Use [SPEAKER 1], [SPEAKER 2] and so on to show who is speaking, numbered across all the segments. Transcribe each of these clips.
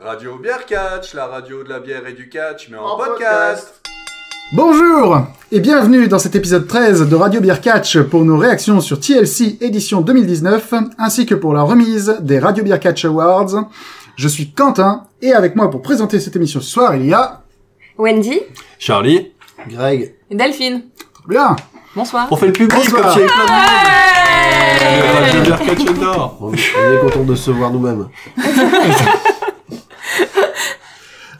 [SPEAKER 1] Radio Bière Catch, la radio de la bière et du catch, mais en,
[SPEAKER 2] En
[SPEAKER 1] podcast.
[SPEAKER 3] Bonjour et bienvenue dans cet épisode 13 de Radio Beer Catch pour nos réactions sur TLC édition 2019 ainsi que pour la remise des Radio Beer Catch Awards. Je suis Quentin et avec moi pour présenter cette émission ce soir il y a...
[SPEAKER 4] Wendy,
[SPEAKER 5] Charlie,
[SPEAKER 6] Greg.
[SPEAKER 4] Delphine,
[SPEAKER 3] Bien
[SPEAKER 4] bonsoir.
[SPEAKER 5] on fait le public
[SPEAKER 3] Bonsoir.
[SPEAKER 5] comme chez Eclod. Radio Catch Indoor.
[SPEAKER 6] On est content de se voir nous-mêmes.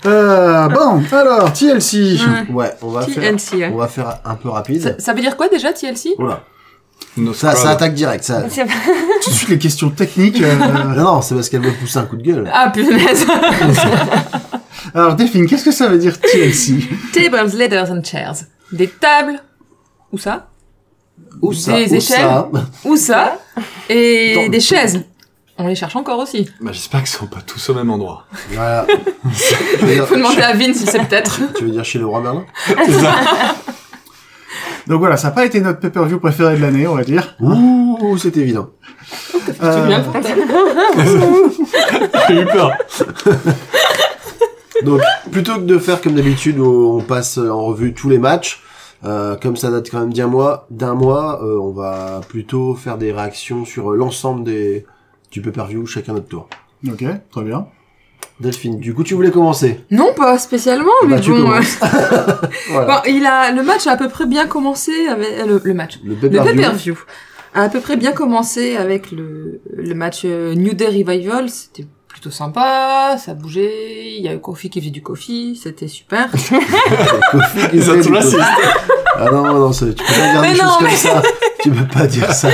[SPEAKER 3] euh, Bon, alors TLC
[SPEAKER 6] Ouais, on va faire,
[SPEAKER 4] TLC, ouais.
[SPEAKER 6] on va faire un peu rapide.
[SPEAKER 4] Ça, ça veut dire quoi déjà TLC
[SPEAKER 6] Oula. Ça, ça attaque direct. Ça.
[SPEAKER 4] C'est-
[SPEAKER 3] Tout de suite les questions techniques. euh,
[SPEAKER 6] Non, non, c'est parce qu'elle veut pousser un coup de gueule.
[SPEAKER 4] Ah punaise
[SPEAKER 3] Alors Delphine, qu'est-ce que ça veut dire TLC
[SPEAKER 4] Tables, ladders and chairs. Des tables, ou ça,
[SPEAKER 6] Ou ça,
[SPEAKER 4] Des
[SPEAKER 6] ou
[SPEAKER 4] échelles.
[SPEAKER 6] ça.
[SPEAKER 4] ou ça, et
[SPEAKER 6] Dans le-
[SPEAKER 4] des chaises. On les cherche encore aussi.
[SPEAKER 5] Bah, J'espère qu'ils sont pas tous au même endroit.
[SPEAKER 6] Voilà. tu, veux dire,
[SPEAKER 4] Faut demander à Vin si c'est peut-être.
[SPEAKER 6] tu veux dire chez le roi Merlin
[SPEAKER 3] Donc voilà, ça n'a pas été notre pay-per-view préféré de l'année, on va dire.
[SPEAKER 6] Ouh, c'est évident.
[SPEAKER 3] Euh,
[SPEAKER 4] bien pour ça.
[SPEAKER 5] J'ai eu peur.
[SPEAKER 6] Donc, plutôt que de faire comme d'habitude où on passe en revue tous les matchs, euh, comme ça date quand même d'un mois, d'un mois, euh, on va plutôt faire des réactions sur euh, l'ensemble des du pay-per-view chacun notre tour.
[SPEAKER 3] Euh, ok, très bien.
[SPEAKER 6] Delphine, du coup, tu voulais commencer
[SPEAKER 4] Non, pas spécialement, mais
[SPEAKER 6] Bah, tu
[SPEAKER 4] bon, Bah, euh,
[SPEAKER 6] commences. Voilà.
[SPEAKER 4] bon, il a, le match a à peu près bien commencé avec, euh, le- le match.
[SPEAKER 6] Le
[SPEAKER 4] Le
[SPEAKER 6] pay-per-view.
[SPEAKER 4] pay-per-view a à peu près bien commencé avec le, le match euh, New Day Revival. C'était plutôt sympa, ça bougeait, il y a eu Kofi qui faisait du Kofi, c'était super.
[SPEAKER 6] Kofi qui
[SPEAKER 5] Ils
[SPEAKER 6] fait
[SPEAKER 5] ont tout
[SPEAKER 6] du
[SPEAKER 5] laissé.
[SPEAKER 6] Kofi. Ah non, non, ça- tu peux pas dire
[SPEAKER 4] Mais
[SPEAKER 6] des
[SPEAKER 4] non,
[SPEAKER 6] choses comme
[SPEAKER 4] mais-
[SPEAKER 6] ça. Tu peux pas dire ça.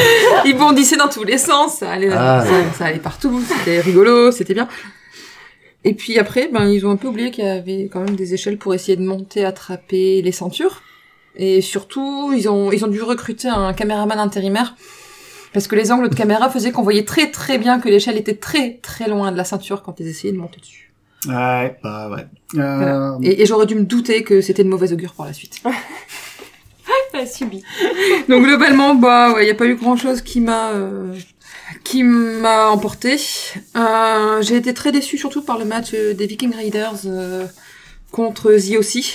[SPEAKER 4] il bondissait dans tous les sens, ça allait,
[SPEAKER 6] Ah,
[SPEAKER 4] ça, ça allait partout, c'était rigolo, c'était bien. Et puis après, ben, ils ont un peu oublié qu'il y avait quand même des échelles pour essayer de monter, attraper les ceintures. Et surtout, ils ont, ils ont dû recruter un caméraman intérimaire. Parce que les angles de caméra faisaient qu'on voyait très très bien que l'échelle était très très loin de la ceinture quand ils essayaient de monter dessus.
[SPEAKER 3] Ouais, bah ouais. Euh,
[SPEAKER 4] Voilà. Et, et j'aurais dû me douter que c'était de mauvaise augure pour la suite.
[SPEAKER 7] Pas subi.
[SPEAKER 4] Donc globalement, bah ouais, y a pas eu grand chose qui m'a euh, qui m'a emporté. Euh, J'ai été très déçue surtout par le match euh, des Viking Raiders euh, contre The aussi.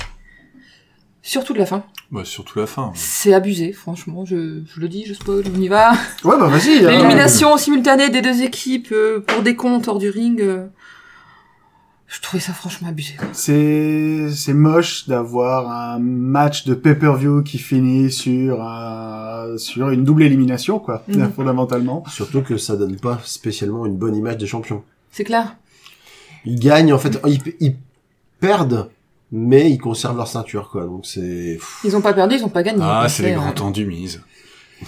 [SPEAKER 4] Surtout de la fin.
[SPEAKER 5] Bah, surtout la fin.
[SPEAKER 4] C'est abusé, franchement. Je, je le dis, je spoil, on y va.
[SPEAKER 3] Ouais, bah vas-y. euh,
[SPEAKER 4] L'élimination simultanée des deux équipes euh, pour des comptes hors du ring. euh, je trouvais ça franchement abusé. quoi.
[SPEAKER 3] C'est c'est moche d'avoir un match de pay-per-view qui finit sur un- sur une double élimination quoi
[SPEAKER 4] Mhm.
[SPEAKER 3] fondamentalement.
[SPEAKER 6] Surtout que ça donne pas spécialement une bonne image des champions.
[SPEAKER 4] C'est clair.
[SPEAKER 6] Ils gagnent, en fait, ils, ils perdent, mais ils conservent leur ceinture, quoi. Donc c'est. pff,
[SPEAKER 4] Ils ont pas perdu, ils ont pas gagné.
[SPEAKER 5] Ah, c'est les
[SPEAKER 4] euh,
[SPEAKER 5] grands temps du mise.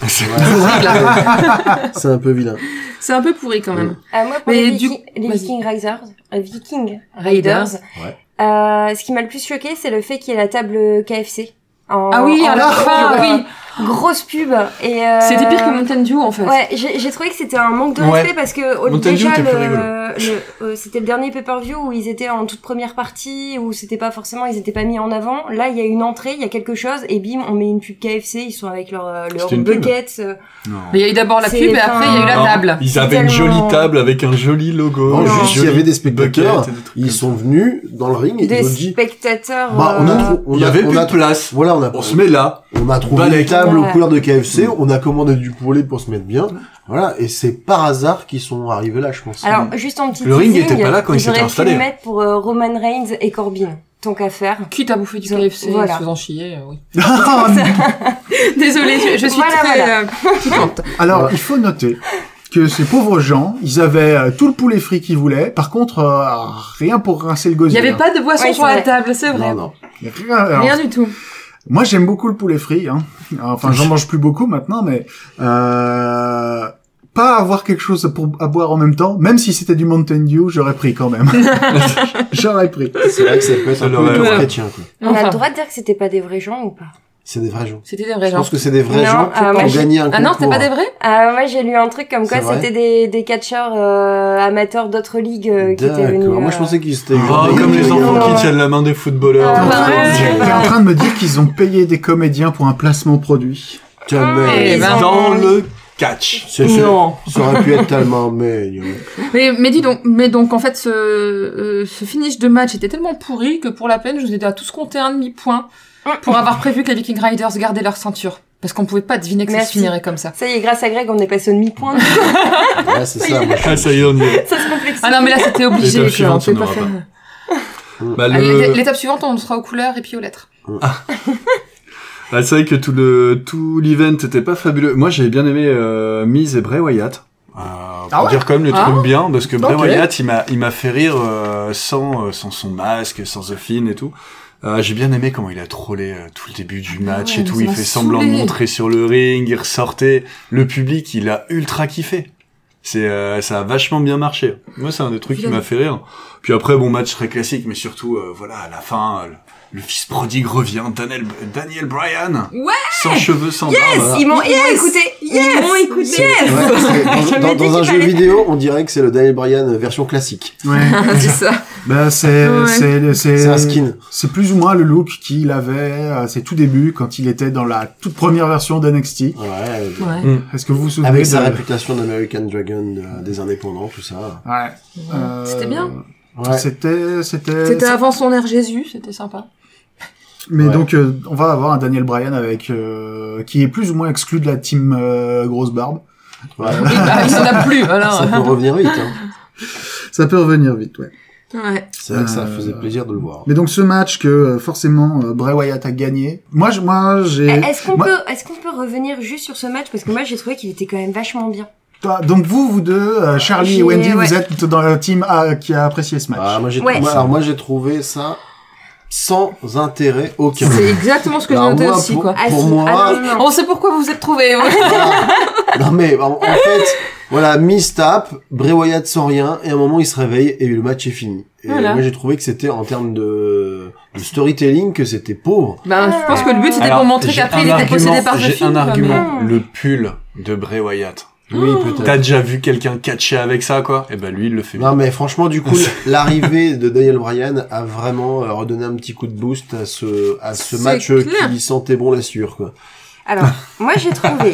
[SPEAKER 4] c'est clair.
[SPEAKER 6] C'est un peu vilain.
[SPEAKER 4] C'est un peu pourri quand même.
[SPEAKER 7] Euh, moi, pour
[SPEAKER 4] Mais
[SPEAKER 7] les,
[SPEAKER 4] du
[SPEAKER 7] Viki-
[SPEAKER 4] coup-
[SPEAKER 7] les
[SPEAKER 4] vas-y.
[SPEAKER 7] Viking Raiders, euh, Viking
[SPEAKER 4] Raiders.
[SPEAKER 7] Raiders,
[SPEAKER 6] Ouais.
[SPEAKER 7] euh, ce qui m'a le plus choqué, c'est le fait qu'il y ait la table KFC. En,
[SPEAKER 4] Ah oui,
[SPEAKER 7] en
[SPEAKER 4] à la
[SPEAKER 7] gros,
[SPEAKER 4] fin,
[SPEAKER 7] euh,
[SPEAKER 4] oui.
[SPEAKER 7] Grosse pub. Et, euh,
[SPEAKER 4] C'était pire que Mountain Dew en fait.
[SPEAKER 7] Ouais, j'ai j'ai trouvé que c'était un manque de
[SPEAKER 5] Ouais.
[SPEAKER 7] respect parce que au-
[SPEAKER 5] Mountain Dew
[SPEAKER 7] déjà
[SPEAKER 5] était plus
[SPEAKER 7] le, le- euh, c'était le dernier pay-per-view où ils étaient en toute première partie où c'était pas forcément ils étaient pas mis en avant. Là, il y a une entrée, il y a quelque chose et bim, on met une pub KFC, ils sont avec leur euh, leur
[SPEAKER 5] C'était une pub
[SPEAKER 7] bucket. euh,
[SPEAKER 5] Non.
[SPEAKER 4] Mais il y a eu d'abord la
[SPEAKER 7] C'est
[SPEAKER 4] pub et
[SPEAKER 7] pas-
[SPEAKER 4] après il y a eu la
[SPEAKER 5] Non,
[SPEAKER 4] table.
[SPEAKER 5] Ils avaient une
[SPEAKER 7] Tellement-
[SPEAKER 5] jolie table avec un joli logo.
[SPEAKER 6] Non,
[SPEAKER 5] une
[SPEAKER 6] juste, il y
[SPEAKER 5] jolie
[SPEAKER 6] avait des spectateurs,
[SPEAKER 5] bucket et des trucs
[SPEAKER 6] Ils
[SPEAKER 5] comme
[SPEAKER 6] sont venus dans le ring et
[SPEAKER 7] des
[SPEAKER 6] ils ont dit.
[SPEAKER 7] spectateurs.
[SPEAKER 6] Bah, on a,
[SPEAKER 7] euh,
[SPEAKER 6] trou-
[SPEAKER 5] ça.
[SPEAKER 6] on
[SPEAKER 5] Il y
[SPEAKER 6] a-
[SPEAKER 5] avait
[SPEAKER 6] on
[SPEAKER 5] plus
[SPEAKER 6] a
[SPEAKER 5] de place.
[SPEAKER 6] Voilà, on a,
[SPEAKER 5] On se met là.
[SPEAKER 6] on a trouvé
[SPEAKER 5] Balèque.
[SPEAKER 6] une table
[SPEAKER 7] Ouais.
[SPEAKER 6] aux couleurs de KFC,
[SPEAKER 4] Mm.
[SPEAKER 6] on a commandé du poulet pour se mettre bien, voilà, et c'est par hasard qu'ils sont arrivés là, je pense.
[SPEAKER 7] Alors, juste en petit
[SPEAKER 5] Le ring
[SPEAKER 7] teasing,
[SPEAKER 5] était pas là quand il
[SPEAKER 7] ils auraient
[SPEAKER 5] s'était
[SPEAKER 7] pu
[SPEAKER 5] installé.
[SPEAKER 7] le mettre pour euh, Roman Reigns et Corbin, tant qu'à faire.
[SPEAKER 4] Quitte à bouffer du
[SPEAKER 7] Ils ont-
[SPEAKER 4] KFC,
[SPEAKER 7] voilà.
[SPEAKER 4] se en chier, euh, oui.
[SPEAKER 3] Ah,
[SPEAKER 4] Désolée, je, je suis
[SPEAKER 7] Voilà,
[SPEAKER 4] très
[SPEAKER 7] voilà.
[SPEAKER 4] euh, piquante.
[SPEAKER 3] Alors il faut noter que ces pauvres gens, ils avaient euh, tout le poulet frit qu'ils voulaient. Par contre, euh, rien pour rincer le
[SPEAKER 4] Il
[SPEAKER 3] gosier.
[SPEAKER 4] n'y avait
[SPEAKER 3] hein.
[SPEAKER 4] pas de boisson
[SPEAKER 7] Ouais,
[SPEAKER 4] sur
[SPEAKER 7] c'est
[SPEAKER 4] la
[SPEAKER 7] vrai.
[SPEAKER 4] table, c'est vrai.
[SPEAKER 6] non, non.
[SPEAKER 3] Y a rien- alors,
[SPEAKER 4] Rien du tout.
[SPEAKER 3] Moi, j'aime beaucoup le poulet frit. Hein. Enfin, j'en mange plus beaucoup maintenant, mais euh, pas avoir quelque chose pour à boire en même temps. Même si c'était du Mountain Dew, j'aurais pris quand même. j'aurais pris.
[SPEAKER 6] C'est vrai que ça peut être
[SPEAKER 5] Ça
[SPEAKER 6] un peu
[SPEAKER 5] leur est-
[SPEAKER 6] tout
[SPEAKER 4] Voilà.
[SPEAKER 6] chrétien, quoi.
[SPEAKER 7] On a
[SPEAKER 4] Enfin.
[SPEAKER 7] le droit de dire que c'était pas des vrais gens ou pas
[SPEAKER 6] C'est des vrais gens.
[SPEAKER 4] C'était des vrais
[SPEAKER 6] Je
[SPEAKER 4] gens.
[SPEAKER 6] pense que c'est des vrais
[SPEAKER 7] Non,
[SPEAKER 6] gens
[SPEAKER 7] ah,
[SPEAKER 6] qui
[SPEAKER 7] moi,
[SPEAKER 6] ont
[SPEAKER 7] j'ai-
[SPEAKER 6] gagné un concours.
[SPEAKER 4] Ah non, c'est pas des vrais
[SPEAKER 7] Ah ouais, j'ai lu un truc comme quoi
[SPEAKER 6] C'est vrai
[SPEAKER 7] c'était des, des catcheurs euh, amateurs d'autres ligues euh, qui étaient venus.
[SPEAKER 6] D'accord. Moi, je
[SPEAKER 7] euh,
[SPEAKER 6] pensais qu'ils étaient.
[SPEAKER 5] Oh,
[SPEAKER 6] ils
[SPEAKER 5] comme
[SPEAKER 6] étaient
[SPEAKER 5] les
[SPEAKER 6] gagnés.
[SPEAKER 5] enfants
[SPEAKER 7] non.
[SPEAKER 5] qui tiennent la main des footballeurs.
[SPEAKER 7] Ah,
[SPEAKER 3] T'es en train-
[SPEAKER 7] ouais,
[SPEAKER 3] t'es
[SPEAKER 7] bah.
[SPEAKER 3] en train de me dire qu'ils ont payé des comédiens pour un placement produit.
[SPEAKER 5] Ah,
[SPEAKER 6] Jamais.
[SPEAKER 4] Eh
[SPEAKER 5] bah,
[SPEAKER 4] ben.
[SPEAKER 5] Dans le catch.
[SPEAKER 6] Ah, C'est- c'est- Ça aurait pu être tellement mignon.
[SPEAKER 4] Mais, mais dis donc, mais donc en fait ce, euh, ce finish de match était tellement pourri que pour la peine je vous ai dit à tous compter un demi point pour avoir prévu que les Viking Riders gardaient leur ceinture parce qu'on pouvait pas deviner que ça
[SPEAKER 7] Merci.
[SPEAKER 4] se finirait comme ça.
[SPEAKER 7] Ça y est, grâce à Greg, on est passé au demi-point.
[SPEAKER 6] Ouais, c'est ça. moi, je-
[SPEAKER 5] Ah, ça y est, on y est.
[SPEAKER 7] ça se complexifie.
[SPEAKER 4] Ah non mais là c'était obligé.
[SPEAKER 5] L'étape
[SPEAKER 4] quoi, on
[SPEAKER 5] suivante,
[SPEAKER 4] pouvait
[SPEAKER 5] on
[SPEAKER 4] pas
[SPEAKER 5] n'aura
[SPEAKER 4] faire-
[SPEAKER 5] Bah,
[SPEAKER 4] Ah, l'é-
[SPEAKER 5] le...
[SPEAKER 4] L'étape suivante on sera aux couleurs et puis aux lettres.
[SPEAKER 5] Ah, c'est vrai que tout le tout l'event était pas fabuleux. Moi, j'avais bien aimé euh, Miz et Bray Wyatt. Euh, pour
[SPEAKER 3] Ah ouais
[SPEAKER 5] dire quand même les
[SPEAKER 4] Ah.
[SPEAKER 5] trucs bien parce que Bray
[SPEAKER 3] Ok.
[SPEAKER 5] Wyatt, il m'a il m'a fait rire euh, sans euh, sans son masque, sans The Fin et tout. Euh, j'ai bien aimé comment il a trollé euh, tout le début du match et
[SPEAKER 4] ouais, mais
[SPEAKER 5] tout.
[SPEAKER 4] ça
[SPEAKER 5] Il
[SPEAKER 4] m'a
[SPEAKER 5] fait semblant de
[SPEAKER 4] saoulé.
[SPEAKER 5] montrer sur le ring, il ressortait. Le public, il a ultra kiffé. C'est euh, ça a vachement bien marché. Moi, c'est un des trucs qui m'a fait rire. Puis après, bon match très classique, mais surtout, euh, voilà, à la fin, euh, le, le fils prodigue revient, Daniel, Daniel Bryan.
[SPEAKER 4] Ouais
[SPEAKER 5] sans cheveux, sans barbe.
[SPEAKER 7] Ils m'ont ils m'ont
[SPEAKER 4] Yes
[SPEAKER 7] écouté. Ils
[SPEAKER 4] Yes
[SPEAKER 7] m'ont écouté.
[SPEAKER 6] Ouais, parce que dans, dans-
[SPEAKER 7] J'avais dit
[SPEAKER 6] dans un
[SPEAKER 7] qu'il
[SPEAKER 6] jeu
[SPEAKER 7] fallait-
[SPEAKER 6] vidéo, on dirait que c'est le Daniel Bryan version classique.
[SPEAKER 3] Ouais.
[SPEAKER 4] c'est ça.
[SPEAKER 3] bah, c'est,
[SPEAKER 4] Ouais.
[SPEAKER 3] c'est,
[SPEAKER 5] Euh,
[SPEAKER 3] c'est,
[SPEAKER 6] C'est un skin.
[SPEAKER 3] C'est plus ou moins le look qu'il avait à ses tout débuts quand il était dans la toute première version d'NXT.
[SPEAKER 6] Ouais.
[SPEAKER 5] Ah,
[SPEAKER 4] Ouais.
[SPEAKER 3] Est-ce que vous vous souvenez
[SPEAKER 6] Avec sa
[SPEAKER 3] de-
[SPEAKER 6] réputation d'American Dragon, euh, des indépendants, tout ça.
[SPEAKER 3] Ouais. Euh,
[SPEAKER 4] C'était bien.
[SPEAKER 6] Ouais.
[SPEAKER 3] C'était, c'était.
[SPEAKER 4] C'était avant son air Jésus, c'était sympa.
[SPEAKER 3] Mais
[SPEAKER 6] Ouais.
[SPEAKER 3] donc, euh, on va avoir un Daniel Bryan avec euh, qui est plus ou moins exclu de la team euh, grosse barbe.
[SPEAKER 6] Ouais.
[SPEAKER 4] Oui, bah, il en a plus
[SPEAKER 7] Ah,
[SPEAKER 6] Ça
[SPEAKER 4] alors.
[SPEAKER 6] peut revenir vite. Hein.
[SPEAKER 3] Ça peut revenir vite, ouais.
[SPEAKER 4] Ouais.
[SPEAKER 6] C'est vrai que ça
[SPEAKER 3] Euh,
[SPEAKER 6] faisait plaisir de le voir.
[SPEAKER 3] Mais donc ce match que euh, forcément euh, Bray Wyatt a gagné. Moi, je, moi,
[SPEAKER 5] Euh,
[SPEAKER 3] j'ai.
[SPEAKER 7] Eh, Est-ce qu'on
[SPEAKER 3] Moi-
[SPEAKER 7] peut, est-ce qu'on peut revenir juste sur ce match parce que moi j'ai trouvé qu'il était quand même vachement bien.
[SPEAKER 3] Toi, Donc vous, vous deux, euh, Charlie et
[SPEAKER 7] J'ai-
[SPEAKER 3] Wendy,
[SPEAKER 7] ouais.
[SPEAKER 3] vous êtes dans la team A qui a apprécié ce match.
[SPEAKER 6] Ah, moi, j'ai
[SPEAKER 7] Ouais.
[SPEAKER 6] moi- alors moi j'ai trouvé ça sans intérêt aucun.
[SPEAKER 4] C'est exactement ce que j'ai
[SPEAKER 6] Alors,
[SPEAKER 4] noté
[SPEAKER 6] moi,
[SPEAKER 4] aussi
[SPEAKER 6] pour-
[SPEAKER 4] quoi.
[SPEAKER 7] Ah,
[SPEAKER 6] Pour
[SPEAKER 7] si.
[SPEAKER 6] moi-
[SPEAKER 7] Ah, non, non, non.
[SPEAKER 4] On sait pourquoi vous vous êtes trouvés. ouais.
[SPEAKER 6] Ah. non mais en, en fait, voilà, Miss tape, Bray Wyatt sans rien, et à un moment il se réveille et le match est fini. Et
[SPEAKER 4] Voilà.
[SPEAKER 6] moi j'ai trouvé que c'était en termes de, de storytelling que c'était pauvre.
[SPEAKER 4] Ben, je pense que le but c'était
[SPEAKER 5] Alors,
[SPEAKER 4] pour montrer
[SPEAKER 5] j'ai
[SPEAKER 4] qu'après
[SPEAKER 5] un
[SPEAKER 4] il était possédé
[SPEAKER 5] argument-
[SPEAKER 4] par The
[SPEAKER 5] J'ai un
[SPEAKER 4] Fiend, quoi, mais-
[SPEAKER 5] argument, le pull de Bray Wyatt.
[SPEAKER 6] Oui
[SPEAKER 4] Oh.
[SPEAKER 6] peut-être.
[SPEAKER 5] T'as déjà vu quelqu'un catcher avec ça, quoi Eh ben lui, il le fait bien.
[SPEAKER 6] Non mais franchement du coup l'arrivée de Daniel Bryan a vraiment euh, redonné un petit coup de boost à ce à ce
[SPEAKER 4] C'est
[SPEAKER 6] match euh,
[SPEAKER 4] clair.
[SPEAKER 6] qui sentait bon la sueur quoi.
[SPEAKER 7] Alors, moi j'ai trouvé.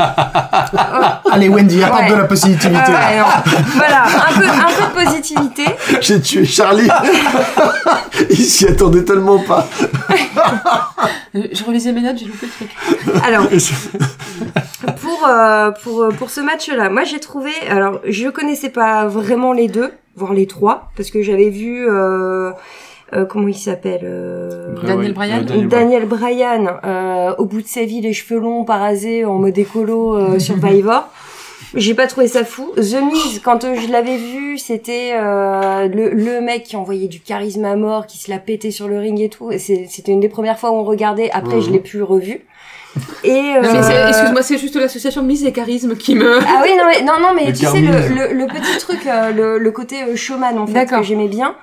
[SPEAKER 3] Allez Wendy, apporte
[SPEAKER 7] Ouais.
[SPEAKER 3] de la positivité.
[SPEAKER 7] Ah ouais, non. Voilà, un peu, un peu de positivité.
[SPEAKER 6] J'ai tué Charlie. il s'y attendait tellement pas.
[SPEAKER 4] Euh, Je relisais mes notes, j'ai loupé le truc.
[SPEAKER 7] Alors, pour, euh, pour, euh, pour ce match-là, moi j'ai trouvé. Alors, je connaissais pas vraiment les deux, voire les trois, parce que j'avais vu. euh, euh, comment il s'appelle euh,
[SPEAKER 5] Bray
[SPEAKER 4] Daniel
[SPEAKER 5] Wyatt-
[SPEAKER 4] Bryan
[SPEAKER 5] euh,
[SPEAKER 7] Daniel, Bryan, euh, au bout de sa vie, les cheveux longs, parasés, en mode écolo, euh, Survivor. J'ai pas trouvé ça fou. The Miz, quand euh, je l'avais vu, c'était euh, le, le mec qui envoyait du charisme à mort, qui se la pétait sur le ring et tout. Et c'est- C'était une des premières fois où on regardait. Après,
[SPEAKER 6] Mhm.
[SPEAKER 7] je l'ai plus revu. Et euh,
[SPEAKER 4] Non, mais c'est- Excuse-moi, c'est juste l'association mise et charisme qui me.
[SPEAKER 7] ah oui, non, mais, non, non, mais
[SPEAKER 5] Le
[SPEAKER 7] tu sais,
[SPEAKER 5] Garmin.
[SPEAKER 7] le, le, le petit truc, euh, le, le côté euh, showman, en fait,
[SPEAKER 4] D'accord.
[SPEAKER 7] que j'aimais bien.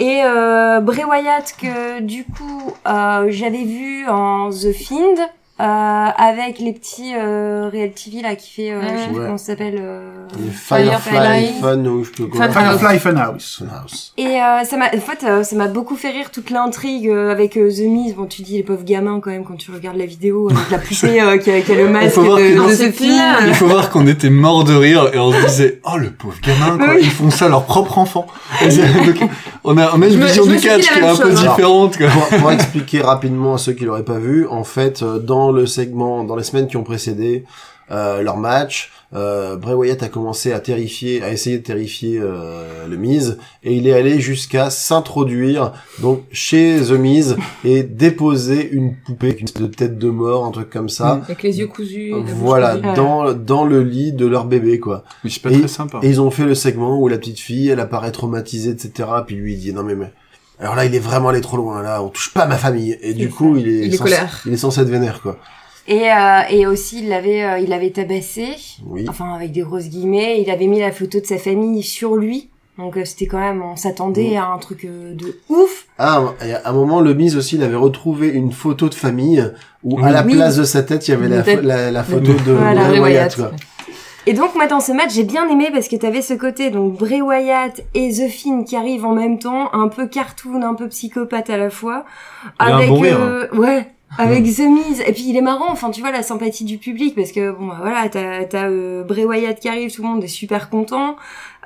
[SPEAKER 7] Et euh, Bray Wyatt, que du coup, euh, j'avais vu en The Find, euh, avec les petits euh, Real TV, là, qui fait, euh, je sais plus
[SPEAKER 6] Ouais.
[SPEAKER 7] comment ça s'appelle. euh,
[SPEAKER 6] Les
[SPEAKER 4] Firefly.
[SPEAKER 6] Firefly Fun ou je peux quoi.
[SPEAKER 3] Firefly Funhouse.
[SPEAKER 6] Funhouse.
[SPEAKER 7] Et euh, ça m'a, en fait, euh, ça m'a beaucoup fait rire toute l'intrigue euh, avec euh, The Miz. Bon, tu dis les pauvres gamins quand même quand tu regardes la vidéo avec la poupée euh, qui, a, qui a le masque
[SPEAKER 5] voir que dans
[SPEAKER 7] de, de
[SPEAKER 4] ce
[SPEAKER 7] The
[SPEAKER 4] film-
[SPEAKER 7] Fiend.
[SPEAKER 5] Il faut voir qu'on était mort de rire et on se disait oh le pauvre gamin quoi,
[SPEAKER 7] Oui.
[SPEAKER 5] ils font ça à leur propre enfant. Et c'est- donc, on a on a
[SPEAKER 4] Je
[SPEAKER 5] une
[SPEAKER 4] me-
[SPEAKER 5] vision
[SPEAKER 4] je me
[SPEAKER 5] du
[SPEAKER 4] suis dit
[SPEAKER 5] catch
[SPEAKER 4] la
[SPEAKER 5] qui est
[SPEAKER 4] même
[SPEAKER 5] un peu
[SPEAKER 4] chose, hein.
[SPEAKER 5] différente quoi.
[SPEAKER 6] Pour, pour expliquer rapidement à ceux qui l'auraient pas vu, en fait, euh, dans le segment, dans les semaines qui ont précédé euh, leur match, euh, Bray Wyatt a commencé à terrifier, à essayer de terrifier euh, le Miz, et il est allé jusqu'à s'introduire donc chez The Miz et déposer une poupée avec une espèce de tête de mort, un truc comme ça.
[SPEAKER 4] Avec les yeux cousus. la bouche
[SPEAKER 6] Voilà,
[SPEAKER 4] cousue.
[SPEAKER 7] cousue.
[SPEAKER 6] dans dans le lit de leur bébé quoi.
[SPEAKER 5] Mais c'est pas
[SPEAKER 6] Et-
[SPEAKER 5] très sympa.
[SPEAKER 6] Et ils ont fait le segment où la petite fille, elle apparaît traumatisée, etc. Puis lui, il dit, non mais, mais- alors là, il est vraiment allé trop loin, là, on touche pas à ma famille. Et du
[SPEAKER 4] ça.
[SPEAKER 6] coup, il est,
[SPEAKER 4] Il est
[SPEAKER 6] censé,
[SPEAKER 4] colère.
[SPEAKER 6] il est censé être vénère, quoi.
[SPEAKER 7] Et, euh, et aussi, il l'avait, euh, il l'avait tabassé.
[SPEAKER 6] Oui.
[SPEAKER 7] enfin avec des grosses guillemets, il avait mis la photo de sa famille sur lui Donc euh, c'était quand même, on s'attendait à un truc euh, de ouf.
[SPEAKER 6] Ah, et à un moment, le mise aussi, il avait retrouvé une photo de famille où à la
[SPEAKER 4] Oui.
[SPEAKER 6] place de sa tête, il y avait la,
[SPEAKER 4] Une tête.
[SPEAKER 6] pho- la, la photo de
[SPEAKER 7] Voilà,
[SPEAKER 4] Bray
[SPEAKER 6] Bray
[SPEAKER 4] Wyatt.
[SPEAKER 6] Wyatt, quoi.
[SPEAKER 7] Et donc moi dans ce match j'ai bien aimé parce que t'avais ce côté donc Bray Wyatt et The Finn qui arrivent en même temps, un peu cartoon, un peu psychopathe à la fois,
[SPEAKER 5] Il a un
[SPEAKER 7] avec
[SPEAKER 5] bon rire.
[SPEAKER 7] euh, ouais. Avec The Miz et puis il est marrant enfin tu vois la sympathie du public parce que bon bah voilà t'as t'as euh, Bray Wyatt qui arrive tout le monde est super content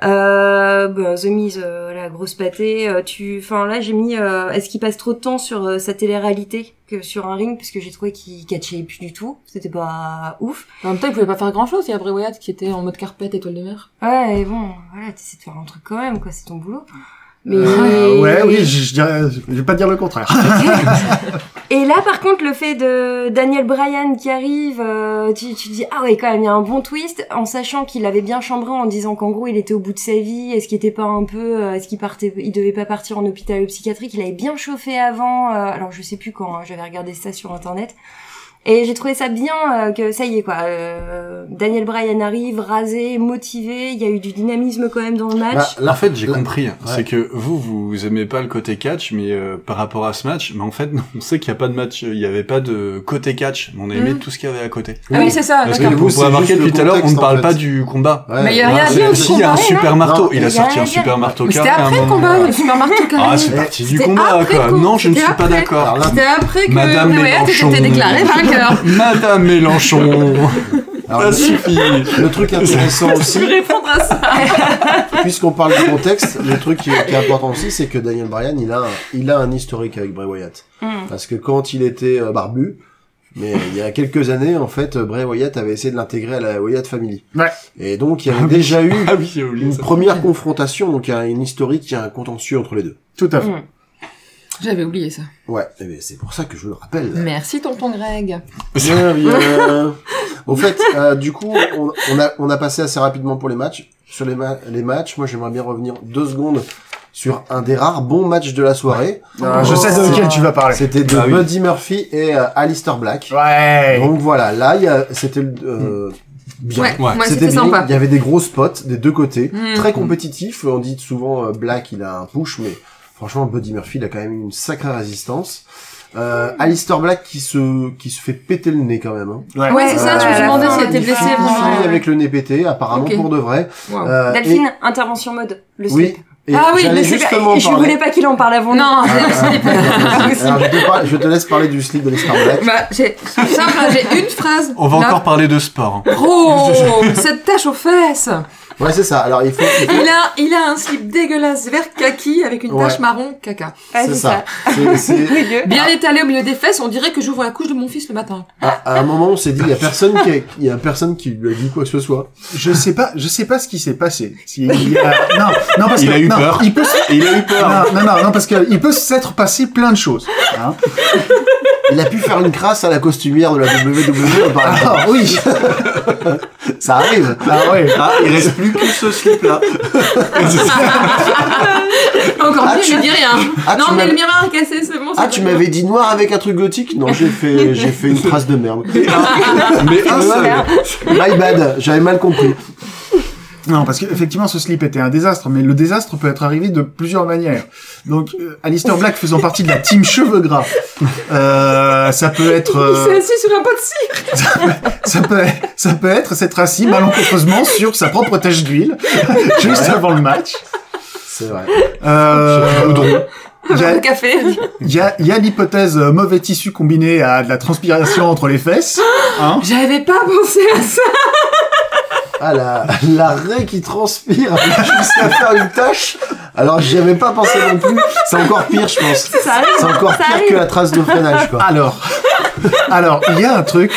[SPEAKER 7] euh, bah, The Miz euh, la grosse pâtée euh, tu enfin là j'ai mis euh, est-ce qu'il passe trop de temps sur euh, sa télé-réalité que sur un ring parce que j'ai trouvé qu'il catchait plus du tout c'était pas ouf
[SPEAKER 4] En même temps, il pouvait pas faire grand chose. Il y a Bray Wyatt qui était en mode carpette, étoile de mer.
[SPEAKER 7] Ouais, et bon, voilà, t'essaies de faire un truc quand même, quoi, c'est ton boulot. Mais...
[SPEAKER 4] Ah,
[SPEAKER 3] Euh, ouais, oui, je, je dirais, je vais pas dire le contraire.
[SPEAKER 7] Et là, par contre, le fait de Daniel Bryan qui arrive, euh, tu, tu dis, ah ouais, quand même, il y a un bon twist, en sachant qu'il avait bien chambré en disant qu'en gros, il était au bout de sa vie, est-ce qu'il était pas un peu, euh, est-ce qu'il partait, il devait pas partir en hôpital psychiatrique, il avait bien chauffé avant, euh, alors je sais plus quand, hein, j'avais regardé ça sur internet. Et j'ai trouvé ça bien euh, que ça y est quoi. euh, Daniel Bryan arrive rasé, motivé. Il y a eu du dynamisme quand même dans le match.
[SPEAKER 4] Bah,
[SPEAKER 5] Là, en fait, j'ai
[SPEAKER 6] Là-
[SPEAKER 5] compris. hein. C'est que vous, vous aimez pas le côté catch, mais euh, par rapport à ce match, mais en fait, on sait qu'il y a pas de match, il y avait pas de côté catch, mais on a aimé
[SPEAKER 4] Mhm.
[SPEAKER 5] tout ce qu'il y avait à côté.
[SPEAKER 4] Ah oui, c'est ça,
[SPEAKER 5] Parce
[SPEAKER 4] d'accord.
[SPEAKER 5] que
[SPEAKER 6] d'accord.
[SPEAKER 5] vous
[SPEAKER 6] C'est
[SPEAKER 5] pourrez remarquer
[SPEAKER 6] juste
[SPEAKER 5] depuis
[SPEAKER 6] le
[SPEAKER 5] tout à l'heure, on ne
[SPEAKER 6] contexte, en
[SPEAKER 5] parle pas
[SPEAKER 6] fait.
[SPEAKER 5] du
[SPEAKER 3] Bah,
[SPEAKER 5] combat.
[SPEAKER 6] Ouais,
[SPEAKER 4] Mais il y a
[SPEAKER 6] ouais,
[SPEAKER 4] rien à
[SPEAKER 6] c'est-
[SPEAKER 4] dire,
[SPEAKER 5] Si, il y a un
[SPEAKER 7] combat,
[SPEAKER 5] super marteau.
[SPEAKER 6] Non,
[SPEAKER 5] Il
[SPEAKER 7] il y
[SPEAKER 5] a
[SPEAKER 7] a
[SPEAKER 5] sorti
[SPEAKER 7] rien
[SPEAKER 5] un
[SPEAKER 7] à dire.
[SPEAKER 5] super marteau
[SPEAKER 4] Mais c'était
[SPEAKER 5] carré à un
[SPEAKER 4] après le
[SPEAKER 5] moment. euh,
[SPEAKER 4] combat, le super marteau carré.
[SPEAKER 5] Ah, c'est parti du
[SPEAKER 4] C'était
[SPEAKER 5] combat,
[SPEAKER 4] après le
[SPEAKER 5] quoi.
[SPEAKER 4] coup,
[SPEAKER 5] Non, je ne
[SPEAKER 4] c'était
[SPEAKER 5] suis pas
[SPEAKER 4] après.
[SPEAKER 5] d'accord.
[SPEAKER 6] Alors là,
[SPEAKER 4] C'était après que
[SPEAKER 5] Madame
[SPEAKER 4] Bray Wyatt
[SPEAKER 5] Mélenchon.
[SPEAKER 4] était déclaré vainqueur.
[SPEAKER 5] Madame Mélenchon,
[SPEAKER 6] alors,
[SPEAKER 5] Ah, ça suffit.
[SPEAKER 6] le truc intéressant
[SPEAKER 4] Je
[SPEAKER 6] aussi,
[SPEAKER 4] vais répondre à ça.
[SPEAKER 6] puisqu'on parle du contexte, le truc qui, qui est important aussi, c'est que Daniel Bryan, il a, un- il a un historique avec Bray Wyatt.
[SPEAKER 7] Mm.
[SPEAKER 6] Parce que quand il était euh, barbu, mais il y a quelques années, en fait, euh, Bray Wyatt avait essayé de l'intégrer à la Wyatt Family.
[SPEAKER 3] Ouais.
[SPEAKER 6] Et donc, il y avait déjà eu
[SPEAKER 5] Ah oui, j'ai oublié
[SPEAKER 6] une
[SPEAKER 5] ça.
[SPEAKER 6] première confrontation, donc il y a une historique, il y a un contentieux entre les deux.
[SPEAKER 3] Tout à fait.
[SPEAKER 7] Mm.
[SPEAKER 4] J'avais oublié ça.
[SPEAKER 6] Ouais, eh bien, c'est pour ça que je le rappelle.
[SPEAKER 4] Merci tonton Greg.
[SPEAKER 6] Bien, bien. Au fait, euh, du coup, on, on a, on a passé assez rapidement pour les matchs. Sur les, ma- les matchs, moi j'aimerais bien revenir deux secondes sur un des rares bons matchs de la soirée.
[SPEAKER 3] Ah, je sais de lequel tu vas parler.
[SPEAKER 6] C'était de
[SPEAKER 5] Ah oui.
[SPEAKER 6] Buddy Murphy et euh, Alistair Black.
[SPEAKER 3] Ouais.
[SPEAKER 6] Donc voilà, là, il y a- c'était le-
[SPEAKER 5] Hmm.
[SPEAKER 6] euh, bien.
[SPEAKER 4] Ouais, moi, c'était
[SPEAKER 6] bien.
[SPEAKER 4] sympa.
[SPEAKER 6] Il y avait des gros spots des deux côtés,
[SPEAKER 4] Mm.
[SPEAKER 6] très compétitifs. On dit souvent euh, Black, il a un push, mais franchement, Buddy Murphy, il a quand même une sacrée résistance. Euh, Alistair Black qui se qui se fait péter le nez quand même. hein.
[SPEAKER 3] Ouais.
[SPEAKER 4] Ouais, c'est ça, je me
[SPEAKER 7] à la
[SPEAKER 4] demandais
[SPEAKER 7] fin,
[SPEAKER 4] si elle était
[SPEAKER 7] il
[SPEAKER 4] blessée,
[SPEAKER 7] finit-
[SPEAKER 6] Il
[SPEAKER 4] vraiment.
[SPEAKER 6] finit avec le nez pété, apparemment
[SPEAKER 4] Ok.
[SPEAKER 6] pour de vrai.
[SPEAKER 4] Wow.
[SPEAKER 6] Euh,
[SPEAKER 7] Delphine, intervention mode, le
[SPEAKER 6] et-
[SPEAKER 7] slip.
[SPEAKER 6] oui. et
[SPEAKER 4] Ah oui,
[SPEAKER 6] j'allais
[SPEAKER 4] le slip,
[SPEAKER 6] justement
[SPEAKER 7] je
[SPEAKER 6] parler-
[SPEAKER 7] voulais pas qu'il en parle avant.
[SPEAKER 4] Non,
[SPEAKER 6] Ah, ah,
[SPEAKER 4] j'ai- possible.
[SPEAKER 6] ah, alors, je, te parle- je te laisse parler du slip de Alistair Black.
[SPEAKER 4] bah, j'ai simple, hein, j'ai une phrase.
[SPEAKER 5] On va
[SPEAKER 4] Là,
[SPEAKER 5] encore parler de sport.
[SPEAKER 4] Oh, cette tache aux fesses.
[SPEAKER 6] Ouais, c'est ça. Alors il faut. il faut-
[SPEAKER 4] Il a, il a un slip dégueulasse vert kaki avec une tache
[SPEAKER 6] Ouais.
[SPEAKER 4] marron caca.
[SPEAKER 7] Ah,
[SPEAKER 6] c'est ça. C'est- c'est-
[SPEAKER 7] Dégueu.
[SPEAKER 4] Bien étalé au milieu des fesses, on dirait que j'ouvre la couche de mon fils le matin.
[SPEAKER 6] à, à un moment, on s'est dit, il y a personne qui, a, il y a personne qui lui a dit quoi que ce soit.
[SPEAKER 3] Je sais pas, je sais pas ce qui s'est passé. Si- il y a- Non, non parce
[SPEAKER 5] Il
[SPEAKER 3] que
[SPEAKER 5] a eu
[SPEAKER 3] non,
[SPEAKER 5] peur.
[SPEAKER 3] Il peut, se-
[SPEAKER 5] Il a eu peur.
[SPEAKER 3] non, non, non, non, parce que il peut s'être passé plein de choses. hein.
[SPEAKER 6] Il a pu faire une crasse à la costumière de la WWE, par exemple.
[SPEAKER 3] Ah oui.
[SPEAKER 6] Ça arrive.
[SPEAKER 4] Bah
[SPEAKER 3] Ah ouais.
[SPEAKER 5] Ah, il reste plus que ce slip-là.
[SPEAKER 4] Encore
[SPEAKER 6] Ah,
[SPEAKER 4] mieux,
[SPEAKER 6] tu-
[SPEAKER 4] je dis rien.
[SPEAKER 6] Ah, tu
[SPEAKER 4] non, mais
[SPEAKER 6] m'avais-
[SPEAKER 4] le miroir est cassé, c'est bon.
[SPEAKER 6] Ah,
[SPEAKER 4] c'est
[SPEAKER 6] tu
[SPEAKER 4] pas grave.
[SPEAKER 6] m'avais dit noir avec un truc gothique Non, j'ai fait, j'ai fait une trace de merde.
[SPEAKER 5] Mais un seul.
[SPEAKER 6] My bad, j'avais mal compris.
[SPEAKER 3] Non, parce qu'effectivement, ce slip était un désastre, mais le désastre peut être arrivé de plusieurs manières. Donc, euh, Alistair Black faisant partie de la team cheveux gras, euh, ça peut être,
[SPEAKER 4] Il s'est
[SPEAKER 3] euh,
[SPEAKER 4] assis sur un pot de cire.
[SPEAKER 3] ça peut, ça peut être s'être assis malencontreusement sur sa propre tache d'huile juste avant le match.
[SPEAKER 6] C'est vrai.
[SPEAKER 3] Euh, il y a-
[SPEAKER 4] Le café.
[SPEAKER 3] il y a, il y a l'hypothèse euh, mauvais tissu combiné à de la transpiration entre les fesses. Hein
[SPEAKER 4] J'avais pas pensé à ça.
[SPEAKER 6] Ah, la, la raie qui transpire jusqu'à faire une tache. Alors, j'y avais pas pensé non plus. C'est encore pire, je pense.
[SPEAKER 7] Ça arrive.
[SPEAKER 6] C'est encore
[SPEAKER 7] Ça
[SPEAKER 6] pire
[SPEAKER 7] arrive.
[SPEAKER 6] que la trace de freinage, quoi.
[SPEAKER 3] Alors, alors il y a un truc.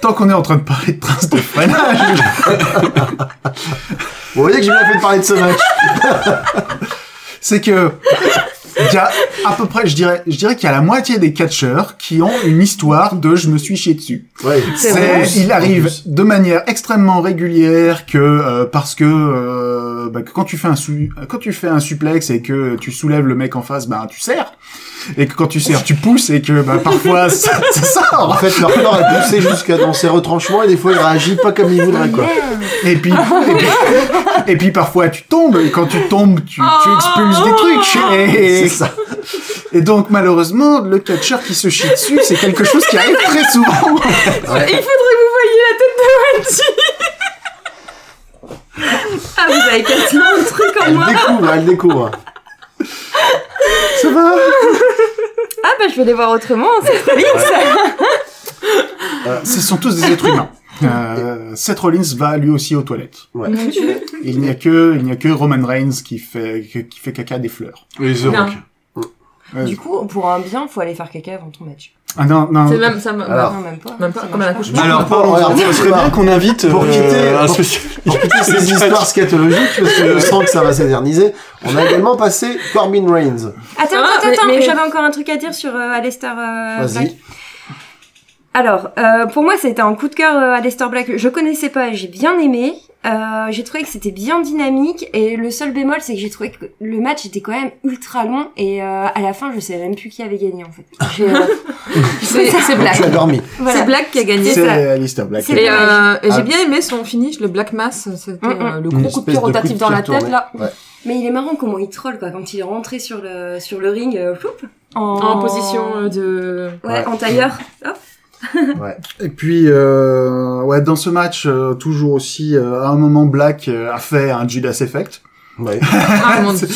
[SPEAKER 3] Tant qu'on est en train de parler de traces de freinage,
[SPEAKER 6] Vous voyez que j'ai bien fait de parler de ce match.
[SPEAKER 3] c'est que Il y a à peu près, je dirais, je dirais qu'il y a la moitié des catcheurs qui ont une histoire de je me suis chié dessus.
[SPEAKER 6] Ouais.
[SPEAKER 7] C'est vrai.
[SPEAKER 3] il arrive de manière extrêmement régulière que euh, parce que, euh, bah, que quand tu fais un sou- quand tu fais un suplex et que tu soulèves le mec en face, ben tu serres et que quand tu serres tu pousses et que bah, parfois ça, ça
[SPEAKER 6] En
[SPEAKER 3] sort.
[SPEAKER 6] fait, leur corps est poussé jusqu'à dans ses retranchements et des fois, il réagit pas comme il voudrait, quoi.
[SPEAKER 3] Et puis,
[SPEAKER 4] Ah.
[SPEAKER 3] et puis, et puis parfois tu tombes et quand tu tombes tu,
[SPEAKER 4] Ah.
[SPEAKER 3] tu expulses des trucs. Et,
[SPEAKER 6] C'est ça.
[SPEAKER 3] et donc malheureusement le catcheur qui se chie dessus c'est quelque chose qui arrive très souvent.
[SPEAKER 4] Il faudrait que vous voyez la tête de Wendy.
[SPEAKER 7] Ah, vous avez quasiment un truc en
[SPEAKER 6] Elle
[SPEAKER 7] moi.
[SPEAKER 6] découvre, elle découvre.
[SPEAKER 3] Ça va
[SPEAKER 7] Ah, bah, je vais les voir autrement, c'est trop vite, ça.
[SPEAKER 3] Ce sont tous des êtres humains. Euh, Seth Rollins va lui aussi aux toilettes.
[SPEAKER 7] Mon Dieu.
[SPEAKER 3] Il n'y a que, il n'y a que Roman Reigns qui fait, qui fait caca des fleurs.
[SPEAKER 5] Et The
[SPEAKER 4] Non.
[SPEAKER 5] Rock.
[SPEAKER 3] Ouais.
[SPEAKER 7] Du coup, pour un bien, faut aller faire caca avant ton match. Ah
[SPEAKER 3] Ah non, non.
[SPEAKER 4] C'est même ça. me-
[SPEAKER 6] Alors.
[SPEAKER 7] Non, même pas.
[SPEAKER 4] Même pas,
[SPEAKER 7] Ça
[SPEAKER 4] comme
[SPEAKER 7] marche
[SPEAKER 4] un
[SPEAKER 7] pas.
[SPEAKER 4] accouchement.
[SPEAKER 5] Alors,
[SPEAKER 6] parlons-
[SPEAKER 5] pardon, ça serait bien qu'on invite
[SPEAKER 6] Pour
[SPEAKER 5] euh,
[SPEAKER 6] quitter-
[SPEAKER 5] un
[SPEAKER 6] pour-
[SPEAKER 5] spécial-
[SPEAKER 6] Pour quitter ces
[SPEAKER 5] Catch.
[SPEAKER 6] histoires scatologiques, parce que je sens que ça va s'éterniser, on a également passé Corbin Reigns.
[SPEAKER 7] Attends,
[SPEAKER 4] Ah,
[SPEAKER 7] attends,
[SPEAKER 4] mais-
[SPEAKER 7] attends,
[SPEAKER 4] mais-
[SPEAKER 7] j'avais encore un truc à dire sur euh, Aleister euh,
[SPEAKER 6] Vas-y.
[SPEAKER 7] Black. Alors, euh, pour moi, ça a été un coup de cœur, euh, Aleister Black. Je connaissais pas, j'ai bien aimé. Euh, j'ai trouvé que c'était bien dynamique. Et le seul bémol, c'est que j'ai trouvé que le match était quand même ultra long. Et euh, à la fin, je sais même plus qui avait gagné, en fait. J'ai, euh,
[SPEAKER 4] C'est c'est Black.
[SPEAKER 6] Tu as dormi.
[SPEAKER 7] voilà.
[SPEAKER 4] C'est Black qui a gagné.
[SPEAKER 3] C'est
[SPEAKER 7] ça.
[SPEAKER 3] Alistair Black.
[SPEAKER 7] C'est-
[SPEAKER 4] Et, euh, et
[SPEAKER 6] Ah.
[SPEAKER 4] j'ai bien aimé son finish, le Black Mass, c'était
[SPEAKER 7] Mm, mm.
[SPEAKER 4] euh,
[SPEAKER 5] Une
[SPEAKER 4] le gros coup de
[SPEAKER 6] espèce
[SPEAKER 4] pied
[SPEAKER 6] de coup de
[SPEAKER 4] rotatif dans
[SPEAKER 6] pied
[SPEAKER 4] la tête
[SPEAKER 6] retourné.
[SPEAKER 4] là.
[SPEAKER 6] Ouais.
[SPEAKER 7] Mais il est marrant comment il troll, quoi. Quand il est rentré sur le, sur le ring, euh, floup, en...
[SPEAKER 4] En position euh, de.
[SPEAKER 7] Ouais,
[SPEAKER 6] Ouais.
[SPEAKER 7] en tailleur. Hop.
[SPEAKER 3] Et puis, euh, ouais, dans ce match, euh, toujours aussi, euh, à un moment, Black euh, a fait un Judas Effect.
[SPEAKER 6] Ouais.
[SPEAKER 4] Ah, mon Dieu.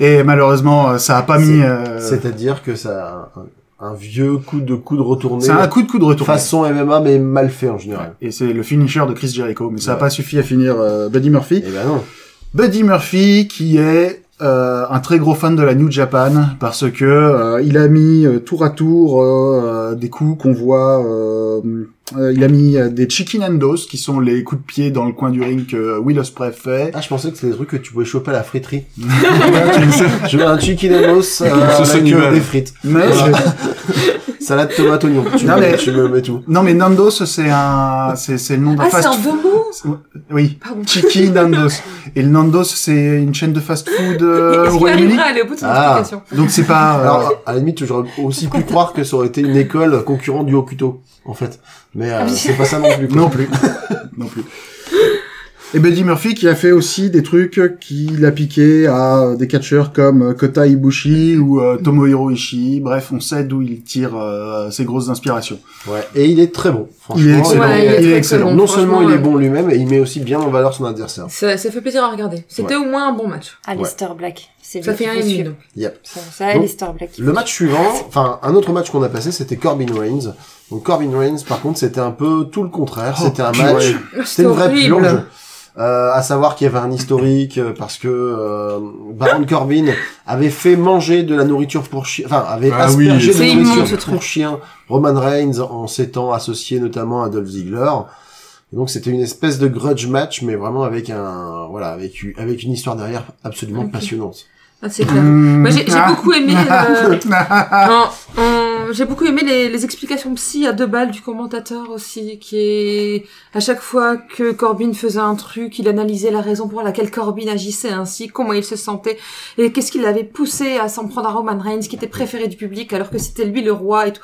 [SPEAKER 3] Et malheureusement, euh, ça a pas mis,
[SPEAKER 6] C'est-
[SPEAKER 3] euh,
[SPEAKER 6] C'est-à-dire que ça, a un, un vieux coup de coude retourné.
[SPEAKER 3] c'est un coup de coup de retour.
[SPEAKER 6] façon MMA, mais mal fait en général.
[SPEAKER 3] Et c'est le finisher de Chris Jericho, mais ça n'a
[SPEAKER 6] Ouais.
[SPEAKER 3] pas suffi à finir euh, Buddy Murphy.
[SPEAKER 6] Eh ben non.
[SPEAKER 3] Buddy Murphy qui est euh, un très gros fan de la New Japan parce que euh, il a mis euh, tour à tour euh, euh, des coups qu'on voit euh, euh, il a mis euh, des chikinandos qui sont les coups de pied dans le coin du ring que Will Ospreay fait
[SPEAKER 6] Ah, je pensais que c'était des trucs que tu pouvais choper à la friterie.
[SPEAKER 4] Ah,
[SPEAKER 6] je veux un chicken and euh,
[SPEAKER 5] Sauce
[SPEAKER 6] avec euh,
[SPEAKER 5] animale.
[SPEAKER 6] des frites.
[SPEAKER 3] mais
[SPEAKER 6] Salade, tomate, oignon. Tu,
[SPEAKER 3] Non,
[SPEAKER 6] me,
[SPEAKER 3] mais-
[SPEAKER 6] tu me mets tout.
[SPEAKER 3] non mais nandos c'est un c'est c'est le nom d'un
[SPEAKER 4] Ah, c'est
[SPEAKER 3] fast
[SPEAKER 4] un
[SPEAKER 3] food
[SPEAKER 4] deux mots
[SPEAKER 3] oui
[SPEAKER 4] Pardon.
[SPEAKER 3] Chiki Nandos et le Nandos c'est une chaîne de fast food euh,
[SPEAKER 4] Est-ce
[SPEAKER 3] au
[SPEAKER 4] qu'il
[SPEAKER 3] Royaume-Uni
[SPEAKER 4] arrivera à aller au bout de son
[SPEAKER 6] Ah.
[SPEAKER 4] explication
[SPEAKER 3] donc c'est pas euh,
[SPEAKER 6] Alors, à la limite, j'aurais aussi pu croire que ça aurait été une école concurrente du Hokuto, en fait. Mais
[SPEAKER 4] Ah,
[SPEAKER 6] euh, c'est pas ça non plus. quoi.
[SPEAKER 3] Non plus. non plus. Et Buddy Murphy qui a fait aussi des trucs qu'il a piqué à des catcheurs comme euh, Kota Ibushi ou euh, Tomohiro Ishii. Bref, on sait d'où il tire euh, ses grosses inspirations.
[SPEAKER 6] Ouais. Et il est très bon, franchement. euh,
[SPEAKER 3] Il est excellent.
[SPEAKER 4] Ouais, il est
[SPEAKER 3] il
[SPEAKER 4] très
[SPEAKER 3] est excellent.
[SPEAKER 4] bon.
[SPEAKER 6] Non seulement il est
[SPEAKER 4] Franchement, euh,
[SPEAKER 6] bon lui-même, et il met aussi bien en valeur son adversaire.
[SPEAKER 4] Ça, ça fait plaisir à regarder. C'était au moins un bon match.
[SPEAKER 7] Aleister Black. C'est
[SPEAKER 4] Ça
[SPEAKER 7] lui
[SPEAKER 4] fait
[SPEAKER 7] qu'il
[SPEAKER 4] un
[SPEAKER 7] faut
[SPEAKER 4] et demi.
[SPEAKER 7] suivre.
[SPEAKER 4] donc.
[SPEAKER 6] Yep.
[SPEAKER 7] Ça, ça, Aleister Black.
[SPEAKER 6] Le match suivant, enfin un autre match qu'on a passé, c'était Corbin Reigns. Donc Corbin Reigns, par contre, c'était un peu tout le contraire.
[SPEAKER 3] Oh,
[SPEAKER 6] c'était un
[SPEAKER 3] purée.
[SPEAKER 6] match, c'était une vraie
[SPEAKER 4] horrible.
[SPEAKER 6] plonge. Euh, à savoir qu'il y avait un historique euh, parce que euh, Baron Corbin avait fait manger de la nourriture pour chien, enfin avait
[SPEAKER 5] Ah oui,
[SPEAKER 6] aspergé de
[SPEAKER 4] c'est
[SPEAKER 6] la
[SPEAKER 4] immonde, ce
[SPEAKER 6] nourriture
[SPEAKER 4] truc.
[SPEAKER 6] pour chien Roman Reigns en s'étant associé notamment à Dolph Ziggler. Et donc c'était une espèce de grudge match, mais vraiment avec un voilà avec une- avec une histoire derrière absolument
[SPEAKER 4] Ok.
[SPEAKER 6] passionnante.
[SPEAKER 4] Ah, c'est clair. Moi, j'ai
[SPEAKER 3] Ah.
[SPEAKER 4] j'ai beaucoup aimé. euh, non, on- j'ai beaucoup aimé les, les explications psy à deux balles du commentateur aussi, qui est à chaque fois que Corbin faisait un truc, il analysait la raison pour laquelle Corbin agissait ainsi, comment il se sentait et qu'est-ce qui l'avait poussé à s'en prendre à Roman Reigns, qui était préféré du public alors que c'était lui le roi et tout.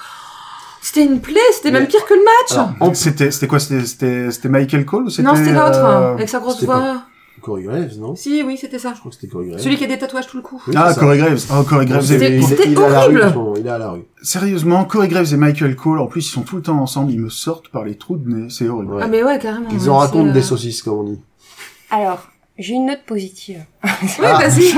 [SPEAKER 4] C'était une plaie, c'était même
[SPEAKER 6] Mais-
[SPEAKER 4] pire que le match.
[SPEAKER 6] Alors, en-
[SPEAKER 3] C'était c'était quoi C'était- C'était c'était Michael Cole ou
[SPEAKER 4] non, c'était l'autre, hein,
[SPEAKER 3] euh,
[SPEAKER 4] avec sa grosse
[SPEAKER 6] c'était
[SPEAKER 4] voix.
[SPEAKER 6] pas- Corey Graves, non Je
[SPEAKER 4] Si, oui, c'était ça.
[SPEAKER 6] crois que c'était Corey Graves.
[SPEAKER 4] Celui qui a des tatouages tout le coup.
[SPEAKER 6] Oui,
[SPEAKER 3] Ah,
[SPEAKER 6] c'est ça.
[SPEAKER 3] Corey Graves. Oh, Corey
[SPEAKER 6] Non,
[SPEAKER 3] Graves.
[SPEAKER 6] c'est-
[SPEAKER 3] et-
[SPEAKER 4] C'était-
[SPEAKER 6] il est-
[SPEAKER 4] c'était
[SPEAKER 6] il est à la
[SPEAKER 4] horrible.
[SPEAKER 6] rue en ce moment, il est à la rue.
[SPEAKER 3] Ah, Sérieusement, Corey Graves et Michael Cole, en plus, ils sont tout le temps ensemble. Ils me sortent par les trous de nez. C'est horrible.
[SPEAKER 6] Ouais.
[SPEAKER 4] Ah mais ouais, carrément.
[SPEAKER 6] Ils
[SPEAKER 4] ouais,
[SPEAKER 6] en
[SPEAKER 4] c'est,
[SPEAKER 6] racontent
[SPEAKER 4] euh,
[SPEAKER 6] des saucisses, comme on dit.
[SPEAKER 7] Alors, j'ai une note positive.
[SPEAKER 4] Ouais, vas-y.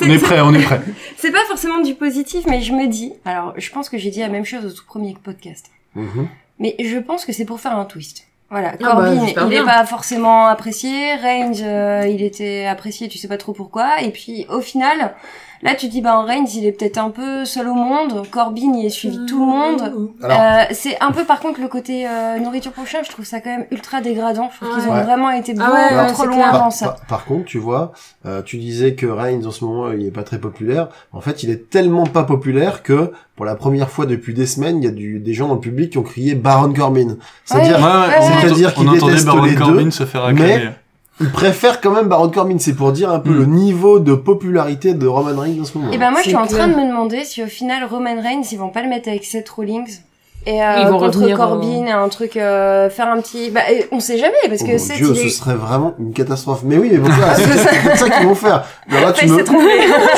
[SPEAKER 5] On est prêt, on est prêt.
[SPEAKER 7] C'est pas forcément du positif, mais je me dis. Alors, je pense que j'ai dit la même chose au tout premier podcast.
[SPEAKER 6] Mhm.
[SPEAKER 7] Mais je pense que c'est pour faire un twist. Voilà,
[SPEAKER 4] Ah bah,
[SPEAKER 7] Corbin,
[SPEAKER 4] j'espère
[SPEAKER 7] il
[SPEAKER 4] bien.
[SPEAKER 7] est pas forcément apprécié. Reigns, euh, il était apprécié, tu sais pas trop pourquoi. Et puis, au final, Là, tu dis, bah, en Reigns, il est peut-être un peu seul au monde. Corbin, il est suivi tout le monde.
[SPEAKER 3] Alors,
[SPEAKER 7] Euh, c'est un peu, par contre, le côté euh, nourriture pour chat, je trouve ça quand même ultra dégradant. Je trouve qu'ils ont
[SPEAKER 6] Ouais. Bah,
[SPEAKER 7] vraiment été
[SPEAKER 4] Ah
[SPEAKER 7] beaucoup
[SPEAKER 4] ouais, ouais,
[SPEAKER 7] trop
[SPEAKER 4] c'est
[SPEAKER 7] loin
[SPEAKER 4] clair.
[SPEAKER 7] dans
[SPEAKER 6] Par,
[SPEAKER 7] ça.
[SPEAKER 6] par- par contre, tu vois, euh, tu disais que Reigns en ce moment il est pas très populaire. En fait, il est tellement pas populaire que pour la première fois depuis des semaines, il y a du, des gens dans le public qui ont crié Baron Corbin. C'est-à-dire,
[SPEAKER 5] Ouais, ouais, on
[SPEAKER 6] C'est-à-dire
[SPEAKER 5] entend-
[SPEAKER 6] qu'il
[SPEAKER 5] on entendait
[SPEAKER 6] déteste les
[SPEAKER 5] Baron
[SPEAKER 6] deux,
[SPEAKER 5] Corbin se faire
[SPEAKER 6] mais-
[SPEAKER 5] acclamer.
[SPEAKER 6] ils préfèrent quand même Baron Corbin. C'est pour dire un peu
[SPEAKER 5] Mm.
[SPEAKER 6] le niveau de popularité de Roman Reigns en ce moment.
[SPEAKER 7] Et ben moi, je
[SPEAKER 4] C'est
[SPEAKER 7] suis en train
[SPEAKER 4] clair.
[SPEAKER 7] de me demander si au final Roman Reigns, ils vont pas le mettre avec Seth Rollins et euh,
[SPEAKER 4] Ils vont
[SPEAKER 7] contre
[SPEAKER 4] revenir, hein.
[SPEAKER 7] Corbin, un truc euh, faire un petit. Bah, et on sait jamais parce
[SPEAKER 6] Oh
[SPEAKER 7] que
[SPEAKER 6] mon
[SPEAKER 7] Seth,
[SPEAKER 6] Dieu,
[SPEAKER 7] il
[SPEAKER 6] ce
[SPEAKER 7] est.
[SPEAKER 6] serait vraiment une catastrophe. Mais oui, mais pourquoi
[SPEAKER 7] C'est ça.
[SPEAKER 6] C'est peut-être ça qu'ils vont faire. Mais là, tu
[SPEAKER 7] Enfin,
[SPEAKER 6] me,
[SPEAKER 7] c'est trompé.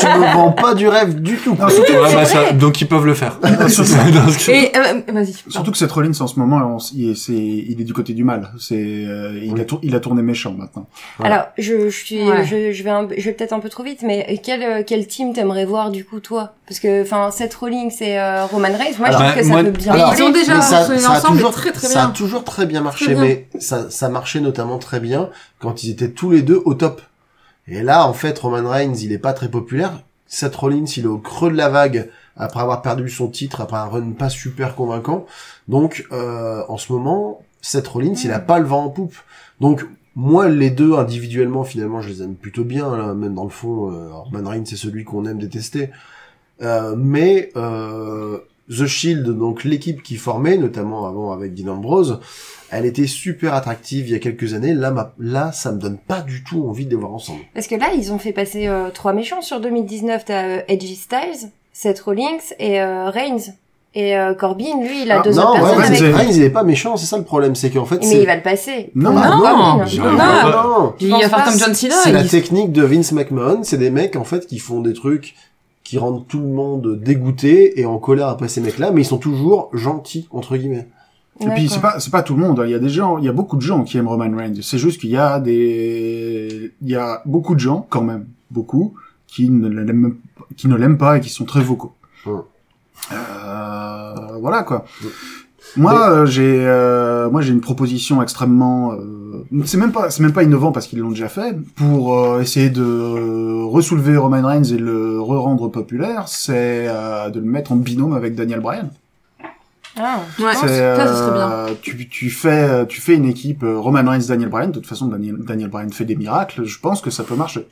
[SPEAKER 6] tu me vends pas du rêve du tout. quoi.
[SPEAKER 3] non, surtout,
[SPEAKER 5] Ouais,
[SPEAKER 7] c'est
[SPEAKER 5] bah,
[SPEAKER 7] vrai.
[SPEAKER 5] ça- donc ils peuvent le faire.
[SPEAKER 3] surtout-
[SPEAKER 5] Dans ce-
[SPEAKER 4] Et euh, vas-y.
[SPEAKER 3] surtout que cette Rollins en ce moment, on s- il, est, c'est- il est du côté du mal. C'est, euh, il, a tour- il a tourné méchant maintenant.
[SPEAKER 6] Voilà.
[SPEAKER 7] Alors, je, je suis,
[SPEAKER 4] Ouais.
[SPEAKER 7] je, je vais, un- je vais peut-être un peu trop vite, mais quel, euh, quel team t'aimerais voir du coup toi Parce que, enfin, Seth Rollins et euh, Roman Reigns, moi,
[SPEAKER 5] Alors,
[SPEAKER 7] je trouve que
[SPEAKER 5] moi-
[SPEAKER 7] ça peut
[SPEAKER 6] Ah
[SPEAKER 7] bien.
[SPEAKER 6] bah, alors,
[SPEAKER 7] aller.
[SPEAKER 4] ils ont déjà
[SPEAKER 6] Mais
[SPEAKER 4] fonctionné ensemble, mais très, très
[SPEAKER 6] ça a
[SPEAKER 4] bien.
[SPEAKER 6] toujours très bien marché,
[SPEAKER 4] Très bien.
[SPEAKER 6] mais ça, ça marchait notamment très bien quand ils étaient tous les deux au top. Et là, en fait, Roman Reigns, il est pas très populaire. Seth Rollins, il est au creux de la vague après avoir perdu son titre, après un run pas super convaincant. Donc, euh, en ce moment, Seth Rollins, il a pas le vent en poupe. Donc, moi, les deux individuellement, finalement, je les aime plutôt bien. Là, même dans le fond, euh, Roman Reigns, c'est celui qu'on aime détester. Euh, mais euh, The Shield, donc l'équipe qui formait, notamment avant avec Dean Ambrose, elle était super attractive il y a quelques années. Là, ma- là, ça me donne pas du tout envie de les voir ensemble.
[SPEAKER 7] Parce que là, ils ont fait passer euh, trois méchants sur 2019. T'as euh, Edgy Styles, Seth Rollins et euh, Reigns. Et euh, Corbin, lui, il a
[SPEAKER 3] Ah,
[SPEAKER 7] deux
[SPEAKER 6] non,
[SPEAKER 7] autres personnes
[SPEAKER 6] Reigns,
[SPEAKER 7] avec.
[SPEAKER 3] c'est-
[SPEAKER 6] Reigns, il est pas méchant, c'est ça le problème, c'est qu'en fait,
[SPEAKER 7] Mais
[SPEAKER 6] c'est
[SPEAKER 7] il va le passer.
[SPEAKER 3] Non,
[SPEAKER 7] Bah,
[SPEAKER 4] non,
[SPEAKER 7] Corbin.
[SPEAKER 4] je-
[SPEAKER 5] Non,
[SPEAKER 4] non.
[SPEAKER 6] non.
[SPEAKER 4] Il va faire comme John Cena.
[SPEAKER 6] C'est la
[SPEAKER 4] il-
[SPEAKER 6] technique de Vince McMahon, c'est des mecs en fait qui font des trucs qui rendent tout le monde dégoûté et en colère après ces mecs-là, mais ils sont toujours gentils entre guillemets.
[SPEAKER 3] Et puis c'est
[SPEAKER 7] D'accord.
[SPEAKER 3] pas c'est pas tout le monde. hein. Il y a des gens, il y a beaucoup de gens qui aiment Roman Reigns. C'est juste qu'il y a des il y a beaucoup de gens quand même beaucoup qui ne l'aiment qui ne l'aiment pas et qui sont très vocaux.
[SPEAKER 6] Ouais.
[SPEAKER 3] Euh, voilà quoi.
[SPEAKER 6] Ouais.
[SPEAKER 3] Moi euh, j'ai euh, moi j'ai une proposition extrêmement euh, c'est même pas c'est même pas innovant parce qu'ils l'ont déjà fait pour euh, essayer de euh, ressoulever Roman Reigns et le re-rendre populaire, c'est euh, de le mettre en binôme avec Daniel Bryan.
[SPEAKER 7] Ah.
[SPEAKER 4] Ouais,
[SPEAKER 3] C'est,
[SPEAKER 4] ça, ça serait bien.
[SPEAKER 3] euh, tu, tu fais, tu fais une équipe euh, Roman Reigns, Daniel Bryan. De toute façon, Daniel, Daniel Bryan fait des miracles. Je pense que ça peut marcher.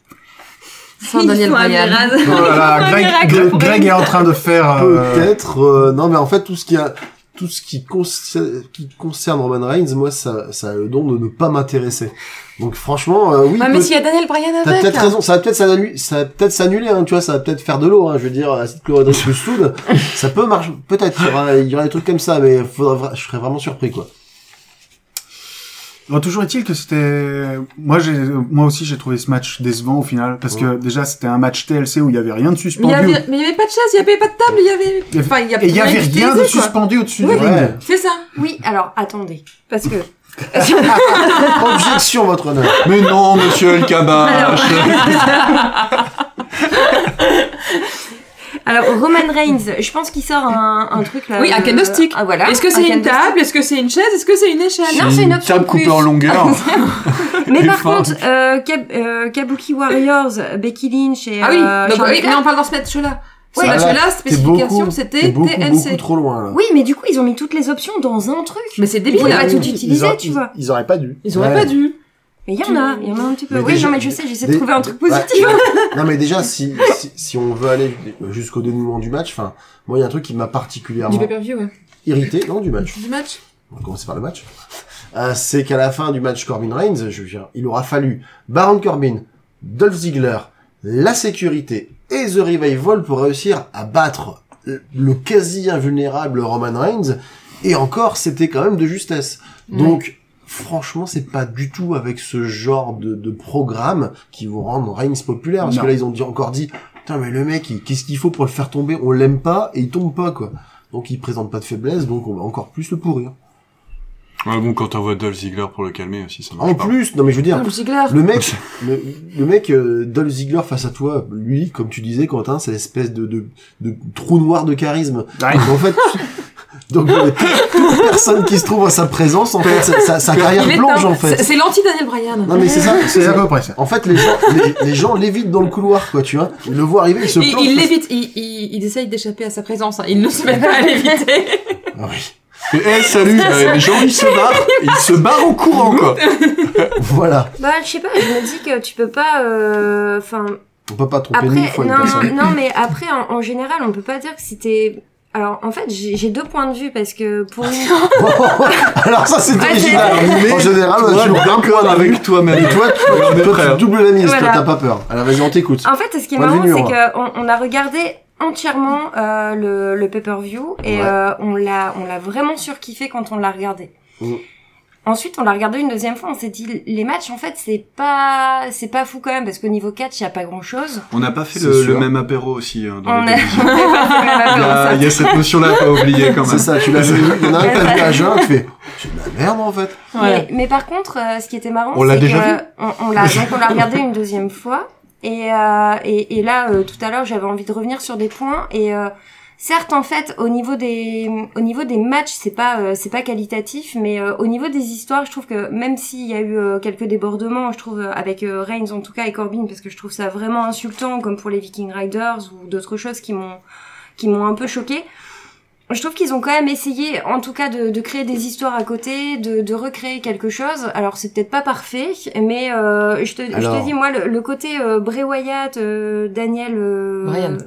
[SPEAKER 4] Sans Daniel Bryan.
[SPEAKER 3] Voilà, Greg, Greg- Greg est en train de faire. euh,
[SPEAKER 6] Peut-être. euh, non, mais en fait tout ce qui a tout ce qui, concer- qui concerne Roman Reigns, moi ça, ça a le don de ne pas m'intéresser. Donc franchement, euh, oui.
[SPEAKER 4] Ouais, Ah, mais
[SPEAKER 6] peut-
[SPEAKER 4] s'il y a hein. Daniel Bryan
[SPEAKER 6] T'as
[SPEAKER 4] avec.
[SPEAKER 6] peut-être raison, ça va peut-être s'annu- ça va peut-être s'annuler, hein, tu vois, ça va peut-être faire de l'eau, hein, je veux dire, acide chlorhydrique plus soude, ça peut marcher, peut-être, il y aura- il y, aura des trucs comme ça, mais faudra vra- je serais vraiment surpris, quoi.
[SPEAKER 3] Bon, toujours est-il que c'était. Moi, j'ai, moi aussi, j'ai trouvé ce match décevant au final parce que déjà, c'était un match TLC où il y avait rien de
[SPEAKER 4] Mais il
[SPEAKER 3] suspendu.
[SPEAKER 4] y avait, mais il y avait pas de chaise, il y avait pas de table, il y
[SPEAKER 3] Il y
[SPEAKER 4] avait.
[SPEAKER 3] avait-
[SPEAKER 4] Enfin, il y avait,
[SPEAKER 3] Et il y avait
[SPEAKER 4] qui
[SPEAKER 3] rien de
[SPEAKER 4] utilisait, quoi.
[SPEAKER 3] suspendu au-dessus
[SPEAKER 6] Ouais.
[SPEAKER 3] du ring.
[SPEAKER 4] C'est ça.
[SPEAKER 7] Oui, alors attendez, parce que
[SPEAKER 6] Objection, votre honneur.
[SPEAKER 5] Mais non, monsieur El
[SPEAKER 3] Ah,
[SPEAKER 5] Kabash
[SPEAKER 7] alors Roman Reigns, je pense qu'il sort un, un truc là.
[SPEAKER 4] Oui, un candlestick.
[SPEAKER 7] Ah voilà.
[SPEAKER 4] Est-ce que
[SPEAKER 7] un
[SPEAKER 4] c'est une
[SPEAKER 7] candlestick.
[SPEAKER 4] table Est-ce que c'est une chaise Est-ce que c'est une échelle
[SPEAKER 7] Non, c'est une option
[SPEAKER 5] table
[SPEAKER 7] de plus.
[SPEAKER 5] coupée en longueur.
[SPEAKER 7] Mais
[SPEAKER 5] Et
[SPEAKER 7] par
[SPEAKER 5] fin.
[SPEAKER 7] contre, euh, Kab- euh, Kabuki Warriors, Becky Lynch et
[SPEAKER 4] Ah oui,
[SPEAKER 7] euh,
[SPEAKER 4] donc,
[SPEAKER 7] Charlotte
[SPEAKER 4] oui, mais on parle dans ce match-là. Ce
[SPEAKER 6] Ouais.
[SPEAKER 4] match-là,
[SPEAKER 6] T'es
[SPEAKER 4] spécification,
[SPEAKER 6] beaucoup- t'es
[SPEAKER 4] c'était
[SPEAKER 6] beaucoup, beaucoup
[SPEAKER 4] TLC.
[SPEAKER 6] trop loin, là.
[SPEAKER 7] Hein. Oui, mais du coup, ils ont mis toutes les options dans un truc.
[SPEAKER 4] Mais c'est
[SPEAKER 7] Ils
[SPEAKER 4] débile.
[SPEAKER 7] pourraient
[SPEAKER 4] hein.
[SPEAKER 7] pas tout
[SPEAKER 3] Ils
[SPEAKER 7] utiliser,
[SPEAKER 3] auraient-
[SPEAKER 7] tu vois.
[SPEAKER 3] Ils auraient pas dû.
[SPEAKER 4] Ils auraient
[SPEAKER 6] Ouais.
[SPEAKER 4] pas dû.
[SPEAKER 7] Mais il y en a, il y en a un petit peu.
[SPEAKER 6] Mais bah,
[SPEAKER 7] oui,
[SPEAKER 6] déjà-
[SPEAKER 7] non, mais je sais, j'essaie de
[SPEAKER 6] Dé-
[SPEAKER 7] trouver un truc
[SPEAKER 6] ouais,
[SPEAKER 7] positif.
[SPEAKER 6] mais- non, mais déjà, si, si, si on veut aller jusqu'au dénouement du match, enfin, moi, il y a un truc qui m'a
[SPEAKER 4] Du
[SPEAKER 6] particulièrement
[SPEAKER 4] pay-per-view, ouais.
[SPEAKER 6] irrité, non, du match.
[SPEAKER 4] Du match
[SPEAKER 6] On va commencer par le match. Euh, c'est qu'à la fin du match Corbin Reigns, je veux dire, il aura fallu Baron Corbin, Dolph Ziggler, la sécurité et The Revival pour réussir à battre le- le quasi invulnérable Roman Reigns. Et encore, c'était quand même de justesse. Donc, franchement, c'est pas du tout avec ce genre de, de programme qui vont rendre Reigns populaire. Parce
[SPEAKER 3] Non.
[SPEAKER 6] que là, ils ont dit, encore dit, putain, mais le mec, il- qu'est-ce qu'il faut pour le faire tomber? On l'aime pas et il tombe pas, quoi. Donc, il présente pas de faiblesse, donc on va encore plus le pourrir.
[SPEAKER 5] Ouais, Ah bon, quand t'envoies Dolph Ziggler pour le calmer aussi, ça marche
[SPEAKER 6] En
[SPEAKER 5] pas.
[SPEAKER 6] plus, non mais je veux dire,
[SPEAKER 4] Dolph Ziggler.
[SPEAKER 6] le mec, le, le mec euh, Dolph Ziggler face à toi, lui, comme tu disais Quentin, c'est l'espèce de, de, de trou noir de charisme.
[SPEAKER 3] Ouais.
[SPEAKER 6] Donc, en fait, Donc euh, toute personne qui se trouve à sa présence, en fait, sa, sa- sa carrière
[SPEAKER 4] Il est
[SPEAKER 6] plonge
[SPEAKER 4] un-
[SPEAKER 6] en fait.
[SPEAKER 4] c'est- C'est l'anti-Daniel Bryan.
[SPEAKER 6] Non mais c'est ça, c'est
[SPEAKER 3] C'est à
[SPEAKER 6] ça.
[SPEAKER 3] peu près ça.
[SPEAKER 6] En fait, les gens, les, les gens l'évitent dans le couloir, quoi, tu vois. Ils le voient arriver, ils se
[SPEAKER 4] Il,
[SPEAKER 6] plantent.
[SPEAKER 4] il l'évite, il, il, il essaye d'échapper à sa présence, hein. il ne se met pas à l'éviter.
[SPEAKER 6] Ah oui.
[SPEAKER 5] Eh salut, euh, les gens ils se barrent, ils se barrent en courant quoi.
[SPEAKER 6] Voilà.
[SPEAKER 7] Bah, je sais pas, je me dis que tu peux pas. euh, Enfin,
[SPEAKER 6] On peut pas tromper
[SPEAKER 7] après,
[SPEAKER 6] mille fois une
[SPEAKER 7] non,
[SPEAKER 6] personne.
[SPEAKER 7] non, mais après, en, en général, on peut pas dire que si t'es. Alors, en fait, j'ai j'ai deux points de vue parce que pour une.
[SPEAKER 6] Alors ça, c'est
[SPEAKER 7] Ouais,
[SPEAKER 6] original.
[SPEAKER 5] c'est-
[SPEAKER 6] En général,
[SPEAKER 5] Toi,
[SPEAKER 6] tu
[SPEAKER 5] d'accord
[SPEAKER 6] d'un point avec.
[SPEAKER 5] avec toi-même.
[SPEAKER 6] Et toi, tu,
[SPEAKER 5] On est
[SPEAKER 6] toi,
[SPEAKER 5] prêt,
[SPEAKER 6] tu
[SPEAKER 5] hein.
[SPEAKER 6] doubles la mise.
[SPEAKER 7] Voilà.
[SPEAKER 6] Toi, t'as pas peur. Alors vas-y, on t'écoute.
[SPEAKER 7] En fait, ce qui est
[SPEAKER 6] Point de
[SPEAKER 7] marrant,
[SPEAKER 6] vue
[SPEAKER 7] c'est
[SPEAKER 6] numéro
[SPEAKER 7] qu'on on a regardé entièrement euh, le, le pay-per-view et
[SPEAKER 6] Ouais.
[SPEAKER 7] euh, on l'a on l'a vraiment surkiffé quand on l'a regardé.
[SPEAKER 6] Mm.
[SPEAKER 7] Ensuite, on l'a regardé une deuxième fois, on s'est dit les matchs en fait, c'est pas c'est pas fou quand même parce qu'au niveau catch, il y a pas grand-chose.
[SPEAKER 5] On n'a pas fait
[SPEAKER 6] C'est
[SPEAKER 5] le,
[SPEAKER 6] sûr.
[SPEAKER 5] le même apéro aussi hein, dans
[SPEAKER 7] On
[SPEAKER 5] les
[SPEAKER 7] a-
[SPEAKER 5] divisions.
[SPEAKER 7] on a pas fait la
[SPEAKER 5] Il y
[SPEAKER 4] Ah,
[SPEAKER 7] même
[SPEAKER 5] a,
[SPEAKER 7] chose.
[SPEAKER 5] il y a cette notion là à pas oublier quand
[SPEAKER 6] C'est
[SPEAKER 5] même.
[SPEAKER 6] ça, tu l'as vu. Il y en a un qui a jeun, tu fais. C'est de la merde en fait.
[SPEAKER 7] Mais, mais par contre, euh, ce qui était marrant,
[SPEAKER 5] On l'a
[SPEAKER 7] c'est
[SPEAKER 5] déjà
[SPEAKER 7] que euh,
[SPEAKER 5] vu
[SPEAKER 7] on, on l'a donc on l'a regardé une deuxième fois. Et, euh, et, et là, euh, tout à l'heure, j'avais envie de revenir sur des points. Et euh, certes, en fait, au niveau des au niveau des matchs, c'est pas euh, c'est pas qualitatif, mais euh, au niveau des histoires, je trouve que même s'il y a eu euh, quelques débordements, je trouve euh, avec euh, Reigns en tout cas et Corbin, parce que je trouve ça vraiment insultant, comme pour les Viking Riders ou d'autres choses qui m'ont qui m'ont un peu choqué. Je trouve qu'ils ont quand même essayé, en tout cas, de, de créer des histoires à côté, de, de recréer quelque chose. Alors c'est peut-être pas parfait, mais euh, je, te, je
[SPEAKER 6] Alors.
[SPEAKER 7] te dis moi le, le côté euh, Bray Wyatt, euh, Daniel, euh,
[SPEAKER 4] Bryan.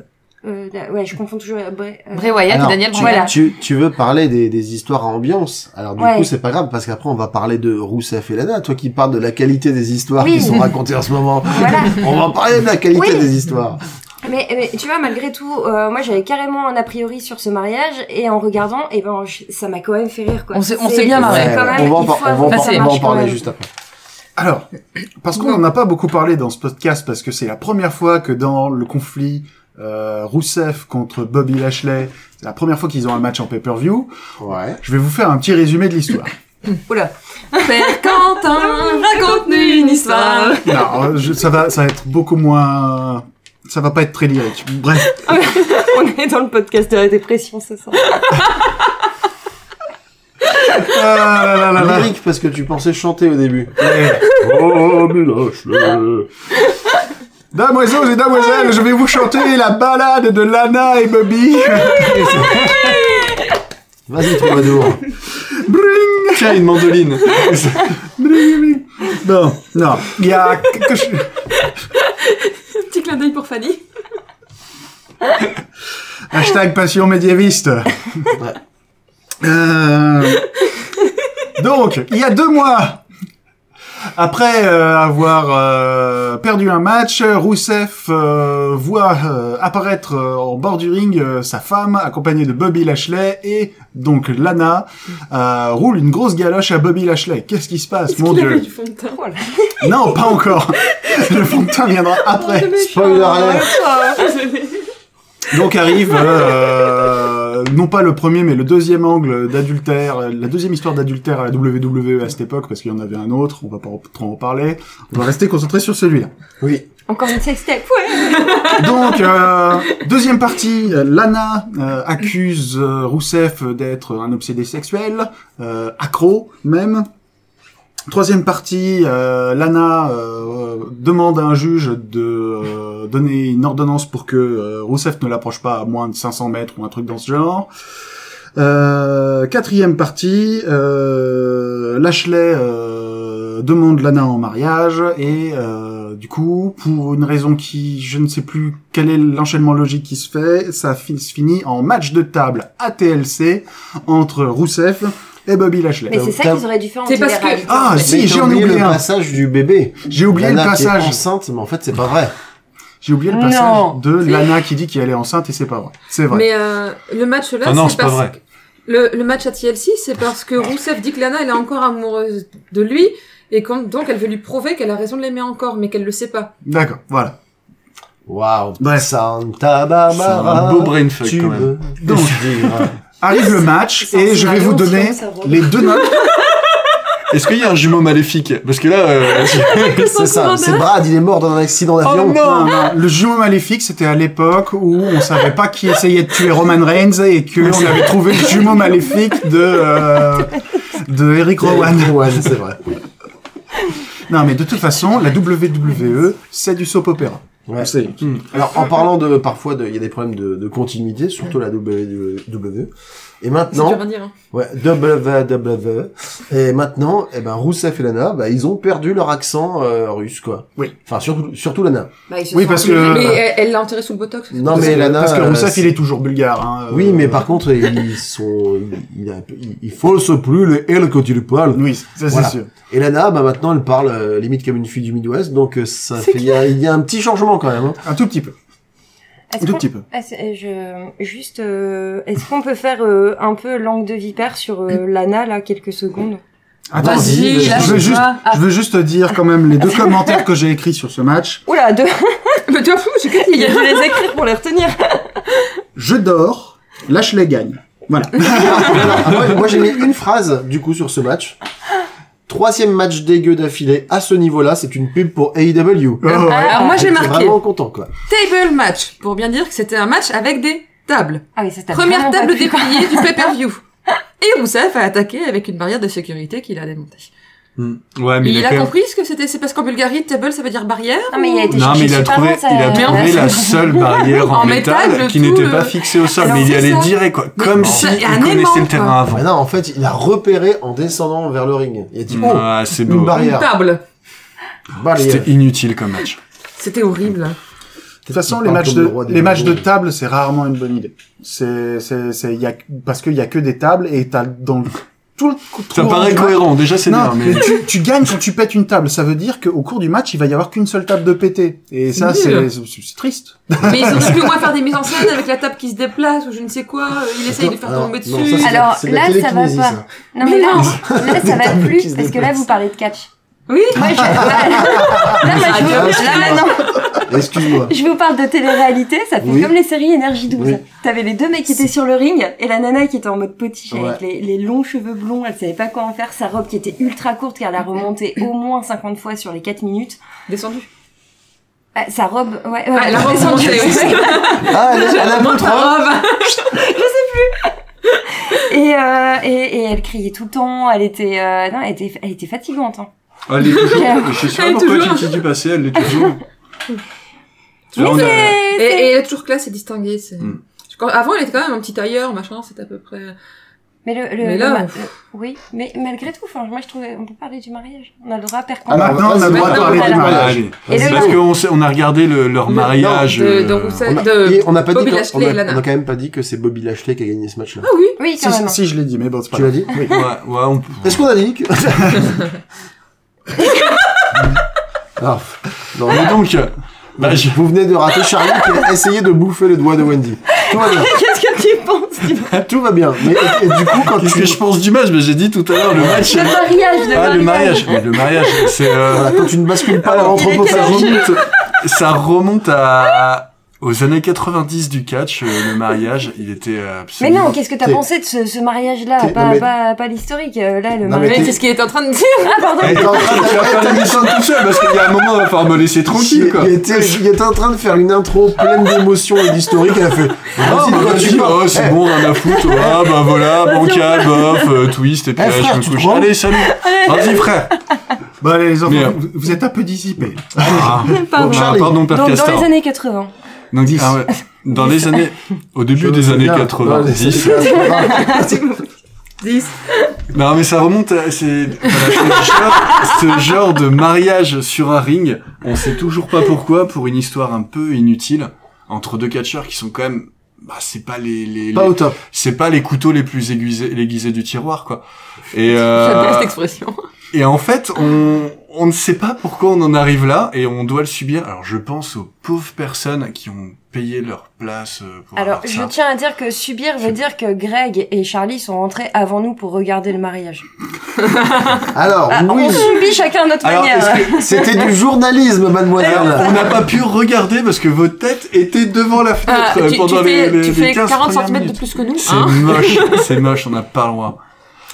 [SPEAKER 7] euh, da- ouais, je confonds toujours Bray. euh,
[SPEAKER 4] Bray Wyatt
[SPEAKER 6] Alors,
[SPEAKER 4] et Daniel
[SPEAKER 6] tu,
[SPEAKER 4] Bryan.
[SPEAKER 6] tu, tu veux parler des, des histoires à ambiance. Alors du
[SPEAKER 7] Ouais.
[SPEAKER 6] coup, c'est pas grave parce qu'après on va parler de Rousseff et Lana. Toi qui parles de la qualité des histoires
[SPEAKER 7] Oui.
[SPEAKER 6] qui sont racontées en ce moment,
[SPEAKER 7] Voilà.
[SPEAKER 6] on va parler de la qualité
[SPEAKER 7] Oui.
[SPEAKER 6] des histoires.
[SPEAKER 7] Mais, mais tu vois, malgré tout, euh, moi j'avais carrément un a priori sur ce mariage et en regardant, et ben je- ça m'a quand même fait rire quoi.
[SPEAKER 4] On s'est- on
[SPEAKER 7] C'est-
[SPEAKER 4] s'est bien
[SPEAKER 7] c'est
[SPEAKER 4] marré.
[SPEAKER 7] quand même-
[SPEAKER 6] on va en,
[SPEAKER 7] il
[SPEAKER 6] par-
[SPEAKER 7] faut
[SPEAKER 6] on va en
[SPEAKER 7] avouer
[SPEAKER 6] par-
[SPEAKER 7] que ça
[SPEAKER 6] on va en
[SPEAKER 7] marche quand
[SPEAKER 6] parler
[SPEAKER 7] même.
[SPEAKER 6] juste après.
[SPEAKER 3] Alors, parce qu'on n'en a pas beaucoup parlé dans ce podcast, parce que c'est la première fois que dans le conflit euh, Rousseff contre Bobby Lashley, c'est la première fois qu'ils ont un match en pay-per-view,
[SPEAKER 6] Ouais.
[SPEAKER 3] je vais vous faire un petit résumé de l'histoire.
[SPEAKER 4] Oula. Père Quentin, raconte-nous une histoire.
[SPEAKER 3] non, euh, je- ça va, ça va être beaucoup moins... Ça va pas être très lyrique. Bref,
[SPEAKER 7] On est dans le podcast de la dépression, c'est ça.
[SPEAKER 3] Ah là là là là.
[SPEAKER 6] Lyrique parce que tu pensais chanter au début.
[SPEAKER 3] Eh.
[SPEAKER 6] oh mais lâche-le.
[SPEAKER 3] Damoiseaux et damoiselles, je vais vous chanter la balade de Lana et Bobby.
[SPEAKER 6] Vas-y troubadour.
[SPEAKER 5] Tiens, une mandoline.
[SPEAKER 3] Bon, non, il y a quelque chose...
[SPEAKER 4] Petit clin d'œil pour Fanny.
[SPEAKER 3] Hashtag passion médiéviste. Euh, Donc, il y a deux mois, après euh, avoir euh, perdu un match, Rousseff euh, voit euh, apparaître euh, en bord du ring euh, sa femme, accompagnée de Bobby Lashley, et donc Lana euh, roule une grosse galoche à Bobby Lashley. Qu'est-ce qui se passe, mon
[SPEAKER 4] Il avait
[SPEAKER 3] dieu
[SPEAKER 4] du fond de teint.
[SPEAKER 3] Non, pas encore. Le fond de teint viendra après.
[SPEAKER 6] Spoiler alert.
[SPEAKER 3] Donc arrive euh, non pas le premier mais le deuxième angle d'adultère, la deuxième histoire d'adultère à la WWE à cette époque parce qu'il y en avait un autre, on va pas trop en parler. On va rester concentré sur celui-là.
[SPEAKER 6] Oui.
[SPEAKER 7] Encore une sextape, ouais.
[SPEAKER 3] Donc euh, deuxième partie, euh, Lana euh, accuse euh, Rousseff d'être un obsédé sexuel, euh, accro même. Troisième partie, euh, Lana euh, demande à un juge de euh, donner une ordonnance pour que euh, Rousseff ne l'approche pas à moins de 500 mètres ou un truc dans ce genre. Euh, quatrième partie, euh, Lashley euh, demande Lana en mariage et euh, du coup, pour une raison qui, je ne sais plus quel est l'enchaînement logique qui se fait, ça fi- se finit en match de table à TLC entre Rousseff et Bobby Lashley.
[SPEAKER 7] Mais c'est ça qu'ils auraient dû faire en
[SPEAKER 4] C'est parce que-
[SPEAKER 7] général.
[SPEAKER 3] Ah,
[SPEAKER 7] Mais-
[SPEAKER 3] Si,
[SPEAKER 6] Mais
[SPEAKER 3] j'en
[SPEAKER 6] t'as
[SPEAKER 3] ai
[SPEAKER 6] oublié
[SPEAKER 3] oublié
[SPEAKER 6] le
[SPEAKER 3] un.
[SPEAKER 6] passage du bébé.
[SPEAKER 3] J'ai oublié
[SPEAKER 6] Lana
[SPEAKER 3] le
[SPEAKER 6] qui est
[SPEAKER 3] passage.
[SPEAKER 6] enceinte, mais en fait c'est pas vrai.
[SPEAKER 3] J'ai oublié le
[SPEAKER 4] Non.
[SPEAKER 3] passage de Lana qui dit qu'elle est enceinte et c'est pas vrai. C'est vrai.
[SPEAKER 4] Mais euh, le match là,
[SPEAKER 5] Ah non,
[SPEAKER 4] c'est
[SPEAKER 5] c'est pas
[SPEAKER 4] parce
[SPEAKER 5] vrai.
[SPEAKER 4] que- Le, le match à TLC, c'est parce que Rousseff dit que Lana, elle est encore amoureuse de lui, et quand, donc elle veut lui prouver qu'elle a raison de l'aimer encore, mais qu'elle le sait pas.
[SPEAKER 3] D'accord, voilà.
[SPEAKER 6] Waouh.
[SPEAKER 3] Bref.
[SPEAKER 6] Santa
[SPEAKER 5] C'est
[SPEAKER 6] Barbara.
[SPEAKER 5] un beau brain fuck
[SPEAKER 6] tu hein.
[SPEAKER 5] quand même.
[SPEAKER 6] me Donc,
[SPEAKER 3] Arrive le match
[SPEAKER 7] C'est un
[SPEAKER 3] et je vais
[SPEAKER 7] scénario
[SPEAKER 3] vous
[SPEAKER 7] aussi,
[SPEAKER 3] donner
[SPEAKER 7] on s'en rend.
[SPEAKER 3] les deux notes.
[SPEAKER 5] Est-ce qu'il y a un jumeau maléfique Parce que là, euh,
[SPEAKER 6] C'est ça, c'est Brad, il est mort dans un accident
[SPEAKER 3] Oh
[SPEAKER 6] d'avion.
[SPEAKER 3] Non, non, le jumeau maléfique, c'était à l'époque où on savait pas qui essayait de tuer Roman Reigns et que on avait trouvé le jumeau maléfique de euh, de Eric Rowan.
[SPEAKER 6] Ouais, c'est vrai.
[SPEAKER 3] Non, mais de toute façon, la WWE, c'est du soap opéra.
[SPEAKER 6] Ouais.
[SPEAKER 3] C'est-
[SPEAKER 6] Alors, en parlant de, parfois, de- il y a des problèmes de, de continuité, surtout la WWE. Et
[SPEAKER 4] Non.
[SPEAKER 6] maintenant, ouais, WWE. Et maintenant, eh ben, Rousseff et Lana, bah, ils ont perdu leur accent euh, russe, quoi.
[SPEAKER 3] Oui.
[SPEAKER 6] Enfin, surtout, surtout Lana.
[SPEAKER 7] Bah,
[SPEAKER 3] Oui, parce que-
[SPEAKER 4] Mais elle- elle l'a enterré sous le botox.
[SPEAKER 6] Non,
[SPEAKER 3] Parce
[SPEAKER 6] mais
[SPEAKER 3] que,
[SPEAKER 6] Lana.
[SPEAKER 3] parce que
[SPEAKER 6] euh,
[SPEAKER 3] Rousseff,
[SPEAKER 6] c'est-
[SPEAKER 3] il est toujours bulgare. hein, euh,
[SPEAKER 6] Oui, mais par contre, ils sont, il, il, a, il, il force plus le L quand il parle.
[SPEAKER 3] oui, ça c'est
[SPEAKER 6] Voilà.
[SPEAKER 3] sûr.
[SPEAKER 6] Et Lana, bah, maintenant, elle parle euh, limite comme une fille du Midwest, donc euh, ça fait, il y a, il y a un petit changement quand même. hein.
[SPEAKER 3] Un tout petit peu. Un tout petit peu.
[SPEAKER 7] Est-ce- euh, je, juste, euh, est-ce qu'on peut faire euh, un peu langue de vipère sur euh,
[SPEAKER 5] Mm.
[SPEAKER 7] Lana là quelques secondes
[SPEAKER 3] Attends,
[SPEAKER 6] Vas-y,
[SPEAKER 3] je- je, veux
[SPEAKER 4] lâche-toi.
[SPEAKER 3] juste,
[SPEAKER 4] Ah.
[SPEAKER 3] je veux juste te dire quand même les deux commentaires que j'ai écrits sur ce match.
[SPEAKER 7] Oula, deux.
[SPEAKER 4] Mais tu vois, fou, j'ai
[SPEAKER 7] Il a dû les écrire pour les retenir.
[SPEAKER 3] Je dors, lâche les gagne. Voilà.
[SPEAKER 6] Ah, moi, moi, j'ai mis une phrase du coup sur ce match. Troisième match dégueu d'affilée à ce niveau-là, c'est une pub pour E AEW.
[SPEAKER 3] Oh, ouais.
[SPEAKER 4] Alors moi j'ai
[SPEAKER 6] J'étais
[SPEAKER 4] marqué
[SPEAKER 6] Vraiment content quoi.
[SPEAKER 4] table match pour bien dire que c'était un match avec des tables.
[SPEAKER 7] Ah oui, ça t'a
[SPEAKER 4] Première
[SPEAKER 7] vraiment pas
[SPEAKER 4] table
[SPEAKER 7] plu, quoi.
[SPEAKER 4] dépliée du pay-per-view. Et Rousseff a attaqué avec une barrière de sécurité qu'il a démontée.
[SPEAKER 6] Hmm.
[SPEAKER 5] ouais, Ah, mais
[SPEAKER 4] Il,
[SPEAKER 5] il, a
[SPEAKER 4] a
[SPEAKER 5] quand même.
[SPEAKER 4] compris ce que c'était, c'est parce qu'en Bulgarie, table ça veut dire barrière.
[SPEAKER 7] Non, Ah, mais il a
[SPEAKER 4] ou-
[SPEAKER 7] été
[SPEAKER 5] Non, mais il a trouvé, il a
[SPEAKER 4] Mais en
[SPEAKER 5] trouvé
[SPEAKER 4] fait,
[SPEAKER 5] la seule barrière en,
[SPEAKER 4] en métal,
[SPEAKER 5] métal
[SPEAKER 4] le
[SPEAKER 5] qui
[SPEAKER 4] tout,
[SPEAKER 5] n'était
[SPEAKER 4] le-
[SPEAKER 5] pas fixée au sol,
[SPEAKER 4] Alors,
[SPEAKER 5] mais il y
[SPEAKER 4] c'est
[SPEAKER 5] allait
[SPEAKER 4] ça.
[SPEAKER 5] direct, quoi.
[SPEAKER 4] Mais
[SPEAKER 5] Comme
[SPEAKER 4] c'est
[SPEAKER 5] si
[SPEAKER 4] un
[SPEAKER 5] il
[SPEAKER 4] aimant,
[SPEAKER 5] connaissait le
[SPEAKER 4] quoi.
[SPEAKER 5] terrain
[SPEAKER 3] Ah
[SPEAKER 5] avant.
[SPEAKER 6] Ouais, non, en fait, il a repéré en descendant vers le ring. Il a
[SPEAKER 3] Mm.
[SPEAKER 6] dit, oh,
[SPEAKER 5] Ah, c'est
[SPEAKER 6] une
[SPEAKER 5] beau.
[SPEAKER 4] Une
[SPEAKER 6] barrière.
[SPEAKER 4] table.
[SPEAKER 5] Bah,
[SPEAKER 6] Barrière.
[SPEAKER 5] C'était inutile comme match.
[SPEAKER 4] C'était horrible.
[SPEAKER 3] De toute façon, les matchs de, les matchs de table, c'est rarement une bonne idée. C'est, c'est, c'est, il y a, parce qu'il y a que des tables et t'as dans le- tout le cou-
[SPEAKER 5] Ça
[SPEAKER 3] tout-
[SPEAKER 5] paraît cohérent, déjà c'est bien,
[SPEAKER 3] Non, mais
[SPEAKER 5] mais
[SPEAKER 3] tu, tu gagnes quand tu pètes une table. Ça veut dire qu'au cours du match, il va y avoir qu'une seule table de pété. Et ça,
[SPEAKER 4] C'est
[SPEAKER 3] c'est, hein.
[SPEAKER 4] nul.
[SPEAKER 3] c'est c'est triste.
[SPEAKER 4] Mais ils auraient pu au moins faire des mises en scène avec la table qui se déplace ou je ne sais quoi. euh, Il essaye de faire
[SPEAKER 6] Alors,
[SPEAKER 4] tomber dessus.
[SPEAKER 6] non, ça, c'est de la-
[SPEAKER 7] Alors,
[SPEAKER 6] c'est de la
[SPEAKER 7] là, ça va
[SPEAKER 6] télékinésie,
[SPEAKER 7] pas.
[SPEAKER 6] ça.
[SPEAKER 7] Non, mais là, là ça va
[SPEAKER 6] tables qui
[SPEAKER 7] plus
[SPEAKER 6] se
[SPEAKER 7] parce que là,
[SPEAKER 6] déplacent.
[SPEAKER 7] vous parlez de catch.
[SPEAKER 4] Oui.
[SPEAKER 7] Moi, je... là,
[SPEAKER 5] Ah,
[SPEAKER 7] là, je vous- là, maintenant,
[SPEAKER 6] Excuse-moi.
[SPEAKER 7] je vous parle de télé-réalité. Ça fait
[SPEAKER 6] Oui.
[SPEAKER 7] comme les séries Énergie 12.
[SPEAKER 6] Oui.
[SPEAKER 7] T'avais les deux mecs qui étaient sur le ring et la nana qui était en mode potiche
[SPEAKER 6] Ouais.
[SPEAKER 7] avec les, les longs cheveux blonds. Elle savait pas quoi en faire. Sa robe qui était ultra courte car elle a remonté au moins 50 fois sur les 4 minutes.
[SPEAKER 4] Descendu.
[SPEAKER 7] Ah, sa robe, ouais, ouais,
[SPEAKER 4] Ah, la robe
[SPEAKER 7] descendue.
[SPEAKER 4] remontée, oui.
[SPEAKER 6] Ah, elle a, elle a
[SPEAKER 4] Montre
[SPEAKER 6] montré.
[SPEAKER 4] robe.
[SPEAKER 7] Et, euh, et, et elle criait tout le temps, elle était, euh, non, elle était, elle était fatigante. Hein.
[SPEAKER 5] elle est toujours.
[SPEAKER 7] Elle-
[SPEAKER 5] Je sais
[SPEAKER 4] elle est
[SPEAKER 5] pas pourquoi
[SPEAKER 4] toujours.
[SPEAKER 5] Titi du passé, elle est toujours. Tu vois,
[SPEAKER 7] Mais
[SPEAKER 5] on a-
[SPEAKER 4] Et,
[SPEAKER 7] c'est-
[SPEAKER 4] et elle est toujours classe et distinguée. c'est-
[SPEAKER 5] Mm.
[SPEAKER 4] Je crois- Avant, elle était quand même un petit tailleur, machin, c'était à peu près.
[SPEAKER 7] Mais le, le,
[SPEAKER 4] Mais là,
[SPEAKER 7] le-
[SPEAKER 4] pff.
[SPEAKER 7] le- oui, mais malgré tout, enfin, moi je trouvais, on peut parler du mariage. On a le droit à père
[SPEAKER 6] Ah,
[SPEAKER 3] Maintenant, on a le droit de
[SPEAKER 7] maintenant,
[SPEAKER 3] parler
[SPEAKER 7] on a
[SPEAKER 3] du
[SPEAKER 7] le-
[SPEAKER 5] Ah,
[SPEAKER 3] mariage.
[SPEAKER 5] allez.
[SPEAKER 7] Et le
[SPEAKER 5] Parce
[SPEAKER 7] nom.
[SPEAKER 5] qu'on sait- on a regardé le- leur mariage.
[SPEAKER 4] de-
[SPEAKER 5] euh,
[SPEAKER 4] de Rousseff.
[SPEAKER 6] On a,
[SPEAKER 4] de
[SPEAKER 6] hein. et on n'a pas dit
[SPEAKER 4] Bobby
[SPEAKER 6] qu'on- on a-
[SPEAKER 4] Lashley et Lana.
[SPEAKER 6] on a quand même pas dit que c'est Bobby Lashley qui a gagné ce match-là.
[SPEAKER 4] Ah oui.
[SPEAKER 7] Oui,
[SPEAKER 3] Si,
[SPEAKER 7] quand même.
[SPEAKER 3] si, je l'ai dit, mais bon, c'est pas
[SPEAKER 6] Tu l'as dit
[SPEAKER 3] Oui.
[SPEAKER 5] Ouais, ouais, on-
[SPEAKER 6] Est-ce qu'on a dit que... Ah, non,
[SPEAKER 5] Mais donc, euh, bah, je-
[SPEAKER 6] Vous venez de rater Charlie qui a essayé de bouffer le doigt de Wendy. Tout va bien.
[SPEAKER 7] Qu'est-ce que tu penses du
[SPEAKER 6] Tout va bien. Mais et- et du coup, quand
[SPEAKER 5] qu'est-ce que
[SPEAKER 6] tu...
[SPEAKER 5] je pense du match Bah, J'ai dit tout à l'heure le match.
[SPEAKER 7] le mariage de
[SPEAKER 5] ah, le mariage. Mais le mariage, c'est. euh,
[SPEAKER 6] voilà, quand tu ne bascules pas dans
[SPEAKER 5] alors, ça
[SPEAKER 6] l'anthropophage.
[SPEAKER 5] remonte, ça remonte à aux années 90 du catch. euh, le mariage, il était euh,
[SPEAKER 7] Mais
[SPEAKER 5] absolument.
[SPEAKER 7] non, qu'est-ce que t'as
[SPEAKER 6] T'es-
[SPEAKER 7] pensé de ce, ce mariage-là
[SPEAKER 6] T'es-
[SPEAKER 7] Pas,
[SPEAKER 6] non, mais-
[SPEAKER 7] pas, pas l'historique, euh, là, le
[SPEAKER 6] Non, mais
[SPEAKER 7] mariage.
[SPEAKER 4] Mais
[SPEAKER 6] t'es-
[SPEAKER 4] c'est ce qu'il était en train de dire.
[SPEAKER 7] Ah, pardon
[SPEAKER 5] Eh,
[SPEAKER 6] T'es en train de-
[SPEAKER 5] tu vas faire l'émission tout seul parce qu'il y a un moment, il va falloir me laisser tranquille, quoi.
[SPEAKER 6] Il était, il était en train de faire une intro pleine d'émotions et d'historique. Elle a fait.
[SPEAKER 5] Ah,
[SPEAKER 6] Vas-y,
[SPEAKER 5] bah,
[SPEAKER 6] de quoi
[SPEAKER 5] vas-y,
[SPEAKER 6] tu parles
[SPEAKER 5] oh, c'est bon, rien à foutre. Ah, bah voilà, bancal, bof, euh, twist, et puis
[SPEAKER 6] Eh,
[SPEAKER 5] là,
[SPEAKER 6] frère,
[SPEAKER 5] je me
[SPEAKER 6] tu
[SPEAKER 5] couche.
[SPEAKER 6] te rends
[SPEAKER 5] Allez, salut. Vas-y, frère.
[SPEAKER 3] Bon, allez, Bah, les enfants,
[SPEAKER 5] Mais, euh,
[SPEAKER 3] vous, vous êtes un peu dissipés.
[SPEAKER 5] Ah,
[SPEAKER 7] Pardon.
[SPEAKER 5] Charlie. pardon, père
[SPEAKER 7] Donc, dans
[SPEAKER 5] Castor.
[SPEAKER 7] les années 80.
[SPEAKER 5] Donc, ah ouais. Dans les années, au
[SPEAKER 3] Euh,
[SPEAKER 5] début des années 90. Non, mais ça remonte à, c'est, voilà, ce, genre, ce genre de mariage sur un ring. On sait toujours pas pourquoi, pour une histoire un peu inutile, entre deux catcheurs qui sont quand même, bah, c'est pas les, les,
[SPEAKER 6] Pas
[SPEAKER 5] les-
[SPEAKER 6] au top.
[SPEAKER 5] c'est pas les couteaux les plus aiguisés, aiguisés du tiroir, quoi. Et, euh,
[SPEAKER 4] J'adore cette expression.
[SPEAKER 5] et en fait, on, on ne sait pas pourquoi on en arrive là et on doit le subir. Alors, je pense aux pauvres personnes qui ont payé leur place euh, pour
[SPEAKER 7] Alors,
[SPEAKER 5] avoir
[SPEAKER 7] je
[SPEAKER 5] ça.
[SPEAKER 7] tiens à dire que subir veut dire que Greg et Charlie sont rentrés avant nous pour regarder le mariage.
[SPEAKER 6] Alors,
[SPEAKER 7] Ah,
[SPEAKER 6] oui.
[SPEAKER 7] On subit chacun à notre
[SPEAKER 5] Alors,
[SPEAKER 7] manière.
[SPEAKER 5] est-ce que-
[SPEAKER 6] C'était du journalisme,
[SPEAKER 5] Alors,
[SPEAKER 6] mademoiselle.
[SPEAKER 5] on n'a pas pu regarder parce que votre tête était devant la fenêtre
[SPEAKER 4] Ah, tu,
[SPEAKER 5] euh,
[SPEAKER 4] tu
[SPEAKER 5] pendant
[SPEAKER 4] fais,
[SPEAKER 5] les, les,
[SPEAKER 4] tu
[SPEAKER 5] les
[SPEAKER 4] fais
[SPEAKER 5] 15
[SPEAKER 4] 40
[SPEAKER 5] premières
[SPEAKER 4] cm de
[SPEAKER 5] minutes.
[SPEAKER 4] plus que nous.
[SPEAKER 5] C'est
[SPEAKER 4] Hein
[SPEAKER 5] moche, c'est moche, on n'a pas le droit.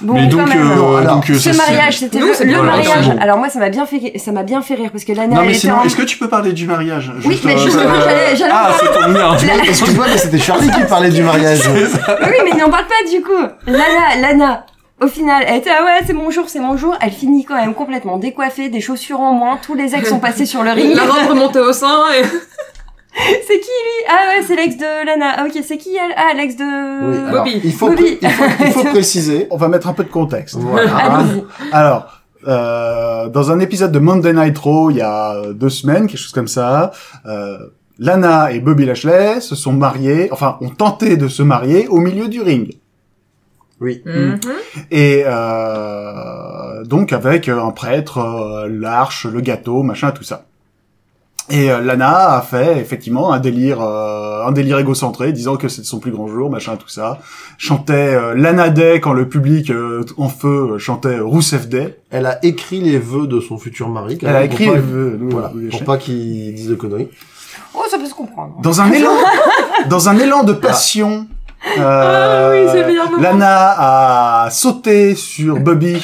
[SPEAKER 7] Bon,
[SPEAKER 5] Mais donc,
[SPEAKER 7] quand même.
[SPEAKER 5] euh,
[SPEAKER 6] Non, alors,
[SPEAKER 5] donc, euh, ça,
[SPEAKER 7] ce
[SPEAKER 5] c'est-
[SPEAKER 7] mariage, c'était
[SPEAKER 4] Nous,
[SPEAKER 7] le,
[SPEAKER 4] c'est
[SPEAKER 7] le
[SPEAKER 5] bon.
[SPEAKER 7] mariage.
[SPEAKER 5] Absolument.
[SPEAKER 7] Alors moi, ça m'a bien fait, ça m'a bien fait rire parce que Lana,
[SPEAKER 5] Non,
[SPEAKER 7] elle
[SPEAKER 5] mais
[SPEAKER 7] était
[SPEAKER 5] sinon,
[SPEAKER 7] en-
[SPEAKER 5] est-ce que tu peux parler du mariage euh,
[SPEAKER 7] Oui, mais justement, j'allais- j'allais
[SPEAKER 5] Ah, c'est ton merde.
[SPEAKER 6] Excuse-moi, mais c'était Charlie qui parlait du mariage.
[SPEAKER 7] Oui, oui, mais n'en parle pas du coup. Lana, Lana. Au final, elle était ah ouais, c'est mon jour, c'est mon jour. Elle finit quand même complètement décoiffée, des chaussures en moins, tous les ex sont passés sur le ring.
[SPEAKER 4] La robe remontée au sein et...
[SPEAKER 7] c'est qui lui Ah ouais, c'est l'ex de Lana. Ah ok, c'est qui elle Ah l'ex de
[SPEAKER 6] Oui, alors,
[SPEAKER 4] Bobby.
[SPEAKER 6] il faut,
[SPEAKER 7] Bobby.
[SPEAKER 6] il faut, il faut préciser.
[SPEAKER 3] On va mettre un peu de contexte.
[SPEAKER 6] Voilà.
[SPEAKER 3] Hein Alors, euh, dans un épisode de Monday Night Raw, il y a deux semaines, quelque chose comme ça, euh, Lana et Bobby Lashley se sont mariés, enfin, ont tenté de se marier au milieu du ring.
[SPEAKER 6] Oui.
[SPEAKER 4] Mhm.
[SPEAKER 3] Et euh, donc avec un prêtre, euh, l'arche, le gâteau, machin, tout ça. Et euh, Lana a fait effectivement un délire, euh, un délire égocentré, disant que c'était son plus grand jour, machin, tout ça. Chantait euh, Lana Day quand le public euh, en feu euh, chantait Rousseff Day.
[SPEAKER 6] Elle a écrit les vœux de son futur mari.
[SPEAKER 3] Elle a écrit
[SPEAKER 6] Pour pas,
[SPEAKER 3] les vœux, nous, euh,
[SPEAKER 6] voilà,
[SPEAKER 3] oui,
[SPEAKER 6] pour
[SPEAKER 3] je-
[SPEAKER 6] pas qu'il dise de conneries.
[SPEAKER 7] Oh, ça peut se comprendre.
[SPEAKER 3] dans un élan, dans un élan de passion. euh,
[SPEAKER 4] oui, c'est le meilleur moment.
[SPEAKER 3] Lana a sauté sur Bobby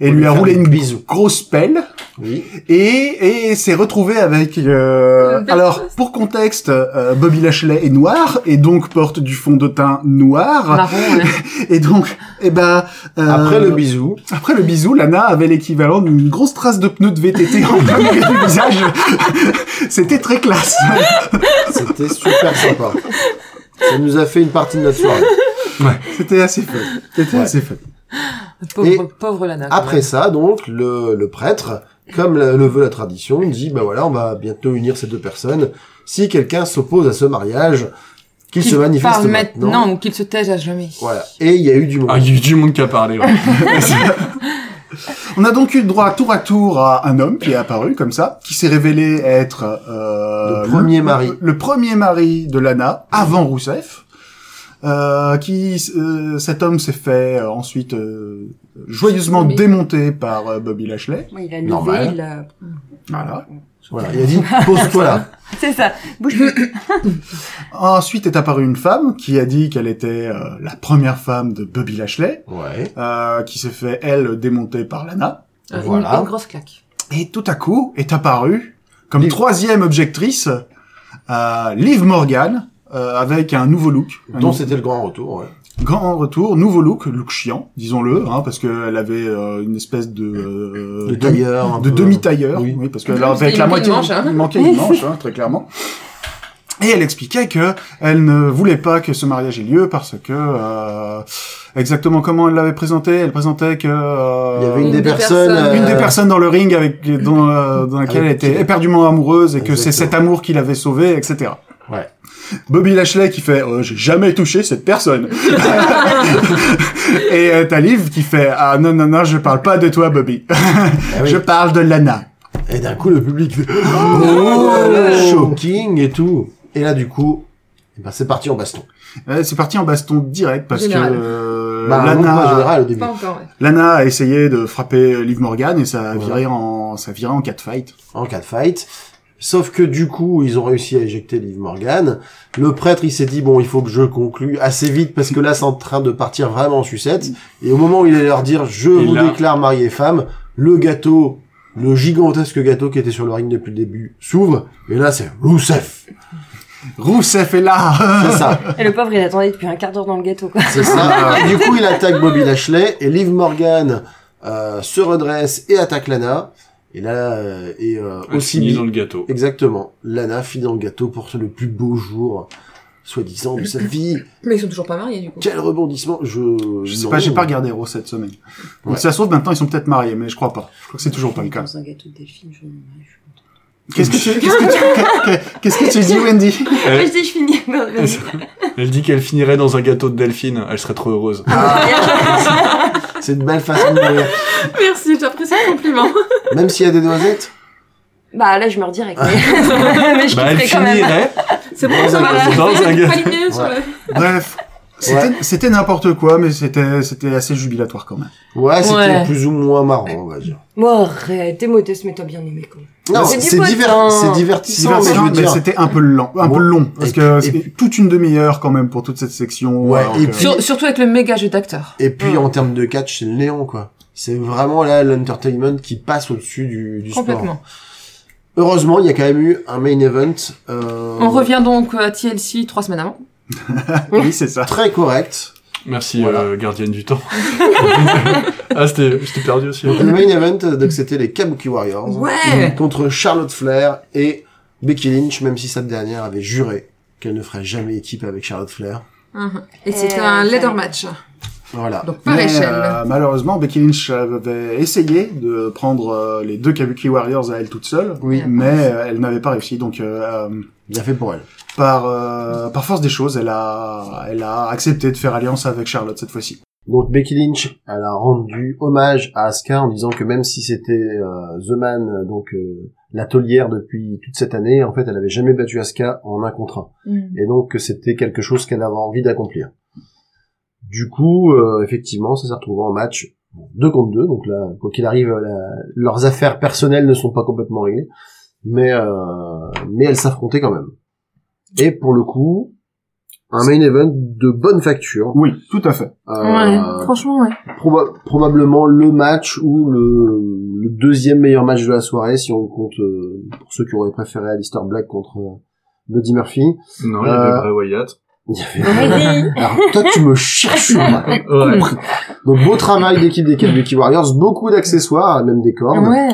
[SPEAKER 3] et lui a roulé une
[SPEAKER 6] bisou.
[SPEAKER 3] grosse pelle.
[SPEAKER 6] Oui.
[SPEAKER 3] et, et s'est retrouvé avec
[SPEAKER 4] Euh,
[SPEAKER 3] euh, alors pour contexte euh, Bobby Lashley est noir et donc porte du fond de teint noir
[SPEAKER 4] Marron, ouais.
[SPEAKER 3] Ah. et donc eh ben euh,
[SPEAKER 6] Après le bisou,
[SPEAKER 3] après le bisou Lana avait l'équivalent d'une grosse trace de pneu de VTT en plein milieu du visage c'était très classe
[SPEAKER 6] c'était super sympa. Ça nous a fait une partie de notre soirée.
[SPEAKER 3] c'était assez fun c'était
[SPEAKER 6] Ouais.
[SPEAKER 3] assez fun
[SPEAKER 4] Pauvre, pauvre Lana. quand
[SPEAKER 6] Après
[SPEAKER 4] même.
[SPEAKER 6] ça, donc, le, le prêtre, comme la- le veut la tradition, dit, bah voilà, on va bientôt unir ces deux personnes. Si quelqu'un s'oppose à ce mariage, qu'il se
[SPEAKER 4] Qu'il
[SPEAKER 6] manifeste
[SPEAKER 4] parle
[SPEAKER 6] maintenant.
[SPEAKER 4] maintenant ou qu'il se taise à jamais.
[SPEAKER 6] Voilà. Et il y a eu du monde.
[SPEAKER 5] Ah, il y a eu du monde qui a parlé. ouais.
[SPEAKER 3] on a donc eu droit tour à tour à un homme qui est apparu comme ça qui s'est révélé être euh,
[SPEAKER 6] Le premier mari.
[SPEAKER 3] le, premier mari de Lana avant Rousseff euh, qui euh, cet homme s'est fait euh, ensuite euh, joyeusement
[SPEAKER 4] Mais-
[SPEAKER 3] démonté par euh, Bobby Lashley
[SPEAKER 7] Moi, il a
[SPEAKER 6] Normal.
[SPEAKER 7] levé, il a...
[SPEAKER 3] voilà
[SPEAKER 6] Voilà. Il a dit, pose-toi là.
[SPEAKER 7] C'est ça. Bouge plus.
[SPEAKER 3] ensuite est apparue une femme qui a dit qu'elle était euh, la première femme de Bobby Lashley
[SPEAKER 6] Ouais.
[SPEAKER 3] euh, qui s'est fait elle démonter par Lana
[SPEAKER 4] Ah, Une-
[SPEAKER 6] Voilà.
[SPEAKER 4] Une, grosse claque.
[SPEAKER 3] et tout à coup est apparue comme
[SPEAKER 6] Liv.
[SPEAKER 3] troisième objectrice euh, Liv Morgan euh, avec un nouveau look un
[SPEAKER 6] Donc
[SPEAKER 3] nou-
[SPEAKER 6] c'était le grand retour, ouais.
[SPEAKER 3] Grand retour, nouveau look, look chiant, disons-le, hein, parce qu'elle avait euh, une espèce de euh,
[SPEAKER 6] De tailleur, un
[SPEAKER 3] de
[SPEAKER 6] peu.
[SPEAKER 3] demi-tailleur,
[SPEAKER 6] Oui.
[SPEAKER 3] oui. parce qu'elle
[SPEAKER 4] Il
[SPEAKER 3] avait
[SPEAKER 4] manquait
[SPEAKER 3] la
[SPEAKER 4] une
[SPEAKER 3] moitié,
[SPEAKER 4] manche, hein.
[SPEAKER 3] il manquait une manche, hein, très clairement. Et elle expliquait que elle ne voulait pas que ce mariage ait lieu parce que euh, exactement comment elle l'avait présenté, elle présentait que euh,
[SPEAKER 6] Il y avait une,
[SPEAKER 4] Une
[SPEAKER 6] des
[SPEAKER 4] des
[SPEAKER 6] personnes,
[SPEAKER 4] personnes-
[SPEAKER 3] une
[SPEAKER 6] euh,
[SPEAKER 3] des personnes dans le ring avec dans, euh, dans laquelle
[SPEAKER 6] Avec-
[SPEAKER 3] elle était éperdument amoureuse et que c'est
[SPEAKER 6] Exactement.
[SPEAKER 3] cet amour qui l'avait sauvée, etc.
[SPEAKER 6] Ouais.
[SPEAKER 3] Bobby Lashley qui fait euh, j'ai jamais touché cette personne et euh, Talib qui fait ah non non non je parle pas de toi Bobby
[SPEAKER 6] Ah oui.
[SPEAKER 3] je parle de Lana
[SPEAKER 6] Et d'un coup, le public fait oh, shocking et tout. Et là, du coup, eh ben, c'est parti en baston.
[SPEAKER 3] Euh, c'est parti en baston direct parce
[SPEAKER 4] Général.
[SPEAKER 3] que euh,
[SPEAKER 6] Bah, non, pas en
[SPEAKER 3] Lana
[SPEAKER 6] général, au début.
[SPEAKER 4] Pas encore, ouais.
[SPEAKER 3] Lana a essayé de frapper euh, Liv Morgan et ça a
[SPEAKER 6] Voilà.
[SPEAKER 3] viré en ça a viré en catfight
[SPEAKER 6] en cas de fight. Sauf que du coup, ils ont réussi à éjecter Liv Morgan. Le prêtre, il s'est dit bon, il faut que je conclue assez vite parce que là, c'est en train de partir vraiment en sucette. Et au moment où il allait leur dire je
[SPEAKER 5] Et
[SPEAKER 6] vous
[SPEAKER 5] là-
[SPEAKER 6] déclare mari et femme, le gâteau, le gigantesque gâteau qui était sur le ring depuis le début, s'ouvre. Et là, c'est Rousseff.
[SPEAKER 3] Rousseff est là
[SPEAKER 6] C'est ça.
[SPEAKER 7] Et le pauvre, il attendait depuis un quart d'heure dans le gâteau, quoi.
[SPEAKER 6] C'est ça. Et du coup, il attaque Bobby Lashley et Liv Morgan euh, se redresse et attaque Lana. Et là, euh, et euh, aussi
[SPEAKER 5] Aussi dans le gâteau.
[SPEAKER 6] Exactement. Lana finit dans le gâteau pour le plus beau jour, soi-disant, de sa vie.
[SPEAKER 4] Mais ils sont toujours pas mariés, du coup.
[SPEAKER 6] Quel rebondissement Je,
[SPEAKER 3] Je sais
[SPEAKER 6] non.
[SPEAKER 3] pas, j'ai pas regardé Raw cette semaine. Donc
[SPEAKER 6] Ouais.
[SPEAKER 3] ça se trouve maintenant ils sont peut-être mariés, mais je crois pas. Je crois que c'est toujours pas le cas.
[SPEAKER 7] Dans un gâteau de Delphine, je
[SPEAKER 3] Qu'est-ce que tu, qu'est-ce que tu, qu'est-ce que tu dis Wendy
[SPEAKER 7] Moi,
[SPEAKER 5] Elle,
[SPEAKER 7] je dis, je finis. Merde, vas-y.
[SPEAKER 5] elle dit qu'elle finirait dans un gâteau de Delphine. Elle serait trop heureuse.
[SPEAKER 7] Ah,
[SPEAKER 6] C'est une belle façon de mourir.
[SPEAKER 4] Merci, j'apprécie le compliment.
[SPEAKER 6] Même s'il y a des noisettes.
[SPEAKER 7] Bah là, je meurs direct. Mais, mais je
[SPEAKER 5] bah, elle
[SPEAKER 7] kifferais quand même.
[SPEAKER 5] finirait
[SPEAKER 4] C'est
[SPEAKER 6] Dans
[SPEAKER 4] bon, ça
[SPEAKER 6] un
[SPEAKER 4] va.
[SPEAKER 5] gâteau.
[SPEAKER 4] Vous
[SPEAKER 5] Dans un
[SPEAKER 4] êtes
[SPEAKER 5] gâteau.
[SPEAKER 4] pas alignés sur
[SPEAKER 6] Ouais.
[SPEAKER 4] le-
[SPEAKER 3] Bref, C'était c'était n'importe quoi, mais c'était c'était assez jubilatoire quand même.
[SPEAKER 6] Ouais, c'était
[SPEAKER 4] Ouais.
[SPEAKER 6] plus ou moins marrant, on va dire.
[SPEAKER 7] Moi, arrête, t'es modeste, mais t'as bien aimé quand même.
[SPEAKER 6] Non,
[SPEAKER 7] c'est
[SPEAKER 6] c'est
[SPEAKER 7] du
[SPEAKER 6] diver-
[SPEAKER 7] potin.
[SPEAKER 6] c'est divertissant,
[SPEAKER 3] Divertissant,
[SPEAKER 6] mais je veux
[SPEAKER 3] mais
[SPEAKER 6] dire.
[SPEAKER 3] c'était un peu lent, un
[SPEAKER 6] Ouais.
[SPEAKER 3] peu long, parce
[SPEAKER 6] Et
[SPEAKER 3] que
[SPEAKER 6] puis- et
[SPEAKER 3] c'était toute une demi-heure quand même pour toute cette section.
[SPEAKER 6] Ouais,
[SPEAKER 3] alors que-
[SPEAKER 6] et puis-
[SPEAKER 4] Sur- surtout avec le méga jeu d'acteur.
[SPEAKER 6] Et puis en termes de catch, c'est le néant quoi. C'est vraiment là l'entertainment qui passe au-dessus du, du sport.
[SPEAKER 4] Complètement.
[SPEAKER 6] Heureusement, il y a quand même eu un main event. euh,
[SPEAKER 4] On revient donc à TLC trois semaines avant.
[SPEAKER 3] oui, c'est ça.
[SPEAKER 6] Très correct.
[SPEAKER 5] Merci,
[SPEAKER 6] Voilà.
[SPEAKER 5] euh, gardienne du temps. ah, c'était, j'étais perdu aussi.
[SPEAKER 6] Le main event, euh, donc c'était les Kabuki Warriors
[SPEAKER 4] Ouais.
[SPEAKER 6] contre Charlotte Flair et Becky Lynch, même si cette dernière avait juré qu'elle ne ferait jamais équipe avec Charlotte Flair.
[SPEAKER 4] Mhm. Et c'était
[SPEAKER 7] Euh,
[SPEAKER 4] un ladder
[SPEAKER 7] ouais.
[SPEAKER 4] match.
[SPEAKER 6] Voilà.
[SPEAKER 4] Donc par
[SPEAKER 3] Mais,
[SPEAKER 4] échelle.
[SPEAKER 3] euh, malheureusement, Becky Lynch avait essayé de prendre euh, les deux Kabuki Warriors à elle toute seule,
[SPEAKER 6] Oui,
[SPEAKER 3] mais euh, elle n'avait pas réussi. Donc, euh, euh,
[SPEAKER 6] bien fait pour elle.
[SPEAKER 3] par euh, par force des choses, elle a elle a accepté de faire alliance avec Charlotte cette fois-ci.
[SPEAKER 6] Donc Becky Lynch, elle a rendu hommage à Asuka en disant que même si c'était euh, The Man, euh, donc euh, la taulière depuis toute cette année, en fait, elle avait jamais battu Asuka en un contre un. Et donc que c'était quelque chose qu'elle avait envie d'accomplir. Du coup, euh, effectivement, ça s'est retrouvé en match 2 contre 2. Donc là, quoi qu'il arrive, la- leurs affaires personnelles ne sont pas complètement réglées. Mais, euh, mais elles s'affrontaient quand même. Et pour le coup, un main event de bonne facture.
[SPEAKER 3] Oui, tout à fait.
[SPEAKER 6] Euh,
[SPEAKER 4] franchement, ouais.
[SPEAKER 6] proba- probablement le match ou le, le deuxième meilleur match de la soirée si on compte euh, pour ceux qui auraient préféré Alistair Black contre euh, Buddy Murphy.
[SPEAKER 5] Non,
[SPEAKER 6] il y avait
[SPEAKER 5] Bray Wyatt.
[SPEAKER 6] Il y avait- Alors toi tu me cherches moi.
[SPEAKER 5] Ouais.
[SPEAKER 6] Donc beau travail d'équipe des Kabuki Warriors, beaucoup d'accessoires, même des cordes,
[SPEAKER 4] Ouais.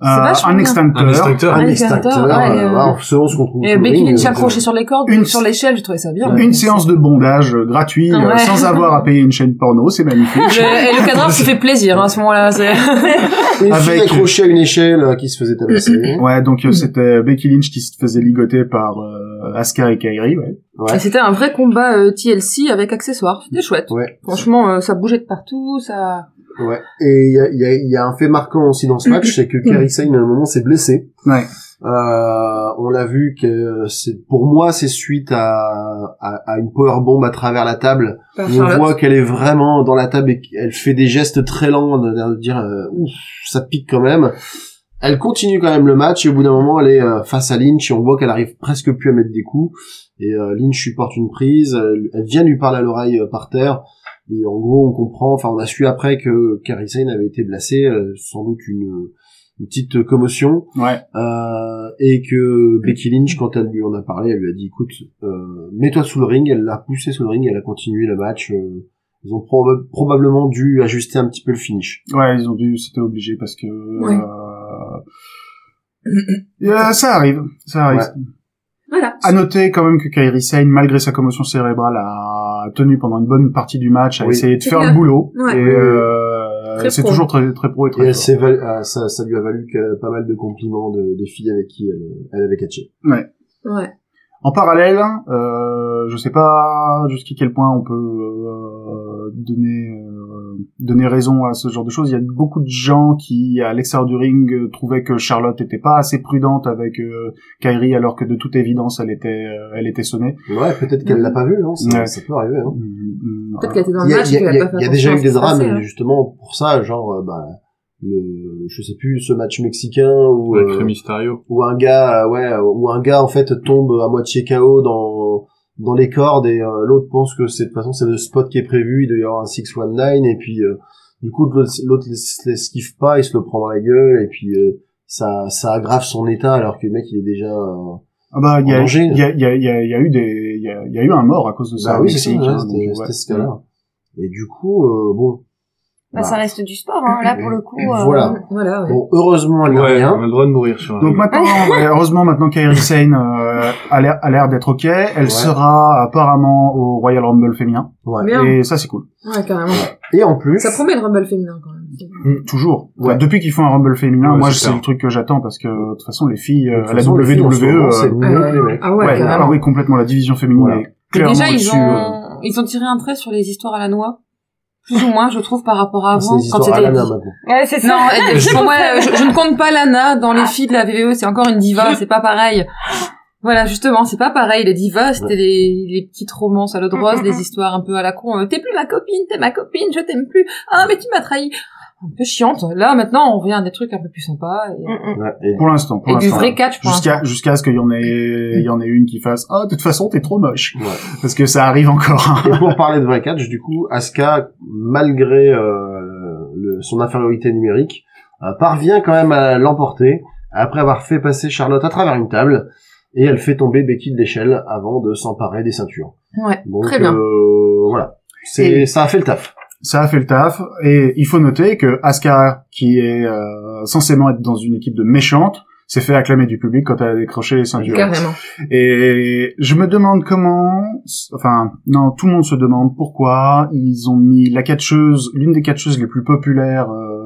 [SPEAKER 4] vachement
[SPEAKER 3] Euh, un
[SPEAKER 4] bien.
[SPEAKER 5] Un
[SPEAKER 3] extincteur.
[SPEAKER 5] instincteur.
[SPEAKER 6] un
[SPEAKER 4] Ouais,
[SPEAKER 6] extincteur,
[SPEAKER 4] ouais,
[SPEAKER 6] euh,
[SPEAKER 4] euh,
[SPEAKER 6] voilà, selon ce qu'on trouve.
[SPEAKER 4] Et
[SPEAKER 6] sur le
[SPEAKER 4] Becky
[SPEAKER 6] ring,
[SPEAKER 4] Lynch
[SPEAKER 6] euh,
[SPEAKER 4] accrochée sur les cordes,
[SPEAKER 3] Une-
[SPEAKER 4] sur l'échelle, je trouvais ça bien.
[SPEAKER 3] Une séance de bondage euh, gratuit, euh,
[SPEAKER 4] Ouais.
[SPEAKER 3] sans avoir à payer une chaîne porno, c'est magnifique.
[SPEAKER 4] Le, et le cadran se fait plaisir hein, à ce moment-là. c'est-
[SPEAKER 6] Une fille
[SPEAKER 3] Avec-
[SPEAKER 6] accrochée à une échelle euh, qui se faisait
[SPEAKER 4] Mm,
[SPEAKER 6] tabasser.
[SPEAKER 3] Ouais, donc euh, c'était Becky Lynch qui se faisait ligoter par euh, Asuka et Kairi. Ouais.
[SPEAKER 4] Et C'était un vrai combat euh, TLC avec accessoires. C'était chouette.
[SPEAKER 6] Ouais.
[SPEAKER 4] Franchement, euh, ça bougeait de partout, ça.
[SPEAKER 6] Ouais. Et il y a, il y a- il y a un fait marquant aussi dans ce match, c'est que Kerry Sane, à un moment, s'est blessé.
[SPEAKER 3] Ouais.
[SPEAKER 6] Euh, on l'a vu que c'est, pour moi, c'est suite à, à, à une powerbomb à travers la table.
[SPEAKER 4] Par
[SPEAKER 6] Où on voit qu'elle est vraiment dans la table et qu'elle fait des gestes très lents, de, de dire, euh, ouf, ça pique quand même. Elle continue quand même le match et au bout d'un moment, elle est euh, face à Lynch et on voit qu'elle arrive presque plus à mettre des coups. Et euh, Lynch supporte une prise, elle, elle vient lui parler à l'oreille euh, par terre. Et en gros, on comprend, enfin, on a su après que Kairi Sane avait été blessée, euh, sans doute une, une petite commotion,
[SPEAKER 3] Ouais.
[SPEAKER 6] euh, et que Becky Lynch, quand elle lui en a parlé, elle lui a dit, écoute, euh, mets-toi sous le ring, elle l'a poussé sous le ring, elle a continué le match, euh, ils ont proba- probablement dû ajuster un petit peu le finish.
[SPEAKER 3] Ouais, ils ont dû, c'était obligé parce que
[SPEAKER 4] Ouais.
[SPEAKER 3] euh, euh, ça arrive, ça arrive.
[SPEAKER 6] Ouais.
[SPEAKER 4] Voilà.
[SPEAKER 3] À noter quand même que Kairi Sane, malgré sa commotion cérébrale, a tenu pendant une bonne partie du match, a
[SPEAKER 6] Oui.
[SPEAKER 3] essayé de
[SPEAKER 4] C'est
[SPEAKER 3] faire
[SPEAKER 4] bien.
[SPEAKER 3] le boulot.
[SPEAKER 4] Ouais.
[SPEAKER 3] Et
[SPEAKER 4] Très
[SPEAKER 3] euh, c'est
[SPEAKER 4] pro.
[SPEAKER 3] toujours très, très pro et
[SPEAKER 6] Et
[SPEAKER 3] très
[SPEAKER 6] elle
[SPEAKER 3] fort.
[SPEAKER 6] s'est val- euh, ça, ça lui a valu que pas mal de compliments de- des filles avec qui elle, elle avait catché.
[SPEAKER 4] Ouais.
[SPEAKER 3] En parallèle, euh, je sais pas jusqu'à quel point on peut euh, donner euh, donner raison à ce genre de choses. Il y a beaucoup de gens qui, à l'extérieur du ring, euh, trouvaient que Charlotte était pas assez prudente avec euh, Kairi, alors que de toute évidence, elle était euh, elle était sonnée.
[SPEAKER 6] Ouais, peut-être qu'elle l'a pas vu, non ça,
[SPEAKER 3] Ouais.
[SPEAKER 6] ça peut arriver. Hein.
[SPEAKER 3] Mm, mm,
[SPEAKER 4] Peut-être qu'elle était dans
[SPEAKER 6] Il y
[SPEAKER 4] le
[SPEAKER 6] a,
[SPEAKER 4] match
[SPEAKER 6] il y
[SPEAKER 4] et
[SPEAKER 6] a-
[SPEAKER 4] qu'elle
[SPEAKER 6] il y
[SPEAKER 4] a
[SPEAKER 6] a-
[SPEAKER 4] pas fait
[SPEAKER 6] il y a
[SPEAKER 4] attention
[SPEAKER 6] déjà
[SPEAKER 4] à
[SPEAKER 6] eu
[SPEAKER 4] ce
[SPEAKER 6] des
[SPEAKER 4] qui se
[SPEAKER 6] drames,
[SPEAKER 4] passait, hein.
[SPEAKER 6] justement, pour ça, genre, euh, bah, le, je sais plus, ce match mexicain où,
[SPEAKER 5] Avec
[SPEAKER 6] euh,
[SPEAKER 5] Rey Mysterio.
[SPEAKER 6] où un gars, euh, ouais, où un gars, en fait, tombe à moitié KO dans, dans les cordes et euh, l'autre pense que c'est, de toute façon, c'est le spot qui est prévu, il doit y avoir un 619 et puis, euh, du coup, l'autre l'autre les- l'esquive pas, il se le prend dans la gueule et puis, euh, ça, ça aggrave son état alors que le mec, il est déjà, euh,
[SPEAKER 3] Ah bah, il y
[SPEAKER 6] en
[SPEAKER 3] a,
[SPEAKER 6] danger.
[SPEAKER 3] il y, a, il y, a, il y a- il y a eu des il y a, il y a eu un mort à cause de ça.
[SPEAKER 6] bah
[SPEAKER 3] au
[SPEAKER 6] oui, c'est ça,
[SPEAKER 3] Mexique,
[SPEAKER 6] ouais,
[SPEAKER 3] hein,
[SPEAKER 6] c'était,
[SPEAKER 3] donc,
[SPEAKER 6] c'était
[SPEAKER 3] ouais.
[SPEAKER 6] ce cas-là. Et du coup, euh, bon.
[SPEAKER 7] Bah, ça reste du sport, hein. là pour le coup. euh,
[SPEAKER 6] Voilà.
[SPEAKER 4] Voilà, ouais.
[SPEAKER 6] Bon, heureusement, elle n'a rien.
[SPEAKER 5] on a le droit de mourir sur un
[SPEAKER 3] Donc maintenant, ouais, heureusement maintenant Kairi Sane euh, a l'air a l'air d'être ok. Elle
[SPEAKER 6] Ouais.
[SPEAKER 3] sera apparemment au Royal Rumble féminin
[SPEAKER 6] Ouais.
[SPEAKER 4] Bien.
[SPEAKER 3] et ça c'est cool.
[SPEAKER 4] Ouais, carrément.
[SPEAKER 6] Et en plus,
[SPEAKER 4] Ça promet le Rumble féminin, quand même.
[SPEAKER 3] Toujours.
[SPEAKER 6] Ouais.
[SPEAKER 3] Depuis qu'ils font un Rumble féminin,
[SPEAKER 5] Ouais,
[SPEAKER 3] moi
[SPEAKER 5] c'est
[SPEAKER 3] c'est
[SPEAKER 5] ça.
[SPEAKER 3] le truc que j'attends parce que de toute façon les filles
[SPEAKER 6] de
[SPEAKER 3] euh,
[SPEAKER 6] toute
[SPEAKER 3] à la
[SPEAKER 6] façon,
[SPEAKER 3] WWE,
[SPEAKER 6] les filles, en ce moment,
[SPEAKER 3] euh,
[SPEAKER 6] c'est mieux que les mecs.
[SPEAKER 4] Ah ouais,
[SPEAKER 3] ouais,
[SPEAKER 4] carrément.
[SPEAKER 3] ah oui complètement la division féminine
[SPEAKER 6] Voilà.
[SPEAKER 3] est
[SPEAKER 4] Mais
[SPEAKER 3] clairement
[SPEAKER 4] déjà, ils
[SPEAKER 3] au-dessus, euh,
[SPEAKER 4] ont, ils ont tiré un trait sur les histoires à la noix. Plus ou moins, je trouve, par rapport à
[SPEAKER 6] C'est
[SPEAKER 4] avant,
[SPEAKER 6] des
[SPEAKER 4] quand
[SPEAKER 6] histoires à
[SPEAKER 4] c'était...
[SPEAKER 6] Lana, maintenant.
[SPEAKER 7] Ouais, c'est ça.
[SPEAKER 4] Non, euh, et- pour moi, je, je ne compte pas Lana dans les filles de la VVE, c'est encore une diva, c'est pas pareil. Voilà, justement, c'est pas pareil, les divas, c'était les, les petites romances à l'eau de rose, les histoires un peu à la con. euh, T'es plus ma copine, t'es ma copine, je t'aime plus. Ah, mais tu m'as trahi. Un peu chiante. Là, maintenant, on revient à des trucs un peu plus sympas. Et,
[SPEAKER 6] Ouais, et-
[SPEAKER 3] Pour l'instant, pour
[SPEAKER 4] et du
[SPEAKER 3] l'instant.
[SPEAKER 4] vrai catch, pour
[SPEAKER 3] Jusqu'à
[SPEAKER 4] l'instant.
[SPEAKER 3] jusqu'à ce qu'il y en ait il y en ait une qui fasse ah de toute façon t'es trop moche
[SPEAKER 6] Ouais.
[SPEAKER 3] parce que ça arrive encore. hein.
[SPEAKER 6] Et pour parler de vrai catch, du coup, Asuka, malgré euh, le- son infériorité numérique, euh, parvient quand même à l'emporter après avoir fait passer Charlotte à travers une table et elle fait tomber Becky de l'échelle avant de s'emparer des ceintures.
[SPEAKER 4] Ouais,
[SPEAKER 6] Donc,
[SPEAKER 4] très bien.
[SPEAKER 6] euh, voilà. C'est,
[SPEAKER 4] Et-
[SPEAKER 6] ça a fait le taf.
[SPEAKER 3] ça a fait le taf et il faut noter que Asuka qui est euh, censément être dans une équipe de méchantes s'est fait acclamer du public quand elle a décroché les ceintures.
[SPEAKER 4] Carrément.
[SPEAKER 3] Et je me demande comment, enfin, non, tout le monde se demande pourquoi ils ont mis la catcheuse, l'une des catcheuses les plus populaires euh,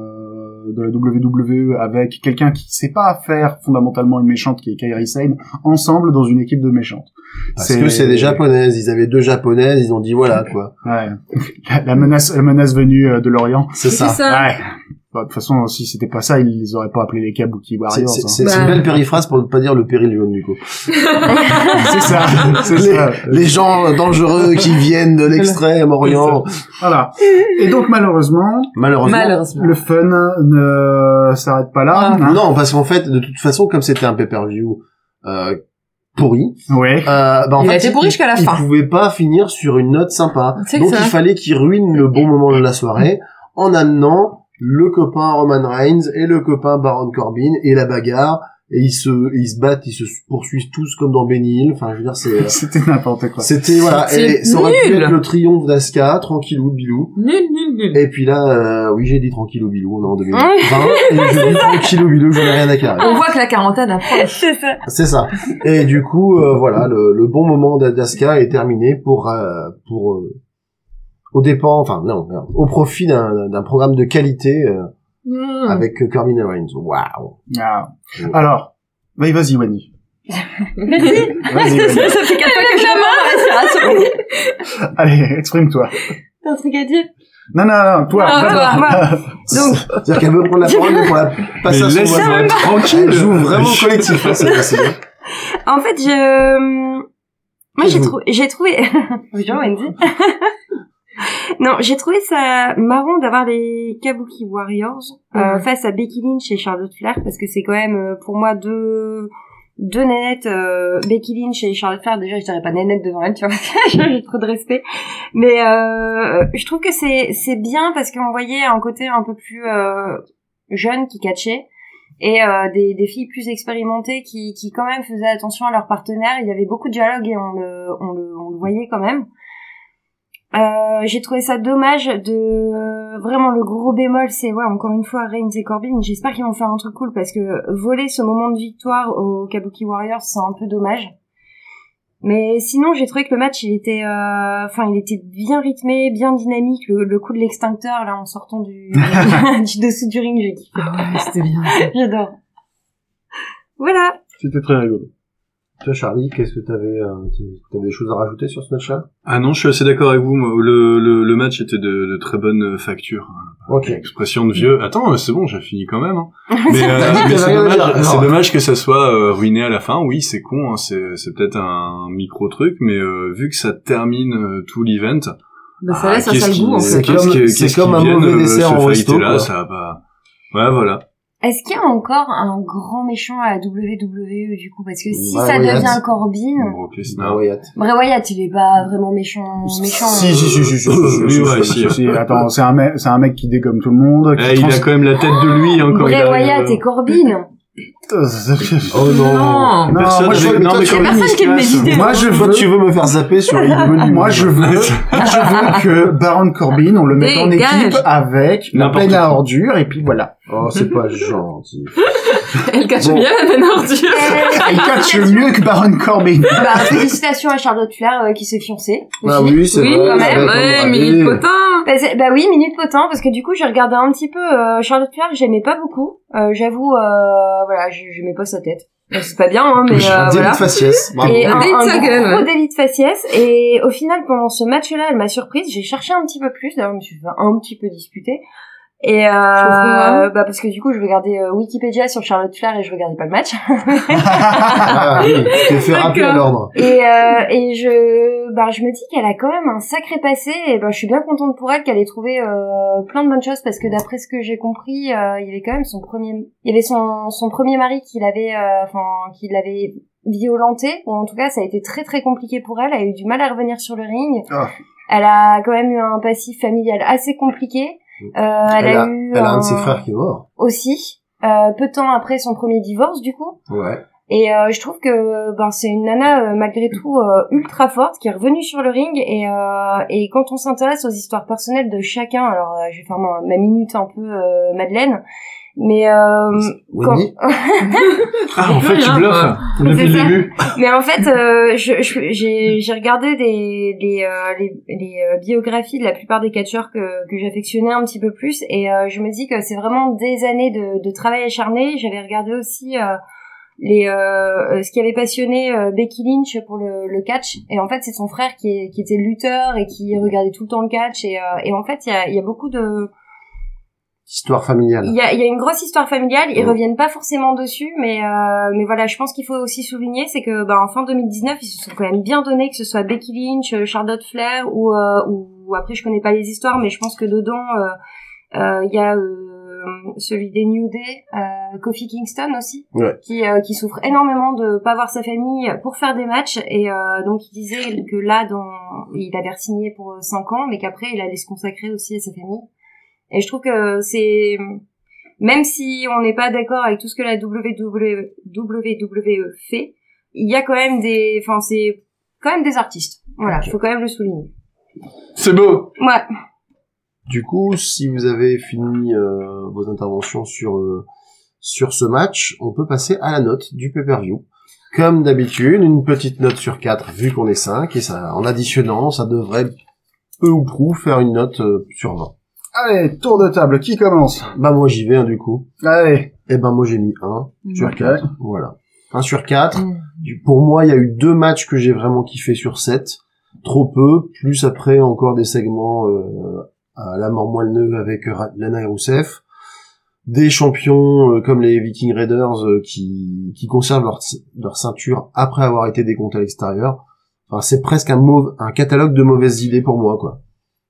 [SPEAKER 3] de la WWE avec quelqu'un qui sait pas faire fondamentalement une méchante qui est Kairi Sane ensemble dans une équipe de méchantes.
[SPEAKER 6] Parce que c'est des japonaises. Ils avaient deux japonaises. Ils ont dit voilà, quoi.
[SPEAKER 3] Ouais. La, la menace, la menace venue euh, de l'Orient.
[SPEAKER 6] C'est
[SPEAKER 4] C'est
[SPEAKER 6] ça.
[SPEAKER 4] ça.
[SPEAKER 3] Ouais. Bah, de toute façon, si c'était pas ça, ils les auraient pas appelés les Kabuki
[SPEAKER 6] C'est,
[SPEAKER 3] Warriors.
[SPEAKER 6] c'est-
[SPEAKER 3] hein.
[SPEAKER 6] c'est-
[SPEAKER 4] Bah.
[SPEAKER 6] c'est une belle périphrase pour ne pas dire le péril jaune, du coup.
[SPEAKER 3] C'est ça. C'est
[SPEAKER 6] Les,
[SPEAKER 3] ça.
[SPEAKER 6] les gens dangereux qui viennent de l'extrême-orient.
[SPEAKER 3] Voilà. Et donc, malheureusement,
[SPEAKER 6] Malheureusement.
[SPEAKER 4] Malheureusement.
[SPEAKER 3] le fun ne s'arrête pas là. hein.
[SPEAKER 6] Non, parce qu'en fait, de toute façon, comme c'était un pay-per-view euh, pourri,
[SPEAKER 3] Ouais.
[SPEAKER 6] euh, bah, en
[SPEAKER 4] Il
[SPEAKER 6] fait,
[SPEAKER 4] a été pourri
[SPEAKER 6] il-
[SPEAKER 4] jusqu'à la
[SPEAKER 6] il
[SPEAKER 4] fin.
[SPEAKER 6] pouvait pas finir sur une note sympa.
[SPEAKER 4] C'est
[SPEAKER 6] Donc
[SPEAKER 4] ça.
[SPEAKER 6] il fallait qu'il ruine le bon moment de la soirée en amenant le copain Roman Reigns et le copain Baron Corbin et la bagarre. Et ils se, ils se battent, ils se poursuivent tous comme dans Benny Hill. Enfin, je veux dire, c'est,
[SPEAKER 3] C'était n'importe quoi.
[SPEAKER 6] c'était, voilà.
[SPEAKER 4] C'est
[SPEAKER 6] Et ça aurait pu
[SPEAKER 4] nul.
[SPEAKER 6] être le triomphe d'Asuka, tranquillou, bilou.
[SPEAKER 4] Nul, nul, nul. Ah
[SPEAKER 6] Et puis là, euh, oui, j'ai dit tranquillou, bilou, on est en 2020. et je dis tranquillou, bilou, j'en ai rien à carrer.
[SPEAKER 4] On voit que la quarantaine approche.
[SPEAKER 7] C'est ça.
[SPEAKER 6] C'est ça. Et du coup, euh, voilà, le, le bon moment d'Adaska est terminé pour euh, pour euh, au dépens, enfin non, non, au profit d'un d'un programme de qualité euh,
[SPEAKER 4] Mmh.
[SPEAKER 6] avec euh, Corbin et Reigns. Waouh.
[SPEAKER 3] Ah. Alors, vas-y, vas-y, Wani.
[SPEAKER 7] Merci.
[SPEAKER 3] Vas-y, Wani.
[SPEAKER 7] ça fait quatre fois que je demande ma respiration.
[SPEAKER 3] Allez, exprime-toi.
[SPEAKER 7] T'as un truc à dire
[SPEAKER 3] Non, non, non, toi.
[SPEAKER 7] Non,
[SPEAKER 3] d'abord.
[SPEAKER 7] Donc,
[SPEAKER 6] C'est-à-dire qu'elle veut prendre la parole, mais pour la
[SPEAKER 5] Mais
[SPEAKER 6] passer à son voisin.
[SPEAKER 5] laisse-moi tranquille.
[SPEAKER 6] Elle joue vraiment collectif, hein, cette fois-ci.
[SPEAKER 7] En fait, je... euh, Moi, j'ai trouvé... J'ai trouvé... Bonjour, Wendy. non, j'ai trouvé ça marrant d'avoir les Kabuki Warriors euh,
[SPEAKER 4] Mhm.
[SPEAKER 7] face à Becky Lynch et Charlotte Flair, parce que c'est quand même, euh, pour moi, deux... Deux nénettes, euh, Becky Lynch et Charlotte Flair, déjà je dirais pas nénette devant elle, tu vois, j'ai trop de respect. Mais euh, je trouve que c'est c'est bien parce qu'on voyait un côté un peu plus euh, jeune qui catchait et euh, des, des filles plus expérimentées qui, qui quand même faisaient attention à leurs partenaires. Il y avait beaucoup de dialogue et on le, on le, on le voyait quand même. Euh, j'ai trouvé ça dommage de vraiment le gros bémol c'est ouais encore une fois Reigns et Corbin j'espère qu'ils vont faire un truc cool parce que voler ce moment de victoire aux Kabuki Warriors c'est un peu dommage mais sinon, j'ai trouvé que le match, il était, euh, enfin, il était bien rythmé, bien dynamique. Le, le coup de l'extincteur, là, en sortant du, du dessous du ring, j'ai kiffé.
[SPEAKER 4] Ah ouais, c'était bien.
[SPEAKER 7] J'adore. Voilà.
[SPEAKER 3] C'était très rigolo.
[SPEAKER 6] Toi, Charlie, qu'est-ce que t'avais, euh, t'avais des choses à rajouter sur ce match-là
[SPEAKER 5] Ah non, je suis assez d'accord avec vous. moi. Le, le, le match était de, de très bonne facture.
[SPEAKER 6] Ok.
[SPEAKER 5] Expression de vieux. Attends, euh, c'est bon, j'ai fini quand même. hein. Mais, euh,
[SPEAKER 6] dit que
[SPEAKER 5] mais
[SPEAKER 6] t'avais
[SPEAKER 5] c'est
[SPEAKER 6] rien à
[SPEAKER 5] dommage,
[SPEAKER 6] dire.
[SPEAKER 5] c'est
[SPEAKER 6] Non.
[SPEAKER 5] dommage que ça soit euh, ruiné à la fin. Oui, c'est con, hein, c'est c'est peut-être un micro truc, mais euh, vu que ça termine euh, tout l'event,
[SPEAKER 4] Bah, ça
[SPEAKER 5] ah,
[SPEAKER 4] laisse un
[SPEAKER 5] qu'est-ce
[SPEAKER 4] sale
[SPEAKER 5] qui-
[SPEAKER 4] goût, en
[SPEAKER 5] c'est
[SPEAKER 4] fait.
[SPEAKER 6] fait.
[SPEAKER 5] qu'est-ce
[SPEAKER 6] C'est
[SPEAKER 5] qui-
[SPEAKER 6] comme-
[SPEAKER 5] qu'est-ce
[SPEAKER 6] c'est comme
[SPEAKER 5] qui
[SPEAKER 6] un
[SPEAKER 5] vient
[SPEAKER 6] mauvais
[SPEAKER 5] de
[SPEAKER 6] dessert
[SPEAKER 5] se
[SPEAKER 6] en
[SPEAKER 5] failliter
[SPEAKER 6] resto,
[SPEAKER 5] là,
[SPEAKER 6] quoi.
[SPEAKER 5] ça va pas. Ouais, voilà.
[SPEAKER 7] Est-ce qu'il y a encore un grand méchant à la WWE, du coup? Parce que si
[SPEAKER 6] Bray
[SPEAKER 7] ça
[SPEAKER 6] Wyatt.
[SPEAKER 7] devient Corbin,
[SPEAKER 5] Brock Lesnar.
[SPEAKER 6] Ah, Wyatt.
[SPEAKER 7] Bray Wyatt, il est pas vraiment méchant, méchant.
[SPEAKER 3] Si, si, si, si, si, si,
[SPEAKER 5] Oui,
[SPEAKER 3] si,
[SPEAKER 5] ouais,
[SPEAKER 3] si,
[SPEAKER 5] si.
[SPEAKER 3] si, si. Attends, c'est un mec, c'est un mec qui dégomme tout le monde. qui
[SPEAKER 5] Eh, il
[SPEAKER 3] trans-
[SPEAKER 5] a quand même la tête de lui hein, quand il
[SPEAKER 7] Bray
[SPEAKER 5] arrive,
[SPEAKER 7] Wyatt
[SPEAKER 5] euh,
[SPEAKER 7] et Corbin.
[SPEAKER 6] Oh
[SPEAKER 4] Non.
[SPEAKER 3] Non,
[SPEAKER 5] personne
[SPEAKER 3] Oh, moi, je
[SPEAKER 5] n'est-
[SPEAKER 6] veux-
[SPEAKER 5] non,
[SPEAKER 6] toi,
[SPEAKER 5] mais
[SPEAKER 6] tu-
[SPEAKER 5] quand
[SPEAKER 6] y a
[SPEAKER 5] même, il se
[SPEAKER 4] personne qui aime
[SPEAKER 5] casse.
[SPEAKER 4] les idées.
[SPEAKER 3] Moi, je
[SPEAKER 6] Toi,
[SPEAKER 3] veux,
[SPEAKER 6] tu veux me faire zapper sur IW.
[SPEAKER 3] moi, je veux, je veux que Baron Corbin, on le mette en
[SPEAKER 4] Dégage.
[SPEAKER 3] équipe avec la
[SPEAKER 5] N'importe
[SPEAKER 3] peine à
[SPEAKER 5] quoi.
[SPEAKER 3] ordures, et puis voilà.
[SPEAKER 6] Oh, c'est pas gentil.
[SPEAKER 4] Elle cache
[SPEAKER 6] Bon.
[SPEAKER 4] bien la peine ordure.
[SPEAKER 3] Il catch mieux que Baron Corbin.
[SPEAKER 7] Eh, Bah, félicitations à Charlotte Flair, euh, qui s'est fiancée.
[SPEAKER 6] Bah
[SPEAKER 7] aussi.
[SPEAKER 6] oui, c'est
[SPEAKER 4] Oui,
[SPEAKER 6] vrai.
[SPEAKER 4] quand même.
[SPEAKER 6] avec
[SPEAKER 4] Ouais,
[SPEAKER 6] Andrade.
[SPEAKER 4] Minute Potin.
[SPEAKER 7] Bah, c'est- bah oui, Minute Potin, parce que du coup, j'ai regardé un petit peu euh, Charlotte Flair, j'aimais pas beaucoup. Euh, J'avoue, euh, voilà, j- j'aimais pas sa tête. Euh, C'est pas bien, hein, mais euh,
[SPEAKER 6] Un délit
[SPEAKER 7] voilà.
[SPEAKER 6] de faciès. Bravo.
[SPEAKER 7] Et
[SPEAKER 4] Un
[SPEAKER 7] un,
[SPEAKER 4] délit de
[SPEAKER 7] un
[SPEAKER 4] sa gueule,
[SPEAKER 7] gros
[SPEAKER 4] ouais.
[SPEAKER 7] délit de faciès. Et au final, pendant ce match-là, elle m'a surprise. J'ai cherché un petit peu plus. D'ailleurs, je me suis fait un petit peu disputer. Et euh,
[SPEAKER 4] Pourquoi
[SPEAKER 7] bah parce que du coup, je regardais euh, Wikipédia sur Charlotte Flair et je regardais pas le match.
[SPEAKER 6] Ah oui, tu t'es fait
[SPEAKER 7] D'accord.
[SPEAKER 6] rappeler à l'ordre.
[SPEAKER 7] Et, euh, et je, bah, je me dis qu'elle a quand même un sacré passé. Et ben, je suis bien contente pour elle qu'elle ait trouvé euh, plein de bonnes choses parce que d'après ce que j'ai compris, euh, il y avait quand même son premier, il y avait son, son premier mari qui l'avait, euh, enfin, qui l'avait violenté. Ou en tout cas, ça a été très très compliqué pour elle. Elle a eu du mal à revenir sur le ring.
[SPEAKER 6] Ah.
[SPEAKER 7] Elle a quand même eu un passif familial assez compliqué. Euh,
[SPEAKER 4] Bah,
[SPEAKER 7] elle, a, eu
[SPEAKER 6] elle a un de ses frères qui est mort.
[SPEAKER 7] aussi. Euh, peu de temps après son premier divorce, du coup.
[SPEAKER 6] Ouais.
[SPEAKER 7] Et euh, je trouve que ben c'est une nana euh, malgré tout euh, ultra forte qui est revenue sur le ring et euh, et quand on s'intéresse aux histoires personnelles de chacun, alors euh, je vais faire ma, ma minute un peu euh, Madeleine, mais euh, quand-
[SPEAKER 6] Winnie
[SPEAKER 5] Ah, en fait, tu
[SPEAKER 4] Rien,
[SPEAKER 5] bluffes.
[SPEAKER 4] quoi.
[SPEAKER 5] Depuis
[SPEAKER 7] C'est
[SPEAKER 5] le
[SPEAKER 7] ça.
[SPEAKER 5] début.
[SPEAKER 7] mais en fait euh, je- je- j'ai j'ai regardé des les, euh, les les, euh, biographies de la plupart des catcheurs que que j'affectionnais un petit peu plus et euh, je me dis que c'est vraiment des années de de travail acharné. J'avais regardé aussi euh, les euh, euh, ce qui avait passionné euh, Becky Lynch pour le, le catch et en fait c'est son frère qui, est, qui était lutteur et qui regardait tout le temps le catch et, euh, et en fait il y a, il y a beaucoup de
[SPEAKER 6] Histoire familiale.
[SPEAKER 7] il y a, il y a une grosse histoire familiale ils
[SPEAKER 6] Ouais.
[SPEAKER 7] reviennent pas forcément dessus mais euh, mais voilà je pense qu'il faut aussi souligner c'est que bah, en fin 2019 ils se sont quand même bien donnés que ce soit Becky Lynch euh, Charlotte Flair ou euh, ou après je connais pas les histoires mais je pense que dedans euh, euh, il y a euh, celui des New Day, euh, Kofi Kingston aussi,
[SPEAKER 6] Ouais.
[SPEAKER 7] qui, euh, qui souffre énormément de pas voir sa famille pour faire des matchs. Et euh, donc il disait que là, dans, il avait signé pour 5 ans, mais qu'après il allait se consacrer aussi à sa famille. Et je trouve que c'est... Même si on n'est pas d'accord avec tout ce que la WWE, WWE fait, il y a quand même des... Enfin, c'est quand même des artistes. Voilà, il faut quand même le souligner.
[SPEAKER 5] C'est beau.
[SPEAKER 7] Ouais.
[SPEAKER 6] Du coup, si vous avez fini euh, vos interventions sur euh, sur ce match, on peut passer à la note du pay-per-view. Comme d'habitude, une petite note sur 4 vu qu'on est 5 et ça en additionnant, ça devrait peu ou prou faire une note euh, sur 20.
[SPEAKER 3] Allez, tour de table, qui commence
[SPEAKER 6] Bah moi j'y vais hein, du coup.
[SPEAKER 3] Allez,
[SPEAKER 6] Eh ben moi j'ai mis 1 sur
[SPEAKER 3] Ok.
[SPEAKER 6] 4. Voilà. 1 sur 4.
[SPEAKER 4] Mm.
[SPEAKER 6] Du- Pour moi, il y a eu deux matchs que j'ai vraiment kiffé sur 7. Trop peu, plus après encore des segments euh, à la mort moelle neuve avec Ra- Lana et Rousseff. Des champions euh, comme les Viking Raiders euh, qui, qui conservent leur, c- leur ceinture après avoir été décomptés à l'extérieur. Enfin, c'est presque un, mauve- un catalogue de mauvaises idées pour moi, quoi.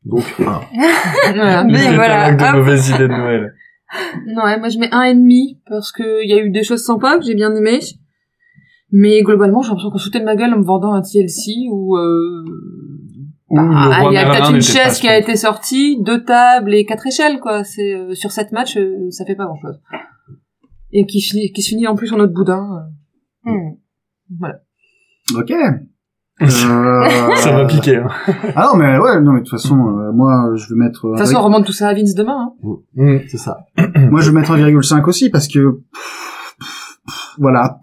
[SPEAKER 6] Donc,
[SPEAKER 5] Ah.
[SPEAKER 4] Voilà.
[SPEAKER 6] un.
[SPEAKER 5] Le
[SPEAKER 4] Ah, Mais
[SPEAKER 5] catalogue
[SPEAKER 4] voilà.
[SPEAKER 5] de
[SPEAKER 4] hop.
[SPEAKER 5] mauvaises idées de Noël.
[SPEAKER 4] Non, ouais, moi je mets un et demi parce que il y a eu des choses sympas que j'ai bien aimées. Mais globalement, j'ai l'impression qu'on sautait de ma gueule en me vendant un TLC où euh,
[SPEAKER 5] Ouh, le
[SPEAKER 4] bah,
[SPEAKER 5] roi
[SPEAKER 4] il y a
[SPEAKER 5] Merlin
[SPEAKER 4] peut-être une
[SPEAKER 5] n'était pas
[SPEAKER 4] chaise qui a
[SPEAKER 5] ce
[SPEAKER 4] été sortie, deux tables et quatre échelles quoi. C'est euh, sur sept matchs, euh, ça fait pas grand-chose. Et qui finit qui se finit en plus en autre boudin. euh.
[SPEAKER 7] Hmm.
[SPEAKER 3] Bah,
[SPEAKER 4] Voilà.
[SPEAKER 3] ok. Euh,
[SPEAKER 5] Ça va piquer. Hein.
[SPEAKER 3] Ah non, mais ouais, non, mais de toute façon, euh, moi, je vais mettre...
[SPEAKER 4] De toute façon, on remonte tout ça à Vince demain. Hein.
[SPEAKER 6] c'est ça.
[SPEAKER 3] Moi, je vais mettre 1,5 aussi parce que pff, pff, pff, voilà,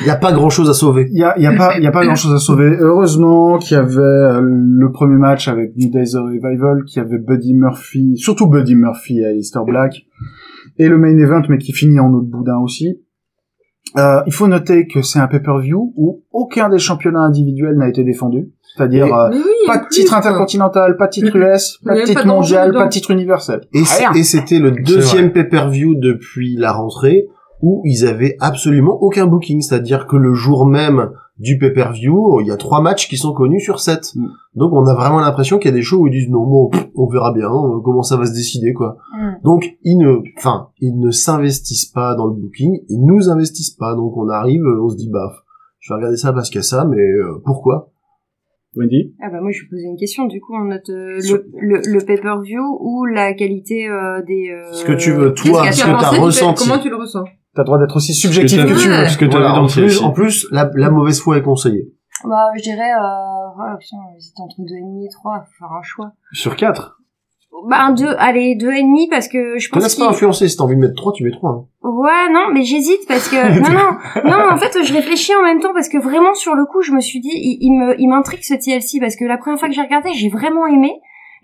[SPEAKER 6] Il n'y a pas grand-chose à sauver.
[SPEAKER 3] il y a, y a pas, y a pas grand-chose à sauver. Heureusement qu'il y avait euh, le premier match avec New Days of Revival, qu'il y avait Buddy Murphy, surtout Buddy Murphy à Easter Black, et le main event, mais qui finit en autre boudin aussi. Euh, il faut noter que c'est un pay-per-view où aucun des championnats individuels n'a été défendu, c'est-à-dire
[SPEAKER 6] Et-
[SPEAKER 3] euh,
[SPEAKER 4] Mais oui,
[SPEAKER 3] pas
[SPEAKER 4] en
[SPEAKER 3] de
[SPEAKER 4] plus,
[SPEAKER 3] titre
[SPEAKER 4] quoi.
[SPEAKER 3] intercontinental, pas de titre US,
[SPEAKER 4] Il
[SPEAKER 3] pas
[SPEAKER 4] y
[SPEAKER 3] de
[SPEAKER 4] a pas
[SPEAKER 3] titre
[SPEAKER 4] d'enjeu
[SPEAKER 3] mondial,
[SPEAKER 4] dedans.
[SPEAKER 3] pas de titre universel.
[SPEAKER 6] Et, c-
[SPEAKER 3] Ah, Rien.
[SPEAKER 6] et c'était le deuxième pay-per-view depuis la rentrée où ils avaient absolument aucun booking, c'est-à-dire que le jour même du pay-per-view, il y a trois matchs qui sont connus sur sept.
[SPEAKER 3] Mm.
[SPEAKER 6] Donc on a vraiment l'impression qu'il y a des shows où ils disent non, bon, pff, on verra bien euh, comment ça va se décider quoi.
[SPEAKER 7] Mm.
[SPEAKER 6] Donc ils ne, enfin, ils ne s'investissent pas dans le booking, ils nous investissent pas. Donc on arrive, euh, on se dit bah, je vais regarder ça parce qu'il y a ça, mais euh, pourquoi
[SPEAKER 3] Wendy,
[SPEAKER 7] Ah bah moi je vais poser une question du coup on note euh,
[SPEAKER 6] Sur-
[SPEAKER 7] le, le, le pay-per-view ou la qualité euh, des euh,
[SPEAKER 6] Ce que tu veux, toi,
[SPEAKER 7] qu'est-ce
[SPEAKER 6] ce
[SPEAKER 7] qu'il y
[SPEAKER 6] que
[SPEAKER 7] a
[SPEAKER 6] t'as
[SPEAKER 7] pensé
[SPEAKER 4] du fait-
[SPEAKER 6] ressenti.
[SPEAKER 4] Comment tu le ressens
[SPEAKER 3] t'as le droit d'être aussi subjectif
[SPEAKER 5] t'as
[SPEAKER 3] que
[SPEAKER 5] vu-
[SPEAKER 3] tu veux.
[SPEAKER 5] Ce que t'as
[SPEAKER 6] Voilà,
[SPEAKER 5] vu
[SPEAKER 6] en
[SPEAKER 5] dans
[SPEAKER 6] plus,
[SPEAKER 5] TLC.
[SPEAKER 6] en plus, la, la mauvaise foi est conseillée.
[SPEAKER 7] Bah je dirais euh, oh, putain j'hésite entre deux et demi et trois faut faire un choix.
[SPEAKER 5] Sur 4.
[SPEAKER 7] Bah un deux allez deux et demi parce que
[SPEAKER 3] Ah,
[SPEAKER 7] je
[SPEAKER 6] Te
[SPEAKER 7] pense
[SPEAKER 6] laisse
[SPEAKER 7] qu'il
[SPEAKER 6] pas influencer, si t'as envie de mettre 3, tu mets hein. 3.
[SPEAKER 7] Ouais, non, mais j'hésite parce que non, non, non. En fait, je réfléchis en même temps parce que vraiment sur le coup, je me suis dit, il, il me, il m'intrigue ce TLC parce que la première fois que j'ai regardé, j'ai vraiment aimé.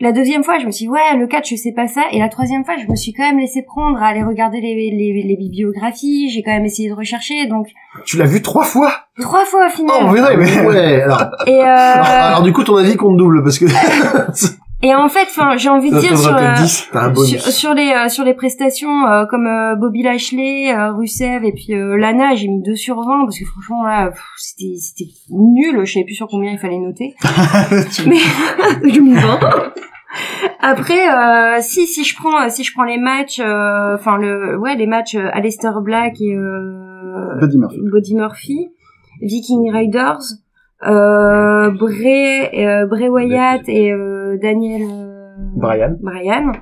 [SPEAKER 7] La deuxième fois, je me suis dit, ouais, le catch, c'est pas ça. Et la troisième fois, je me suis quand même laissé prendre à aller regarder les, les, les bibliographies. J'ai quand même essayé de rechercher. Donc
[SPEAKER 3] Tu l'as vu trois fois
[SPEAKER 7] trois fois au final.
[SPEAKER 3] Oh, mais non, mais...
[SPEAKER 6] Ouais, alors,
[SPEAKER 7] Et Ah, euh,
[SPEAKER 6] alors, alors, du coup ton avis compte double parce que
[SPEAKER 7] Et en fait, enfin, j'ai envie de dire sur, euh,
[SPEAKER 6] 10, t'as un
[SPEAKER 7] sur,
[SPEAKER 6] bonus.
[SPEAKER 7] sur les euh, sur les prestations euh, comme euh, Bobby Lashley, euh, Rusev et puis euh, Lana, j'ai mis 2 sur 20 parce que franchement là pff, c'était c'était nul, je savais plus sur combien il fallait noter. Mais j'ai mis 20. Après euh, si si je prends euh, si je prends les matchs euh, enfin le ouais les matchs euh, Aleister Black et euh,
[SPEAKER 3] Buddy Murphy.
[SPEAKER 7] Buddy Murphy, Viking Riders, euh, Bray, euh, Bray Wyatt et euh, Daniel euh,
[SPEAKER 2] Bryan.
[SPEAKER 7] Bryan.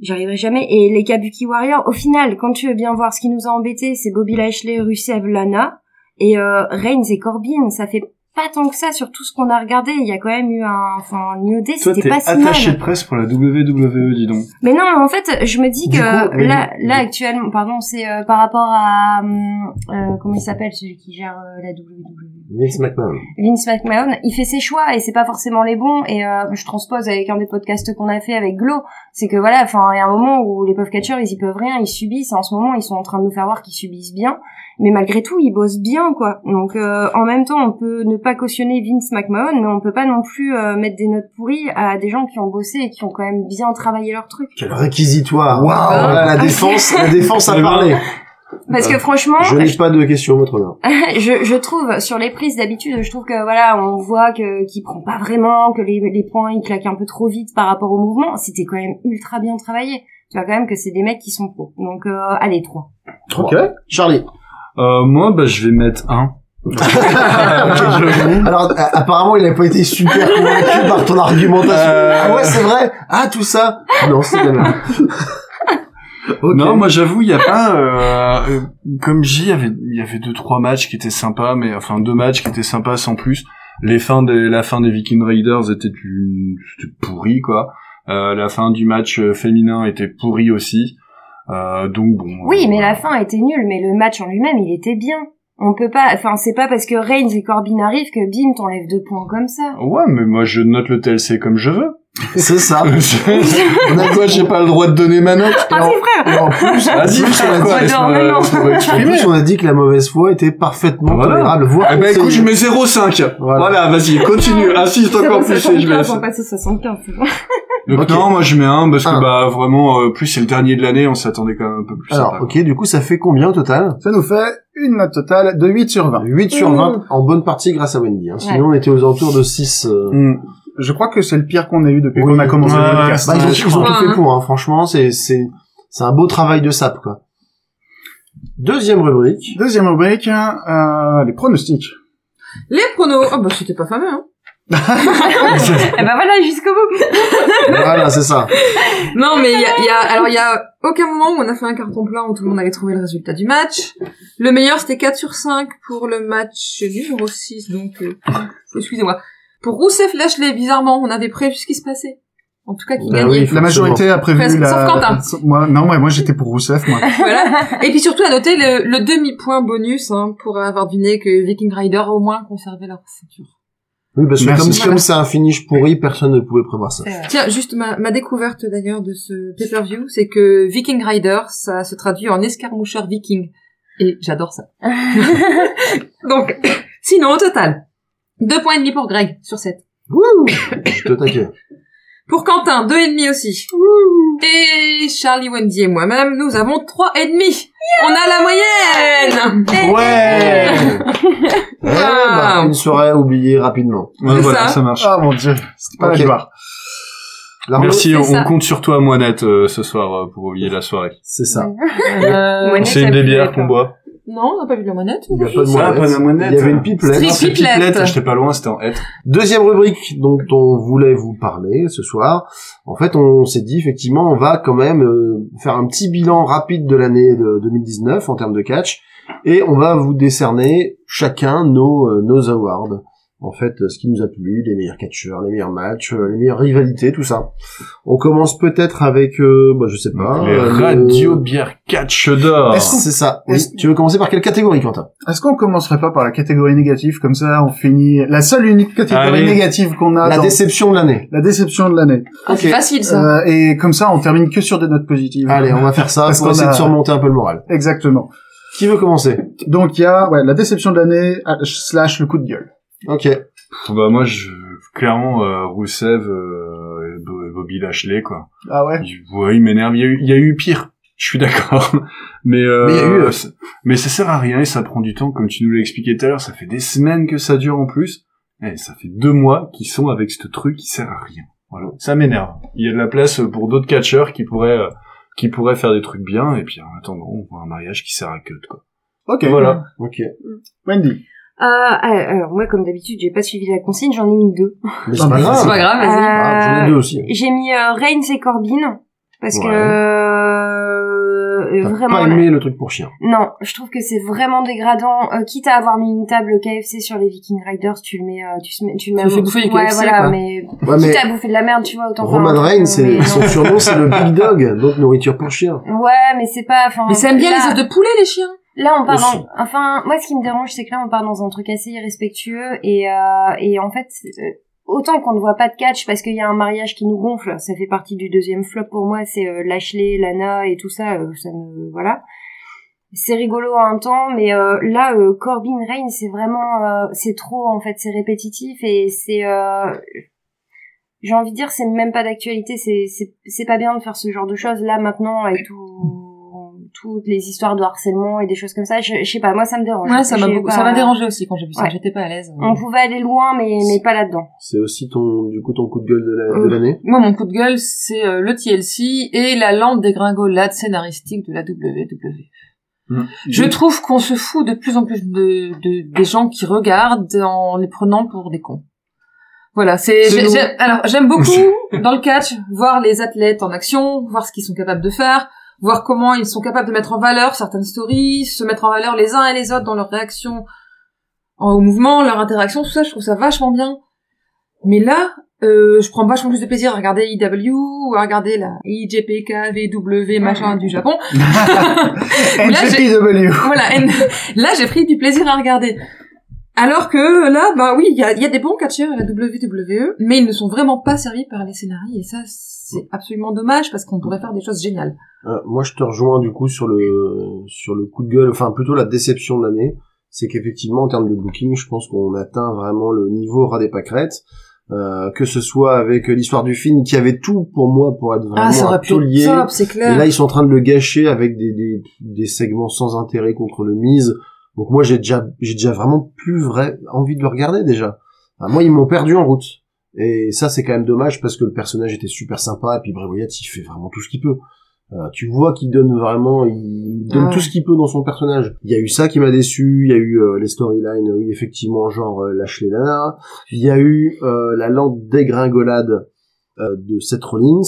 [SPEAKER 7] J'y arriverai jamais. Et les Kabuki Warriors, au final, quand tu veux bien voir ce qui nous a embêtés, c'est Bobby Lashley, Rusev, Lana et euh, Reigns et Corbin. Ça fait pas tant que ça sur tout ce qu'on a regardé. Il y a quand même eu un, enfin, New Day,
[SPEAKER 2] Toi,
[SPEAKER 7] c'était
[SPEAKER 2] t'es
[SPEAKER 7] pas si mal.
[SPEAKER 2] attaché de presse pour la WWE, dis donc.
[SPEAKER 7] Mais non, en fait, je me dis
[SPEAKER 2] Du
[SPEAKER 7] que
[SPEAKER 2] coup, oui,
[SPEAKER 7] là,
[SPEAKER 2] oui.
[SPEAKER 7] là actuellement, pardon, c'est euh, par rapport à hum, euh, comment il s'appelle celui qui gère euh, la WWE.
[SPEAKER 6] Vince McMahon.
[SPEAKER 7] Vince McMahon, il fait ses choix et c'est pas forcément les bons. Et euh, je transpose avec un des podcasts qu'on a fait avec Glow, c'est que voilà, enfin, il y a un moment où les pauvres catcheurs, ils y peuvent rien, ils subissent. Et en ce moment, ils sont en train de nous faire voir qu'ils subissent bien, mais malgré tout, ils bossent bien, quoi. Donc, euh, en même temps, on peut ne pas cautionner Vince McMahon, mais on peut pas non plus euh, mettre des notes pourries à des gens qui ont bossé et qui ont quand même bien travaillé leur truc.
[SPEAKER 6] Quel réquisitoire. Waouh,
[SPEAKER 7] Ah.
[SPEAKER 6] la défense, la défense a parlé.
[SPEAKER 7] Parce
[SPEAKER 6] Euh,
[SPEAKER 7] que franchement,
[SPEAKER 6] Je n'ai pas de questions, votre honneur.
[SPEAKER 7] je, je trouve sur les prises d'habitude, je trouve que voilà, on voit que qu'il prend pas vraiment, que les, les points ils claquent un peu trop vite par rapport au mouvement. C'était quand même ultra bien travaillé. Tu vois quand même que c'est des mecs qui sont pros. Donc euh, allez trois.
[SPEAKER 3] Ok.
[SPEAKER 6] Charlie.
[SPEAKER 2] Euh, moi, bah, je vais mettre un.
[SPEAKER 6] Alors, a- apparemment, il a pas été super convaincu par ton argumentation.
[SPEAKER 2] Euh.
[SPEAKER 6] Ah ouais, c'est vrai. Ah, tout ça. Non, c'est de la merde. Ok.
[SPEAKER 5] Non, moi j'avoue, il y a pas euh, euh, comme j'y il y avait il y avait deux trois matchs qui étaient sympas mais enfin deux matchs qui étaient sympas sans plus. Les fins des la fin des Viking Raiders était une c'était pourri quoi. Euh, la fin du match euh, féminin était pourri aussi. Euh, donc bon.
[SPEAKER 7] Oui, mais
[SPEAKER 5] la
[SPEAKER 7] la fin était nulle, mais le match en lui-même il était bien. On peut pas, enfin c'est pas parce que Reigns et Corbin arrivent que bim t'enlèves deux points comme ça.
[SPEAKER 5] Ouais, mais moi je note le TLC comme je veux.
[SPEAKER 6] C'est ça.
[SPEAKER 5] On a quoi j'ai pas le droit de donner ma note Ah,
[SPEAKER 7] Ah c'est frère.
[SPEAKER 6] Et en plus,
[SPEAKER 7] Ah,
[SPEAKER 6] en
[SPEAKER 5] Vas-y,
[SPEAKER 6] plus, on a
[SPEAKER 5] frère,
[SPEAKER 6] dit-
[SPEAKER 5] quoi,
[SPEAKER 7] dit-
[SPEAKER 5] laisse-moi-
[SPEAKER 7] Non, mais non.
[SPEAKER 5] laisse-moi
[SPEAKER 6] en
[SPEAKER 5] exprimer.
[SPEAKER 6] plus, on a dit que la mauvaise foi était parfaitement
[SPEAKER 5] Voilà.
[SPEAKER 6] tolérable, voire
[SPEAKER 7] Ah,
[SPEAKER 5] Eh ben écoute, je
[SPEAKER 6] conseillée.
[SPEAKER 5] mets 0,5.
[SPEAKER 6] Voilà.
[SPEAKER 5] Voilà, vas-y, continue, insiste encore plus et je laisse.
[SPEAKER 7] On passe au 75. c'est bon.
[SPEAKER 5] Donc
[SPEAKER 6] Ok.
[SPEAKER 5] non, moi je mets un parce que
[SPEAKER 6] Un.
[SPEAKER 5] bah vraiment euh, plus c'est le dernier de l'année, on s'attendait quand même un peu plus. à
[SPEAKER 6] Alors,
[SPEAKER 5] ça.
[SPEAKER 6] ok, du coup, ça fait combien au total
[SPEAKER 3] Ça nous fait une note totale de 8 sur 20.
[SPEAKER 6] 8
[SPEAKER 5] Mmh.
[SPEAKER 6] sur 20, en bonne partie grâce à Wendy. hein. Sinon, on était aux alentours de 6. euh,
[SPEAKER 3] Hmm. Je crois que c'est le pire qu'on a eu depuis
[SPEAKER 6] Oui.
[SPEAKER 3] qu'on a commencé
[SPEAKER 5] Ouais,
[SPEAKER 3] le podcast.
[SPEAKER 6] Bah, ils ont,
[SPEAKER 5] Ouais, je
[SPEAKER 6] ils ont tout
[SPEAKER 4] crois,
[SPEAKER 6] fait
[SPEAKER 4] hein.
[SPEAKER 6] pour, hein. franchement, c'est, c'est, c'est un beau travail de sap, quoi. Deuxième rubrique.
[SPEAKER 3] Deuxième rubrique, euh, les pronostics.
[SPEAKER 4] Les pronos. Ah bah c'était pas fameux. Hein.
[SPEAKER 7] Eh ben voilà jusqu'au bout.
[SPEAKER 6] voilà, c'est ça.
[SPEAKER 4] Non mais il y a, il y a- alors il y a aucun moment où on a fait un carton plein où tout le monde avait trouvé le résultat du match. Le meilleur c'était 4 sur 5 pour le match numéro 6 donc euh, excusez-moi. Pour Rousseff Lashley bizarrement on avait prévu ce qui se passait. En tout cas qui
[SPEAKER 6] Bah
[SPEAKER 4] gagnait.
[SPEAKER 6] oui,
[SPEAKER 3] La majorité a prévu
[SPEAKER 4] Parce-
[SPEAKER 3] la...
[SPEAKER 4] sauf Quentin.
[SPEAKER 3] Sauf- Moi, non, moi, moi j'étais pour Rousseff, moi.
[SPEAKER 4] Voilà. Et puis surtout à noter le, le demi-point bonus hein, pour avoir deviné que Viking Rider au moins conservait leur ceinture.
[SPEAKER 6] Oui, parce que
[SPEAKER 3] Merci.
[SPEAKER 6] comme,
[SPEAKER 4] Voilà.
[SPEAKER 6] comme c'est un finish pourri, personne ne pouvait prévoir ça.
[SPEAKER 4] Tiens, juste ma, ma découverte d'ailleurs de ce pay-per-view, c'est que Viking Rider, ça se traduit en escarmoucheur viking. Et j'adore ça. Donc, sinon, au total, deux points et demi pour Greg sur 7.
[SPEAKER 6] Wouh Je te taquais.
[SPEAKER 4] Pour Quentin, deux et demi aussi. Et Charlie, Wendy et moi-même, nous avons trois et demi. On a la moyenne.
[SPEAKER 6] Ouais Eh ben,
[SPEAKER 4] Wow.
[SPEAKER 6] Une soirée oubliée rapidement.
[SPEAKER 5] Ouais,
[SPEAKER 4] c'est
[SPEAKER 5] voilà,
[SPEAKER 4] ça.
[SPEAKER 5] ça, marche.
[SPEAKER 3] Ah mon dieu, c'était pas
[SPEAKER 6] Ok.
[SPEAKER 3] la gloire.
[SPEAKER 6] La
[SPEAKER 5] Merci,
[SPEAKER 4] c'est
[SPEAKER 5] on,
[SPEAKER 4] ça.
[SPEAKER 5] on compte sur toi, Moinette, euh, ce soir euh, pour oublier la soirée.
[SPEAKER 6] C'est ça.
[SPEAKER 4] Euh,
[SPEAKER 7] Ouais.
[SPEAKER 5] C'est
[SPEAKER 7] ça
[SPEAKER 5] une des
[SPEAKER 7] pue,
[SPEAKER 5] bières
[SPEAKER 7] d'accord.
[SPEAKER 5] qu'on boit.
[SPEAKER 4] non, on n'a pas vu la monnaie.
[SPEAKER 6] Il y a pas de
[SPEAKER 5] Ça,
[SPEAKER 6] moinette.
[SPEAKER 5] pas de moinette.
[SPEAKER 6] Il y avait une pipelette.
[SPEAKER 4] Strip.
[SPEAKER 5] Non, c'est
[SPEAKER 4] Pipelette.
[SPEAKER 5] pipelette, j'étais pas loin, c'était en être.
[SPEAKER 6] Deuxième rubrique dont on voulait vous parler ce soir. En fait, on s'est dit effectivement, on va quand même euh, faire un petit bilan rapide de l'année de 2019 en termes de catch, et on va vous décerner chacun nos euh, nos awards. En fait, euh, ce qui nous a plu, les meilleurs catcheurs, les meilleurs matchs, euh, les meilleures rivalités, tout ça. On commence peut-être avec, euh, bah, je sais pas,
[SPEAKER 5] Les
[SPEAKER 6] euh, le- Ah,
[SPEAKER 5] radio bière catch d'or.
[SPEAKER 3] Est-ce qu'on-
[SPEAKER 6] C'est ça. Oui.
[SPEAKER 3] Est-ce-
[SPEAKER 6] Tu veux commencer par quelle catégorie, Quentin
[SPEAKER 3] Est-ce qu'on commencerait pas par la catégorie négative Comme ça, on finit... La seule unique catégorie
[SPEAKER 5] Allez.
[SPEAKER 3] négative qu'on a
[SPEAKER 6] La
[SPEAKER 3] dans...
[SPEAKER 6] déception de l'année.
[SPEAKER 3] La déception de l'année.
[SPEAKER 4] Ah, c'est facile ça.
[SPEAKER 3] Euh, et comme ça, on termine que sur des notes positives.
[SPEAKER 6] Allez, on va faire ça
[SPEAKER 3] Parce
[SPEAKER 6] pour
[SPEAKER 3] qu'on
[SPEAKER 6] essayer
[SPEAKER 3] a-
[SPEAKER 6] de surmonter un peu le moral.
[SPEAKER 3] Exactement.
[SPEAKER 6] Qui veut commencer
[SPEAKER 3] Donc il y a ouais, la déception de l'année ah, slash le coup de gueule.
[SPEAKER 6] Ok.
[SPEAKER 5] Bah moi, je, clairement, euh, Roussev, euh, et Bo-
[SPEAKER 2] Bobby Lashley, quoi.
[SPEAKER 3] Ah ouais.
[SPEAKER 2] Il, ouais, il m'énerve. Il, y a eu- il y a eu pire. Je suis d'accord. Mais, euh,
[SPEAKER 6] Mais il y a eu, euh,
[SPEAKER 2] ça- mais ça sert à rien et ça prend du temps, comme tu nous l'as expliqué tout à l'heure. Ça fait des semaines que ça dure en plus. Et ça fait deux mois qu'ils sont avec ce truc qui sert à rien. Voilà. Ça m'énerve. Il y a de la place pour d'autres catcheurs qui pourraient, euh, qui pourraient faire des trucs bien. Et puis, en attendant, on voit un mariage qui sert à cut, quoi.
[SPEAKER 3] Ok.
[SPEAKER 2] Voilà.
[SPEAKER 6] Ok.
[SPEAKER 3] Wendy.
[SPEAKER 7] Euh, alors moi, comme d'habitude, j'ai pas suivi la consigne, j'en ai mis deux.
[SPEAKER 6] Mais
[SPEAKER 3] Ah,
[SPEAKER 6] c'est pas
[SPEAKER 3] mais
[SPEAKER 6] grave.
[SPEAKER 4] C'est pas grave, vas-y.
[SPEAKER 6] Ah, j'en ai
[SPEAKER 7] Euh,
[SPEAKER 6] deux aussi.
[SPEAKER 7] J'ai mis euh, Reigns et Corbin parce
[SPEAKER 6] Ouais.
[SPEAKER 7] que euh,
[SPEAKER 6] T'as
[SPEAKER 7] vraiment
[SPEAKER 6] pas aimé le truc pour chien.
[SPEAKER 7] non, je trouve que c'est vraiment dégradant. Euh, quitte à avoir mis une table KFC sur les Viking Riders, tu le mets, euh, tu, se mets- tu le mets.
[SPEAKER 4] Tu fais bouffer du
[SPEAKER 7] ouais,
[SPEAKER 4] KFC,
[SPEAKER 7] voilà,
[SPEAKER 4] quoi.
[SPEAKER 7] mais
[SPEAKER 6] Ouais, mais
[SPEAKER 7] quitte à bouffer de la merde, tu vois, autant. faire un
[SPEAKER 6] Roman
[SPEAKER 7] truc,
[SPEAKER 6] Reigns,
[SPEAKER 7] euh,
[SPEAKER 6] c'est-
[SPEAKER 7] mais
[SPEAKER 6] son
[SPEAKER 7] non.
[SPEAKER 6] surnom, c'est le Big Dog, donc nourriture pour chien.
[SPEAKER 7] Ouais, mais c'est pas. Enfin,
[SPEAKER 4] Mais ça aime bien
[SPEAKER 7] là-
[SPEAKER 4] les os de poulet, les chiens.
[SPEAKER 7] Là, on part
[SPEAKER 6] Aussi.
[SPEAKER 7] dans... Enfin, moi, ce qui me dérange, c'est que là, on part dans un truc assez irrespectueux et, euh, et en fait, euh, autant qu'on ne voit pas de catch parce qu'il y a un mariage qui nous gonfle, ça fait partie du deuxième flop pour moi, c'est euh, Lashley, Lana et tout ça, euh, ça me... Voilà. C'est rigolo à un temps, mais euh, là, euh, Corbin Reign, c'est vraiment... euh, c'est trop, en fait, c'est répétitif et c'est... euh, j'ai envie de dire, c'est même pas d'actualité, c'est, c'est, c'est pas bien de faire ce genre de choses là maintenant avec tout, toutes les histoires de harcèlement et des choses comme ça. Je, je sais pas, moi ça me dérange.
[SPEAKER 4] Ouais, ça m'a
[SPEAKER 7] J'ai
[SPEAKER 4] beaucoup,
[SPEAKER 7] pas-
[SPEAKER 4] ça m'a dérangé aussi quand j'ai vu ça.
[SPEAKER 7] Ouais.
[SPEAKER 4] J'étais pas à l'aise.
[SPEAKER 7] On pouvait aller loin, mais, mais pas là-dedans.
[SPEAKER 6] C'est aussi ton, du coup, ton coup de gueule de la- de
[SPEAKER 7] Mm.
[SPEAKER 4] Euh.
[SPEAKER 6] l'année.
[SPEAKER 4] Moi, mon coup de gueule, c'est euh, le TLC et la lente dégringolade scénaristique de la E. WWE. Je trouve qu'on se fout de plus en plus de, de- des gens qui regardent en les prenant pour des cons. Voilà, c'est, j'ai- j'ai- alors, j'aime beaucoup, dans le catch, voir les athlètes en action, voir ce qu'ils sont capables de faire, voir comment ils sont capables de mettre en valeur certaines stories, se mettre en valeur les uns et les autres dans leur réaction en- au mouvement, leur interaction, tout ça, je trouve ça vachement bien. Mais là, euh, je prends vachement plus de plaisir à regarder IW ou à regarder la IJPK, VW, machin du Japon,
[SPEAKER 3] NJPW.
[SPEAKER 4] voilà. et là, j'ai pris du plaisir à regarder. Alors que là, bah oui, il y a, il y a des bons catcheurs à la WWE, mais ils ne sont vraiment pas servis par les scénarii, et ça, c'est absolument dommage parce qu'on pourrait faire des choses géniales.
[SPEAKER 6] Euh, moi, je te rejoins du coup sur le sur le coup de gueule, enfin plutôt la déception de l'année. C'est qu'effectivement, en termes de booking, je pense qu'on atteint vraiment le niveau ras des pâquerettes. Euh, que ce soit avec l'histoire du film qui avait tout pour moi pour être
[SPEAKER 4] Ah,
[SPEAKER 7] Ah,
[SPEAKER 6] vraiment un taulier.
[SPEAKER 4] top, c'est
[SPEAKER 6] Et
[SPEAKER 4] clair.
[SPEAKER 6] là, ils sont en train de le gâcher avec des, des, des segments sans intérêt contre le mise. Donc moi, j'ai déjà, j'ai déjà vraiment plus vrai envie de le regarder déjà. Enfin, moi, ils m'ont perdu en route. Et ça, c'est quand même dommage parce que le personnage était super sympa et puis Bray Wyatt, il fait vraiment tout ce qu'il peut. Euh, tu vois qu'il donne vraiment, il donne
[SPEAKER 4] Ouais.
[SPEAKER 6] tout ce qu'il peut dans son personnage. Il y a eu ça qui m'a déçu, il y a eu euh, les storylines, oui effectivement genre euh, Lashley Lana, il y a eu euh, la lente dégringolade euh, de Seth Rollins.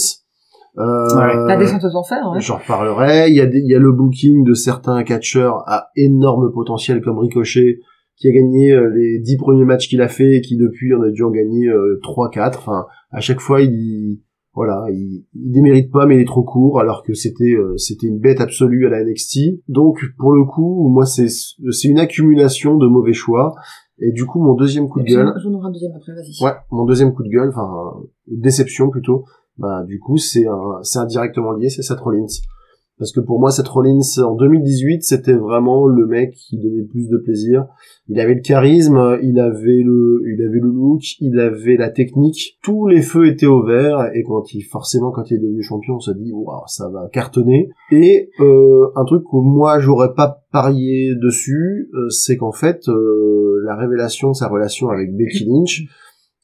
[SPEAKER 6] Euh,
[SPEAKER 4] La descente aux enfers, hein. ouais.
[SPEAKER 6] J'en reparlerai. Il y, a des- il y a le booking de certains catcheurs à énorme potentiel comme Ricochet, qui a gagné euh, les dix premiers matchs qu'il a fait et qui depuis en a dû en gagner euh, trois, quatre. Enfin, à chaque fois, il voilà, il, il démérite pas, mais il est trop court, alors que c'était euh, c'était une bête absolue à la NXT. Donc pour le coup, moi c'est c'est une accumulation de mauvais choix. Et du coup, mon deuxième coup de
[SPEAKER 4] Je
[SPEAKER 6] gueule,
[SPEAKER 4] vous en aurai un deuxième après, vas-y.
[SPEAKER 6] Ouais, mon deuxième coup de gueule, enfin euh, déception plutôt, bah du coup c'est un- c'est indirectement lié, c'est Seth Rollins. Parce que pour moi Seth Rollins en 2018 c'était vraiment le mec qui donnait le plus de plaisir. Il avait le charisme, euh, il avait le, il avait le look, il avait la technique. Tous les feux étaient au vert et quand il forcément quand il est devenu champion on se dit waouh ça va cartonner. Et euh, un truc que moi j'aurais pas parié dessus, euh, c'est qu'en fait euh, la révélation de sa relation avec Becky Lynch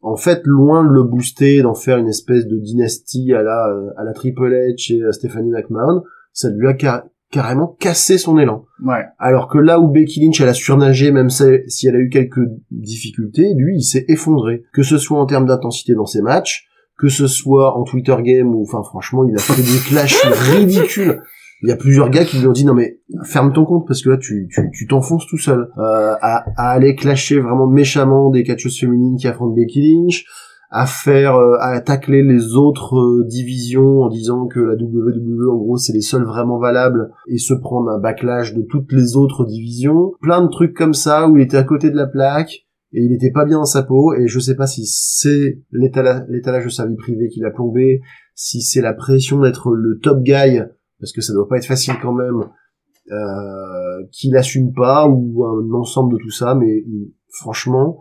[SPEAKER 6] en fait, loin de le booster, d'en faire une espèce de dynastie à la, euh, à la Triple H et à Stephanie McMahon, ça lui a ca- carrément cassé son élan.
[SPEAKER 3] Ouais.
[SPEAKER 6] Alors que là où Becky Lynch, elle a surnagé, même si si elle a eu quelques difficultés, lui, il s'est effondré. Que ce soit en termes d'intensité dans ses matchs, que ce soit en Twitter game, ou enfin franchement, il a fait des clashs ridicules. Il y a plusieurs gars qui lui ont dit non mais ferme ton compte parce que là tu tu tu t'enfonces tout seul Euh, à, à aller clasher vraiment méchamment des catcheuses féminines qui affrontent Becky Lynch à faire euh, à tacler les autres euh, divisions en disant que la WWE en gros c'est les seuls vraiment valables et se prendre un backlash de toutes les autres divisions plein de trucs comme ça où il était à côté de la plaque et il était pas bien dans sa peau et je sais pas si c'est l'étala- l'étalage de sa vie privée qui l'a plombé si c'est la pression d'être le top guy parce que ça doit pas être facile quand même euh, qu'il assume pas ou un ensemble de tout ça mais mm, franchement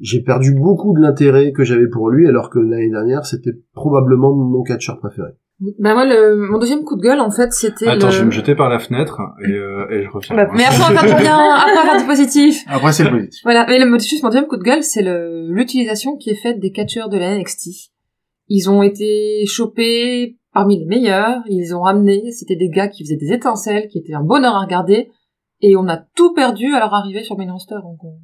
[SPEAKER 6] j'ai perdu beaucoup de l'intérêt que j'avais pour lui, alors que l'année dernière, c'était probablement mon catcheur préféré.
[SPEAKER 4] Bah moi, le, mon deuxième coup de gueule, en fait, c'était
[SPEAKER 2] Attends,
[SPEAKER 4] le...
[SPEAKER 2] je vais me jeter par la fenêtre et, euh, et je reviens.
[SPEAKER 7] Bah,
[SPEAKER 4] Mais après, on va faire du bien, après, on va faire du positif.
[SPEAKER 3] Après, c'est le politique.
[SPEAKER 4] Voilà, mais le, juste mon deuxième coup de gueule, c'est le- l'utilisation qui est faite des catcheurs de la NXT. Ils ont été chopés parmi les meilleurs, ils ont ramené, c'était des gars qui faisaient des étincelles, qui étaient un bonheur à regarder, et on a tout perdu à leur arrivée sur Main Roster. Donc, on-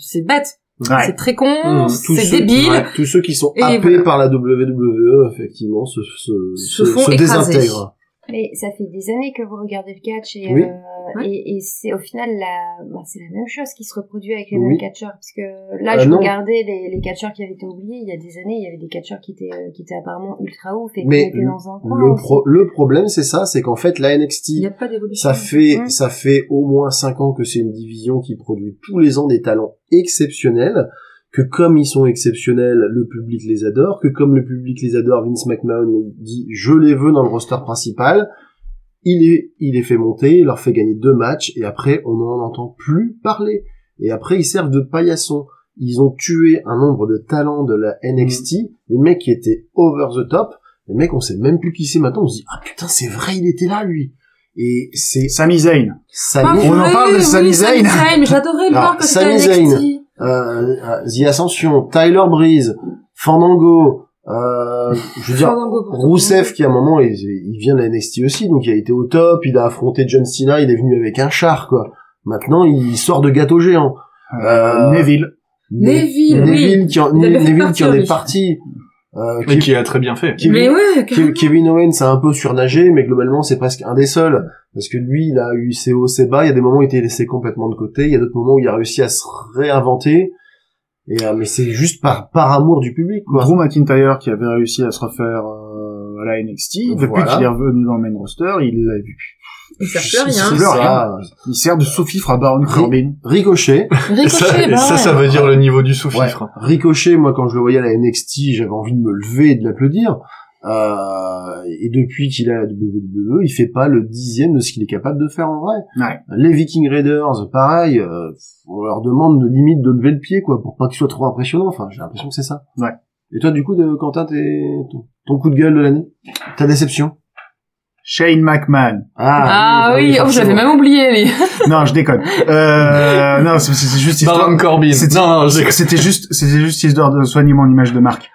[SPEAKER 4] C'est bête, c'est très con,
[SPEAKER 6] Mmh, tous
[SPEAKER 4] c'est
[SPEAKER 6] ceux qui-
[SPEAKER 4] débile,
[SPEAKER 6] ouais, tous ceux qui sont
[SPEAKER 4] Et
[SPEAKER 6] happés
[SPEAKER 4] voilà.
[SPEAKER 6] par la WWE, effectivement, se, se,
[SPEAKER 4] Se font écraser.
[SPEAKER 6] désintègrent.
[SPEAKER 7] Mais ça fait des années que vous regardez le catch et,
[SPEAKER 6] Oui.
[SPEAKER 7] euh, et, et c'est au final la, bah, c'est la même chose qui se reproduit avec les
[SPEAKER 6] Oui.
[SPEAKER 7] mêmes catcheurs parce que là
[SPEAKER 6] Ah,
[SPEAKER 7] je
[SPEAKER 6] non.
[SPEAKER 7] regardais les, les catcheurs qui avaient été oubliés il y a des années il y avait des catcheurs qui étaient euh, qui étaient apparemment ultra ouf et
[SPEAKER 6] Mais
[SPEAKER 7] qui étaient dans un coin.
[SPEAKER 6] Le, pro- le problème, c'est ça, c'est qu'en fait, la NXT,
[SPEAKER 4] Oh il n'y a pas d'évolution.
[SPEAKER 6] ça fait,
[SPEAKER 7] Mm.
[SPEAKER 6] ça fait au moins cinq ans que c'est une division qui produit tous les ans des talents exceptionnels, que comme ils sont exceptionnels, le public les adore, que comme le public les adore, Vince McMahon dit je les veux dans le roster principal, il les, il les fait monter, il leur fait gagner deux matchs, et après on n'en entend plus parler. Et après ils servent de paillassons. Ils ont tué un nombre de talents de la NXT, les mecs qui étaient over the top, les mecs on sait même plus qui c'est maintenant, on se dit ah putain c'est vrai il était là lui. Et c'est
[SPEAKER 3] Sami Zayn.
[SPEAKER 6] ça
[SPEAKER 4] Ah,
[SPEAKER 3] on en
[SPEAKER 4] oui,
[SPEAKER 3] parle de
[SPEAKER 4] oui,
[SPEAKER 3] Sami
[SPEAKER 4] Sami
[SPEAKER 3] Zayn.
[SPEAKER 4] Zayn, mais j'adorais le
[SPEAKER 6] Alors,
[SPEAKER 4] voir quand c'était
[SPEAKER 6] Sami
[SPEAKER 4] à NXT.
[SPEAKER 6] euh, euh, The Ascension, Tyler Breeze, Fandango, euh, je veux dire,
[SPEAKER 4] Fandango, pourtant.
[SPEAKER 6] Rousseff qui à un moment il, il vient de la NXT aussi, donc il a été au top, il a affronté John Cena, il est venu avec un char quoi. Maintenant il sort de gâteau géant. Euh,
[SPEAKER 3] Neville.
[SPEAKER 4] Neville, oui.
[SPEAKER 6] Neville qui en,
[SPEAKER 4] Il avait fait
[SPEAKER 6] Neville qui
[SPEAKER 4] partir,
[SPEAKER 6] en est
[SPEAKER 4] lui.
[SPEAKER 6] parti. Euh,
[SPEAKER 2] Mais
[SPEAKER 6] Kev-
[SPEAKER 2] qui a très bien fait.
[SPEAKER 6] Kevin-
[SPEAKER 4] Mais ouais,
[SPEAKER 6] Ke- Kevin Owens a un peu surnagé, mais globalement c'est presque un des seuls parce que lui il a eu ses hauts ses bas. Il y a des moments où il était laissé complètement de côté, il y a d'autres moments où il a réussi à se réinventer. Et euh, mais c'est juste par par amour du public quoi.
[SPEAKER 3] Drew McIntyre qui avait réussi à se refaire euh, à la NXT. Depuis
[SPEAKER 6] Voilà.
[SPEAKER 3] qu'il est revenu dans le main roster, il, l'a vu.
[SPEAKER 4] il sert plus à
[SPEAKER 6] C'est
[SPEAKER 4] rien.
[SPEAKER 3] hein.
[SPEAKER 6] ça.
[SPEAKER 3] il sert de sous-fifre à Baron
[SPEAKER 6] Oui.
[SPEAKER 3] Corbin.
[SPEAKER 6] Ricochet,
[SPEAKER 2] Et ça,
[SPEAKER 4] Ricochet,
[SPEAKER 2] et
[SPEAKER 4] bah
[SPEAKER 2] ça,
[SPEAKER 4] ouais.
[SPEAKER 2] ça veut dire le niveau du sous-fifre.
[SPEAKER 6] Ouais. Ricochet, moi quand je le voyais à la NXT, j'avais envie de me lever et de l'applaudir. Euh, et depuis qu'il a la WWE, il fait pas le dixième de ce qu'il est capable de faire en vrai.
[SPEAKER 3] Ouais.
[SPEAKER 6] Les Viking Raiders, pareil, euh, on leur demande de limite de lever le pied quoi, pour pas qu'ils soient trop impressionnants. Enfin, j'ai l'impression que c'est ça.
[SPEAKER 3] Ouais.
[SPEAKER 6] Et toi, du coup, de, Quentin, t'es, ton, ton coup de gueule de l'année, ta déception.
[SPEAKER 3] Shane McMahon.
[SPEAKER 4] Ah
[SPEAKER 6] bah
[SPEAKER 4] oui, oh,
[SPEAKER 6] forcément.
[SPEAKER 4] j'avais même oublié, lui.
[SPEAKER 3] non, je déconne. Euh, non, c'est- c'est juste histoire.
[SPEAKER 2] Baron Corbin.
[SPEAKER 3] C'est-
[SPEAKER 2] Non, non, j'ai-
[SPEAKER 3] C'était juste, c'était juste histoire de soigner mon image de marque.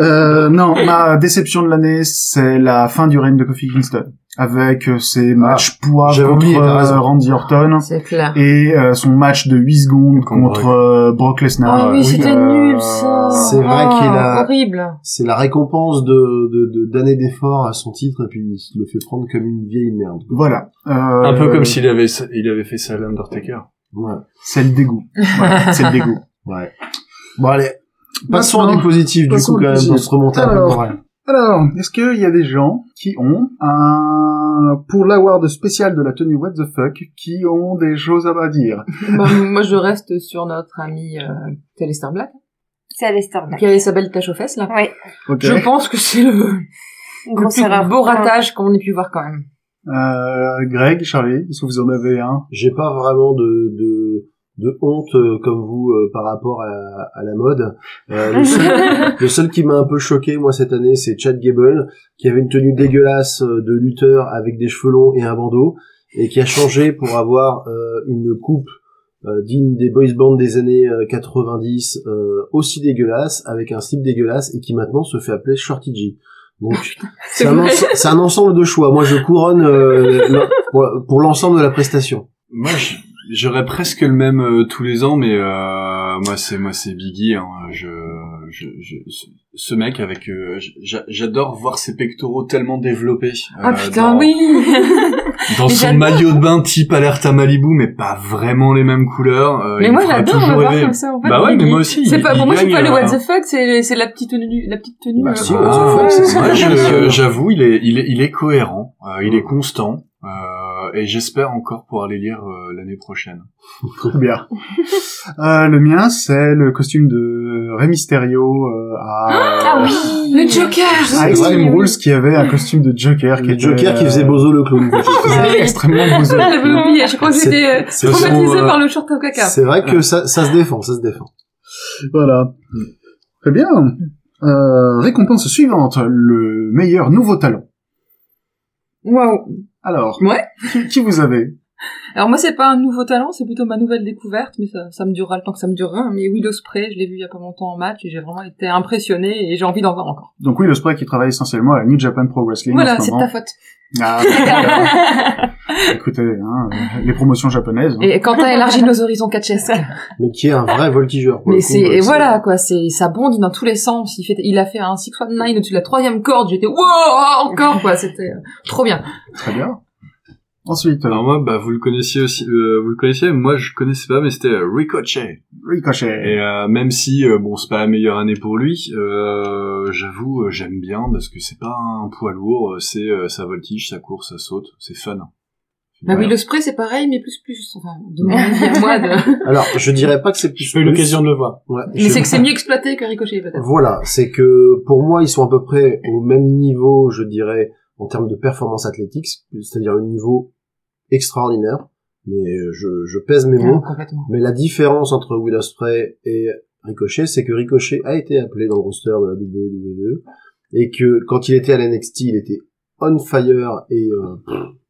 [SPEAKER 3] euh, non, ma déception de l'année, c'est la fin du règne de Kofi Kingston, avec euh, ses matchs poids
[SPEAKER 6] Ah, j'avais
[SPEAKER 3] contre
[SPEAKER 6] oublié, t'as
[SPEAKER 3] euh,
[SPEAKER 6] raison.
[SPEAKER 3] Randy Orton
[SPEAKER 4] C'est clair.
[SPEAKER 3] et euh, son match de 8 secondes
[SPEAKER 2] Contre
[SPEAKER 3] contre euh, Brock Lesnar.
[SPEAKER 4] Ah oui, c'était
[SPEAKER 3] Euh,
[SPEAKER 4] nul, ça.
[SPEAKER 6] c'est vrai
[SPEAKER 4] Ah,
[SPEAKER 6] qu'il a-
[SPEAKER 4] Horrible.
[SPEAKER 6] C'est la récompense de, de, de- d'années d'efforts à son titre, et puis il se le fait prendre comme une vieille merde.
[SPEAKER 3] Voilà. Euh,
[SPEAKER 2] Un peu comme s'il avait, il avait fait ça à l'Undertaker.
[SPEAKER 6] Ouais.
[SPEAKER 3] C'est le dégoût. Voilà, c'est le dégoût.
[SPEAKER 6] Ouais. Bon, allez. Passons
[SPEAKER 3] Maintenant,
[SPEAKER 6] à du positif, du
[SPEAKER 3] passons au
[SPEAKER 6] coup, quand même,
[SPEAKER 3] positif.
[SPEAKER 6] pour se remonter un peu le
[SPEAKER 3] Alors.
[SPEAKER 6] moral.
[SPEAKER 3] Alors, est-ce qu'il y a des gens qui ont un, pour l'award spécial de la tenue What the fuck, qui ont des choses à dire
[SPEAKER 4] Bah, moi, je reste sur notre ami euh, Callister Black,
[SPEAKER 7] C'est Aleister Black.
[SPEAKER 4] qui avait sa belle tache aux fesses, là.
[SPEAKER 7] Ouais,
[SPEAKER 3] Ok.
[SPEAKER 4] Je pense que c'est le,
[SPEAKER 7] une
[SPEAKER 4] le
[SPEAKER 7] grosse
[SPEAKER 4] plus
[SPEAKER 7] erreur.
[SPEAKER 4] beau ratage qu'on ait pu voir, quand même.
[SPEAKER 3] Euh, Greg, Charlie, est-ce que vous en avez un
[SPEAKER 6] J'ai pas vraiment de, de, de honte, euh, comme vous, euh, par rapport à, à la mode. Euh, le, seul, le seul qui m'a un peu choqué, moi, cette année, c'est Chad Gable, qui avait une tenue dégueulasse euh, de lutteur avec des cheveux longs et un bandeau, et qui a changé pour avoir euh, une coupe euh, digne des boys bands des années euh, 90, euh, aussi dégueulasse, avec un slip dégueulasse, et qui maintenant se fait appeler Shorty G. Donc, C'est un,
[SPEAKER 4] vrai.
[SPEAKER 6] ense- c'est un ensemble de choix. Moi, je couronne euh, l'en- pour, pour l'ensemble de la prestation.
[SPEAKER 2] Moi, je- j'aurais presque le même euh, tous les ans, mais euh, moi c'est moi c'est Biggie. hein. Je, je, je- ce- ce mec avec, euh, j'a- j'adore voir ses pectoraux tellement développés.
[SPEAKER 4] Ah
[SPEAKER 2] euh,
[SPEAKER 4] putain,
[SPEAKER 2] dans,
[SPEAKER 4] oui
[SPEAKER 2] Dans son
[SPEAKER 4] Mais j'adore.
[SPEAKER 2] maillot de bain type alerte à Malibu, mais pas vraiment les mêmes couleurs. euh,
[SPEAKER 4] Mais
[SPEAKER 2] il
[SPEAKER 4] moi,
[SPEAKER 2] me fera
[SPEAKER 4] j'adore
[SPEAKER 2] toujours
[SPEAKER 4] le voir
[SPEAKER 2] rêver.
[SPEAKER 4] comme ça, en fait.
[SPEAKER 2] Bah ouais, mais
[SPEAKER 4] il-
[SPEAKER 2] moi aussi.
[SPEAKER 4] C'est
[SPEAKER 2] il-
[SPEAKER 4] pas, pour
[SPEAKER 2] il
[SPEAKER 4] moi, c'est pas
[SPEAKER 2] gagne,
[SPEAKER 4] le what
[SPEAKER 2] euh,
[SPEAKER 4] the fuck, c'est, c'est la petite tenue, la petite tenue.
[SPEAKER 6] Bah,
[SPEAKER 4] euh,
[SPEAKER 6] si,
[SPEAKER 5] Ah.
[SPEAKER 4] euh,
[SPEAKER 6] what the fuck, c'est ça.
[SPEAKER 2] moi, je- j'avoue, il est, il est, il est cohérent, euh, il est
[SPEAKER 5] Mm.
[SPEAKER 2] constant, euh, et j'espère encore pouvoir les lire euh, l'année prochaine.
[SPEAKER 3] Très bien. Euh, le mien, c'est le costume de Rey Mysterio euh, à,
[SPEAKER 7] Ah oui.
[SPEAKER 4] Le Joker!
[SPEAKER 3] à Ah, Extreme
[SPEAKER 7] oui.
[SPEAKER 3] Rules, qui avait un costume de Joker.
[SPEAKER 6] Le
[SPEAKER 3] était,
[SPEAKER 6] Joker qui
[SPEAKER 3] euh,
[SPEAKER 6] faisait Bozo le clown.
[SPEAKER 3] Ouais, extrêmement beau.
[SPEAKER 4] Ah, j'avais oublié, je crois que
[SPEAKER 6] C'est-
[SPEAKER 4] j'étais euh,
[SPEAKER 6] c'est
[SPEAKER 4] traumatisée
[SPEAKER 2] son, euh,
[SPEAKER 4] par le short au caca.
[SPEAKER 6] C'est vrai que ça, ça se défend, ça se défend.
[SPEAKER 3] Voilà. Très bien. Euh, récompense suivante, le meilleur nouveau talent.
[SPEAKER 4] Waouh.
[SPEAKER 3] Alors,
[SPEAKER 4] Ouais.
[SPEAKER 3] qui, qui vous avez
[SPEAKER 4] Alors moi, c'est pas un nouveau talent, c'est plutôt ma nouvelle découverte, mais ça, ça me durera le temps que ça me durera. hein. Mais Willow Spray, je l'ai vu il y a pas longtemps en match et j'ai vraiment été impressionnée et j'ai envie d'en voir encore.
[SPEAKER 3] Donc oui, le spray qui travaille essentiellement à la New Japan Pro Wrestling en
[SPEAKER 4] voilà,
[SPEAKER 3] ce
[SPEAKER 4] c'est de
[SPEAKER 3] moment.
[SPEAKER 4] ta faute.
[SPEAKER 3] Ah, d'accord. Écoutez, hein, euh, les promotions japonaises. hein.
[SPEAKER 4] Et Quentin élargit nos horizons catchesques.
[SPEAKER 6] Mais qui est un vrai voltigeur. pour
[SPEAKER 4] Mais
[SPEAKER 6] le coup,
[SPEAKER 4] c'est
[SPEAKER 6] euh,
[SPEAKER 4] et voilà quoi, c'est ça bondit dans tous les sens. Il fait, il a fait un 619 au-dessus de la troisième corde. J'étais wow oh, encore quoi, c'était euh, trop bien.
[SPEAKER 3] Très bien. Ensuite, euh,
[SPEAKER 5] Alors moi, bah, vous le connaissiez aussi, euh, vous le connaissiez, moi je connaissais pas, mais c'était euh, Ricochet.
[SPEAKER 3] Ricochet.
[SPEAKER 5] Et euh, même si euh, bon, c'est pas la meilleure année pour lui, euh, j'avoue, euh, j'aime bien parce que c'est pas un poids lourd, euh, c'est euh, ça voltige, ça court, ça saute, c'est fun.
[SPEAKER 6] Ah
[SPEAKER 4] Bah oui,
[SPEAKER 5] Voilà.
[SPEAKER 4] le spray c'est pareil, mais plus plus. Enfin, de mon avis à moi, de-
[SPEAKER 6] Alors, je dirais pas que c'est plus.
[SPEAKER 2] J'ai eu l'occasion de le voir.
[SPEAKER 6] plus. Ouais,
[SPEAKER 4] mais
[SPEAKER 6] je-
[SPEAKER 4] c'est que c'est mieux exploité que Ricochet peut-être.
[SPEAKER 6] Voilà, c'est que pour moi, ils sont à peu près au même niveau, je dirais, en termes de performance athlétique, c'est-à-dire un niveau extraordinaire. Mais euh, je, je pèse mes mots.
[SPEAKER 4] Ah, complètement.
[SPEAKER 6] Mais la différence entre Will Ospreay et Ricochet, c'est que Ricochet a été appelé dans le roster de la WWE et que quand il était à l'NXT, il était on fire et euh,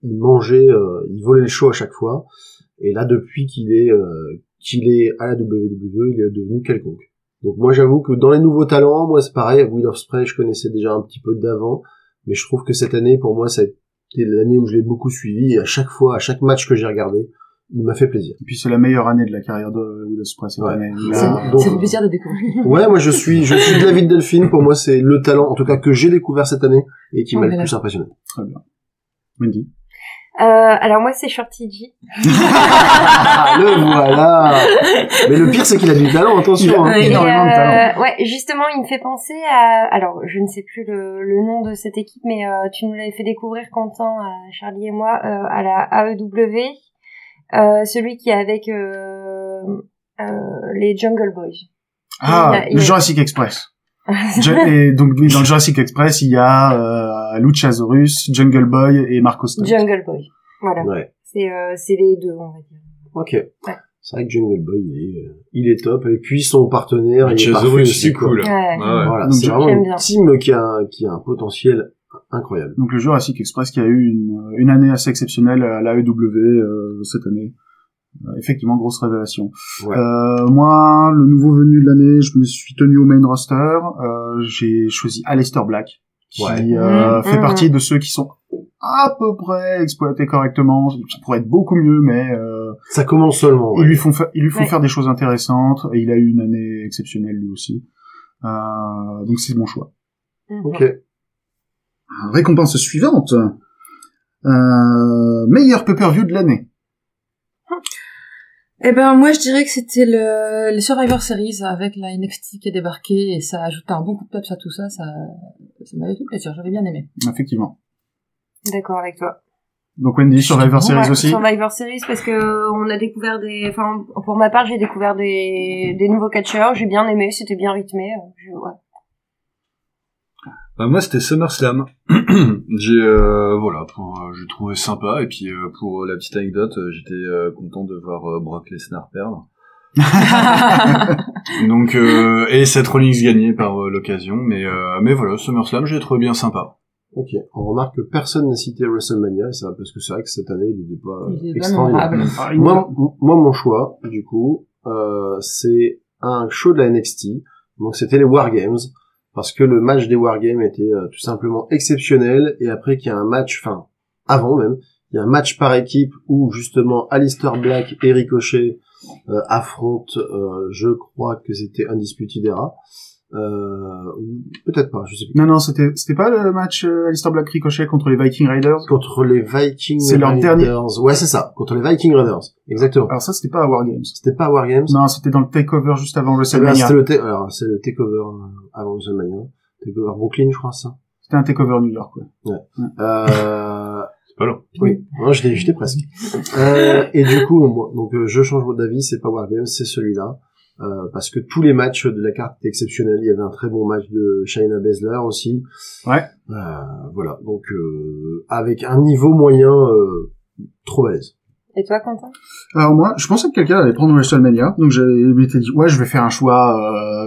[SPEAKER 6] il mangeait, euh, il volait le show à chaque fois. Et là, depuis qu'il est euh, qu'il est à la WWE, il est devenu quelconque. Donc moi, j'avoue que dans les nouveaux talents, moi c'est pareil. Will Ospreay, je connaissais déjà un petit peu d'avant, mais je trouve que cette année, pour moi, ça a été l'année où je l'ai beaucoup suivi. Et à chaque fois, à chaque match que j'ai regardé, il m'a fait plaisir.
[SPEAKER 3] Et puis c'est la meilleure année de la carrière de Will Ospreay cette
[SPEAKER 6] Ouais.
[SPEAKER 3] année. Il
[SPEAKER 4] Ça,
[SPEAKER 3] a-
[SPEAKER 6] donc-
[SPEAKER 4] ça fait plaisir de découvrir.
[SPEAKER 6] Ouais, moi je suis, je suis de l'avis de Delphine. Pour moi, c'est le talent, en tout cas, que j'ai découvert cette année et qui
[SPEAKER 4] Oh
[SPEAKER 6] m'a le
[SPEAKER 4] là là.
[SPEAKER 6] plus impressionné.
[SPEAKER 3] Wendy.
[SPEAKER 7] Euh, alors moi c'est Shorty G.
[SPEAKER 6] Ah, le voilà. Mais le pire, c'est qu'il a du talent. Attention. hein.
[SPEAKER 3] Ouais.
[SPEAKER 7] Et,
[SPEAKER 3] énormément de talent.
[SPEAKER 7] euh, Ouais, justement, il me fait penser à. Alors, je ne sais plus le, le nom de cette équipe, mais euh, tu nous l'avais fait découvrir, Quentin, à Charlie et moi, euh, à la AEW. Euh, celui qui est avec euh, euh, les Jungle Boys.
[SPEAKER 3] Ah,
[SPEAKER 7] Il a- il
[SPEAKER 3] le
[SPEAKER 7] a-
[SPEAKER 3] Jurassic Express. Ju- et donc oui, dans le Jurassic Express, il y a euh, Luchasaurus, Jungle Boy et Marco Stunt.
[SPEAKER 7] Jungle Boy. Voilà.
[SPEAKER 6] Ouais.
[SPEAKER 7] C'est euh, c'est les deux, on va dire.
[SPEAKER 6] Ok. C'est vrai que Jungle Boy, il est, euh, il est top. Et puis son partenaire, il est
[SPEAKER 5] Luchasaurus,
[SPEAKER 6] parfait aussi.
[SPEAKER 5] c'est
[SPEAKER 6] quoi.
[SPEAKER 5] cool.
[SPEAKER 7] Ouais.
[SPEAKER 5] Ouais.
[SPEAKER 6] Voilà,
[SPEAKER 3] Donc,
[SPEAKER 6] c'est
[SPEAKER 3] j'aime
[SPEAKER 6] vraiment
[SPEAKER 7] bien.
[SPEAKER 6] une team qui a, un- qui a un potentiel incroyable.
[SPEAKER 3] Donc le Jurassic Express qui a eu une, une année assez exceptionnelle à l'AEW euh, cette année. Euh, effectivement, grosse révélation.
[SPEAKER 6] Ouais.
[SPEAKER 3] Euh, moi, le nouveau venu de l'année, je me suis tenu au main roster. Euh, J'ai choisi Aleister Black, qui
[SPEAKER 6] Ouais.
[SPEAKER 3] euh,
[SPEAKER 7] Mhm.
[SPEAKER 3] fait
[SPEAKER 7] Mhm.
[SPEAKER 3] partie de ceux qui sont à peu près exploités correctement. Ça pourrait être beaucoup mieux, mais... Euh,
[SPEAKER 6] Ça commence seulement. ouais.
[SPEAKER 3] Ils lui font, fa- ils lui font
[SPEAKER 7] Ouais.
[SPEAKER 3] faire des choses intéressantes et il a eu une année exceptionnelle lui aussi. Euh, donc c'est mon choix.
[SPEAKER 7] Mhm.
[SPEAKER 6] Ok.
[SPEAKER 3] Récompense suivante. Euh, meilleur pay-per-view de l'année.
[SPEAKER 4] Eh ben moi je dirais que c'était le, les Survivor Series avec la NXT qui est débarquée et ça a ajouté un bon coup de peps à tout ça. Ça, ça m'avait fait plaisir, j'avais bien aimé.
[SPEAKER 3] Effectivement.
[SPEAKER 7] D'accord avec toi.
[SPEAKER 3] Donc Wendy, Survivor Series
[SPEAKER 7] Ouais,
[SPEAKER 3] aussi.
[SPEAKER 7] Survivor Series parce que euh, on a découvert des. Enfin, pour ma part, j'ai découvert des, des nouveaux catcheurs. J'ai bien aimé, c'était bien rythmé. euh, je- ouais.
[SPEAKER 5] Bah, moi c'était SummerSlam. j'ai euh, voilà, pour, euh, j'ai trouvé sympa et puis euh, pour la petite anecdote, euh, j'étais euh, content de voir euh, Brock Lesnar perdre. Donc euh, et Seth Rollins gagné par euh, l'occasion, mais euh, mais voilà, SummerSlam, j'ai trouvé bien sympa.
[SPEAKER 6] Ok. On remarque que personne n'a cité WrestleMania, et ça, parce que c'est vrai que cette année, il n'était pas
[SPEAKER 4] Il est vraiment
[SPEAKER 6] extraordinaire.
[SPEAKER 4] honorable.
[SPEAKER 3] Ah, il-
[SPEAKER 6] Moi, m- moi, mon choix, du coup, euh, c'est un show de la NXT. Donc, c'était les Wargames. Parce que le match des Wargames était euh, tout simplement exceptionnel. Et après qu'il y a un match, enfin, avant même, il y a un match par équipe où, justement, Alistair Black et Ricochet euh, affrontent, euh, je crois que c'était Undisputed Era. Euh, ou peut-être pas, je sais plus.
[SPEAKER 3] Non, non, c'était c'était pas le match euh, Alistair Black Ricochet contre les Viking Raiders.
[SPEAKER 6] Contre les Viking
[SPEAKER 3] C'est leur
[SPEAKER 6] Raiders.
[SPEAKER 3] dernier-
[SPEAKER 6] Ouais, c'est ça. Contre les Viking Raiders. Exactement.
[SPEAKER 3] Alors ça, c'était pas à Wargames.
[SPEAKER 6] C'était pas Wargames.
[SPEAKER 3] Non, c'était dans le takeover juste avant
[SPEAKER 6] Eh ben,
[SPEAKER 3] WrestleMania.
[SPEAKER 6] C'était le, ta- alors, c'est le takeover euh, avant WrestleMania. Takeover Brooklyn, je crois, ça.
[SPEAKER 3] C'était un takeover New York. Ouais.
[SPEAKER 6] Euh... c'est
[SPEAKER 5] pas long.
[SPEAKER 6] Oui. Non, j'étais, j'étais presque. euh, et du coup, moi, donc, euh, je change d'avis, c'est pas Wargames, c'est celui-là. Euh, parce que tous les matchs de la carte étaient exceptionnels. Il y avait un très bon match de Shayna Baszler aussi.
[SPEAKER 3] Ouais.
[SPEAKER 6] Euh, voilà. Donc, euh, avec un niveau moyen, euh, trop balèze.
[SPEAKER 7] Et toi, Quentin
[SPEAKER 3] Alors moi, je pensais que quelqu'un allait prendre WrestleMania, donc je m'étais dit ouais, je vais faire un choix,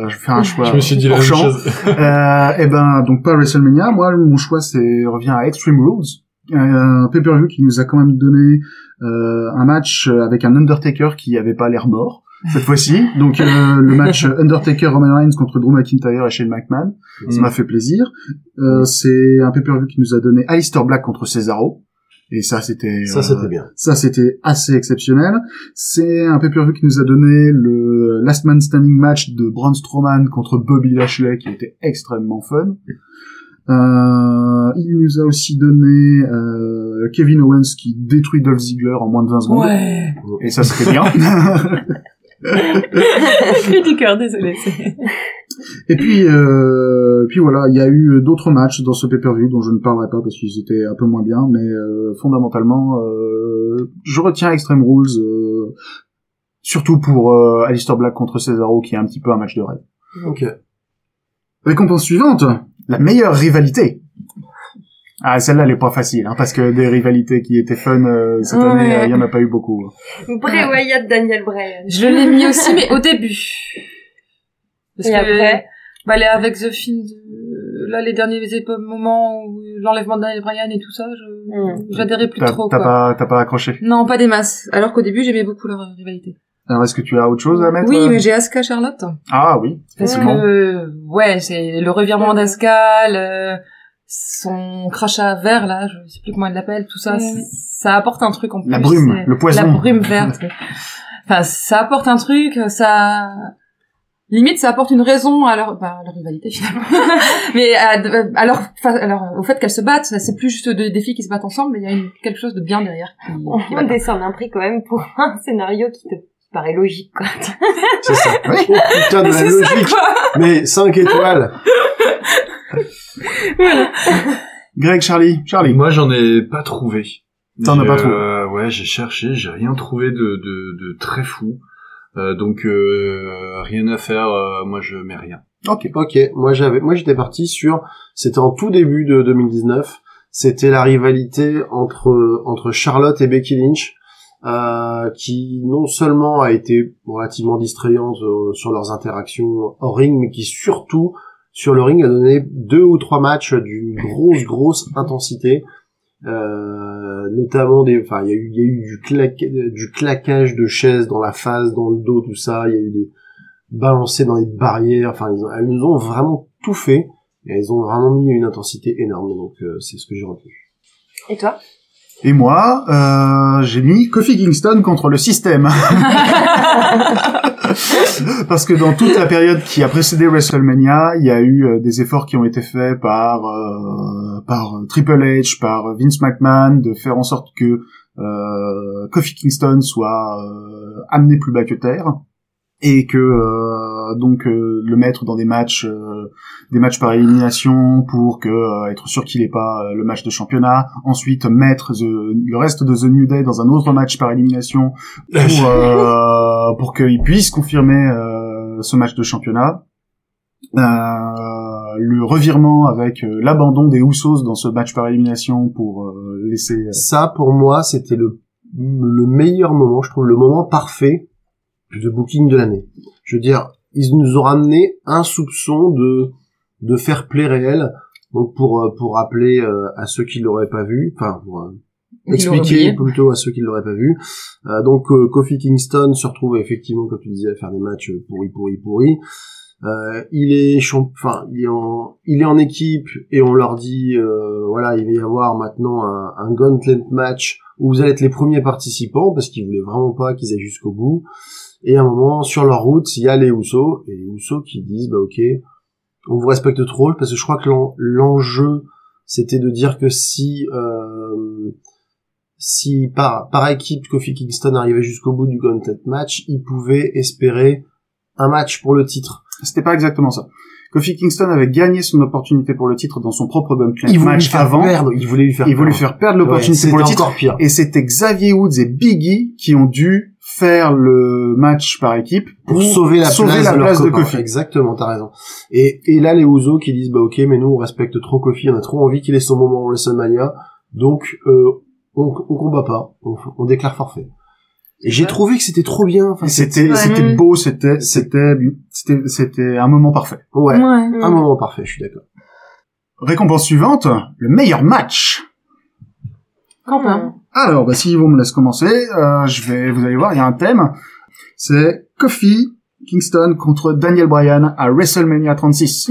[SPEAKER 3] euh, je vais faire un choix.
[SPEAKER 2] Je me suis dit la
[SPEAKER 3] hors
[SPEAKER 2] même
[SPEAKER 3] champ.
[SPEAKER 2] chose.
[SPEAKER 3] Euh, et ben donc pas WrestleMania. Moi, mon choix c'est revient à Extreme Rules, un pay-per-view qui nous a quand même donné euh, un match avec un Undertaker qui avait pas l'air mort cette fois-ci. Donc euh, le match Undertaker Roman Reigns contre Drew McIntyre et Shane McMahon, ça
[SPEAKER 2] Mm.
[SPEAKER 3] m'a fait plaisir. Euh, c'est un pay-per-view qui nous a donné Alistair Black contre Cesaro. Et ça, c'était
[SPEAKER 6] Ça,
[SPEAKER 3] euh,
[SPEAKER 6] c'était bien.
[SPEAKER 3] ça, c'était assez exceptionnel. C'est un pay-per-view qui nous a donné le Last Man Standing match de Braun Strowman contre Bobby Lashley, qui était extrêmement fun. Euh, il nous a aussi donné euh, Kevin Owens qui détruit Dolph Ziggler en moins de 20 secondes.
[SPEAKER 8] Ouais.
[SPEAKER 3] Et ça, c'était bien.
[SPEAKER 8] Cri du
[SPEAKER 4] hein,
[SPEAKER 8] cœur, désolé. c'est-
[SPEAKER 3] Et puis, euh, puis voilà, il y a eu d'autres matchs dans ce pay-per-view dont je ne parlerai pas parce qu'ils étaient un peu moins bien, mais euh, fondamentalement, euh, je retiens Extreme Rules, euh, surtout pour euh, Alistair Black contre Cesaro, qui est un petit peu un match de rêve.
[SPEAKER 6] Ok.
[SPEAKER 3] Récompense suivante, la meilleure rivalité. Ah, celle-là, elle est pas facile, hein, parce que des rivalités qui étaient fun euh, cette
[SPEAKER 7] Ouais.
[SPEAKER 3] année, euh, il y en a pas eu beaucoup.
[SPEAKER 7] Bray Wyatt, Daniel Bryan.
[SPEAKER 4] Je l'ai mis aussi, mais au début. Parce
[SPEAKER 7] Et
[SPEAKER 4] que,
[SPEAKER 7] après
[SPEAKER 4] bah, les- avec The Film, là, les derniers épo- moments où l'enlèvement de Daniel Bryan et tout ça, je,
[SPEAKER 7] Mm.
[SPEAKER 4] j'adhérais plus
[SPEAKER 3] T'as
[SPEAKER 4] trop,
[SPEAKER 3] t'as
[SPEAKER 4] quoi.
[SPEAKER 3] pas, t'as pas accroché.
[SPEAKER 4] Non, pas des masses. Alors qu'au début, j'aimais beaucoup leur rivalité.
[SPEAKER 3] Alors, est-ce que tu as autre chose à mettre euh,
[SPEAKER 4] Oui, Euh, mais j'ai Asuka Charlotte.
[SPEAKER 3] Ah oui,
[SPEAKER 4] Parce
[SPEAKER 3] effectivement.
[SPEAKER 4] que, ouais, c'est le revirement d'Asuka, le- son crachat vert, là, je sais plus comment elle l'appelle, tout ça,
[SPEAKER 7] Ouais.
[SPEAKER 4] c- ça apporte un truc en plus.
[SPEAKER 3] La brume,
[SPEAKER 4] c'est-
[SPEAKER 3] le poison.
[SPEAKER 4] La brume verte. Enfin, ça apporte un truc, ça... Limite, ça apporte une raison à leur, bah, à leur rivalité finalement. mais à, à leur, enfin, à leur- au fait qu'elles se battent, c'est plus juste des, des filles qui se battent ensemble, mais il y a une- quelque chose de bien derrière. qui- qui va
[SPEAKER 7] On descend un prix quand même pour un scénario qui te paraît logique, quoi.
[SPEAKER 6] C'est ça.
[SPEAKER 3] Oui.
[SPEAKER 6] Oh, putain de la
[SPEAKER 8] C'est ça,
[SPEAKER 6] logique.
[SPEAKER 8] quoi.
[SPEAKER 6] Mais 5 étoiles.
[SPEAKER 3] Greg, Charlie, Charlie.
[SPEAKER 2] Moi, j'en ai pas trouvé.
[SPEAKER 3] T'en as
[SPEAKER 2] J'ai,
[SPEAKER 3] pas trouvé.
[SPEAKER 2] euh, ouais, j'ai cherché, j'ai rien trouvé de, de, de très fou. Euh, donc euh, rien à faire. euh, moi, je mets rien.
[SPEAKER 3] Ok.
[SPEAKER 6] Ok, moi j'avais, moi j'étais parti sur, c'était en tout début de 2019, c'était la rivalité entre entre Charlotte et Becky Lynch, euh, qui non seulement a été relativement distrayante euh, sur leurs interactions hors ring, mais qui surtout sur le ring a donné deux ou trois matchs d'une grosse grosse intensité, euh, notamment des, enfin il y a eu il y a eu du claque, du claquage de chaises dans la face, dans le dos, tout ça, il y a eu des balancées dans les barrières. Enfin, ils ont- elles nous ont vraiment tout fait. Et elles ont vraiment mis une intensité énorme. Donc, euh, c'est ce que j'ai retenu.
[SPEAKER 7] Et toi
[SPEAKER 3] Et moi, euh, j'ai mis Kofi Kingston contre le système. Parce que dans toute la période qui a précédé WrestleMania, il y a eu euh, des efforts qui ont été faits par euh, par euh, Triple H, par Vince McMahon, de faire en sorte que euh, Kofi Kingston soit euh, amené plus bas que terre et que euh, donc euh, le mettre dans des matchs euh, des matchs par élimination pour que euh, être sûr qu'il n'ait pas euh, le match de championnat ensuite mettre the- le reste de The New Day dans un autre match par élimination pour euh, pour qu'il puisse confirmer euh, ce match de championnat Euh, le revirement avec euh, l'abandon des Usos dans ce match par élimination pour euh, laisser euh,
[SPEAKER 6] Ça, pour moi, c'était le, le meilleur moment. Je trouve le moment parfait de booking de l'année. Je veux dire, ils nous ont ramené un soupçon de, de fair play réel. Donc, pour, euh, pour rappeler euh, à ceux qui l'auraient pas vu, enfin, pour, euh,
[SPEAKER 4] Ils l'auraient
[SPEAKER 6] expliquer
[SPEAKER 4] oublié.
[SPEAKER 6] plutôt à ceux qui l'auraient pas vu. Euh, donc euh, Kofi Kingston se retrouve effectivement, comme tu disais, à faire des matchs euh, pourris, pourris, pourris. Euh, il est champ- enfin il est en il est en équipe et on leur dit euh, voilà il va y avoir maintenant un, un gauntlet match où vous allez être les premiers participants parce qu'ils voulaient vraiment pas qu'ils aient jusqu'au bout et à un moment sur leur route il y a les Housseaux et les Housseaux qui disent bah ok on vous respecte trop parce que je crois que l'en- l'enjeu c'était de dire que si euh, si par, par équipe Kofi Kingston arrivait jusqu'au bout du Gauntlet match, il pouvait espérer un match pour le titre.
[SPEAKER 3] C'était pas exactement ça. Kofi Kingston avait gagné son opportunité pour le titre dans son propre Gauntlet
[SPEAKER 6] Il voulait lui
[SPEAKER 3] match
[SPEAKER 6] faire
[SPEAKER 3] avant.
[SPEAKER 6] perdre, il voulait lui faire
[SPEAKER 3] Il voulait
[SPEAKER 6] perdre.
[SPEAKER 3] faire perdre
[SPEAKER 6] Ouais,
[SPEAKER 3] l'opportunité
[SPEAKER 6] c'était
[SPEAKER 3] pour le titre.
[SPEAKER 6] encore pire.
[SPEAKER 3] Et c'était Xavier Woods et Biggie qui ont dû faire le match par équipe
[SPEAKER 6] pour sauver la
[SPEAKER 3] sauver
[SPEAKER 6] place,
[SPEAKER 3] la
[SPEAKER 6] de, leur
[SPEAKER 3] place de
[SPEAKER 6] copain.
[SPEAKER 3] Kofi.
[SPEAKER 6] Exactement, t'as raison. Et, et là, les Ouzo qui disent, bah ok, mais nous, on respecte trop Kofi, on a trop envie qu'il ait son moment en WrestleMania, donc euh, on, on combat pas, on, on déclare forfait. Et j'ai trouvé que c'était trop bien. Enfin, c'est-
[SPEAKER 2] C'était,
[SPEAKER 8] Ouais.
[SPEAKER 2] c'était beau, c'était, c'était, c'était, c'était un moment parfait.
[SPEAKER 6] ouais.
[SPEAKER 8] Ouais.
[SPEAKER 6] Un moment parfait, je suis d'accord.
[SPEAKER 3] Récompense suivante, le meilleur match.
[SPEAKER 8] Quentin.
[SPEAKER 3] Alors, bah, si vous me laissez commencer, euh, je vais, vous allez voir, il y a un thème. C'est Kofi Kingston contre Daniel Bryan à WrestleMania 36.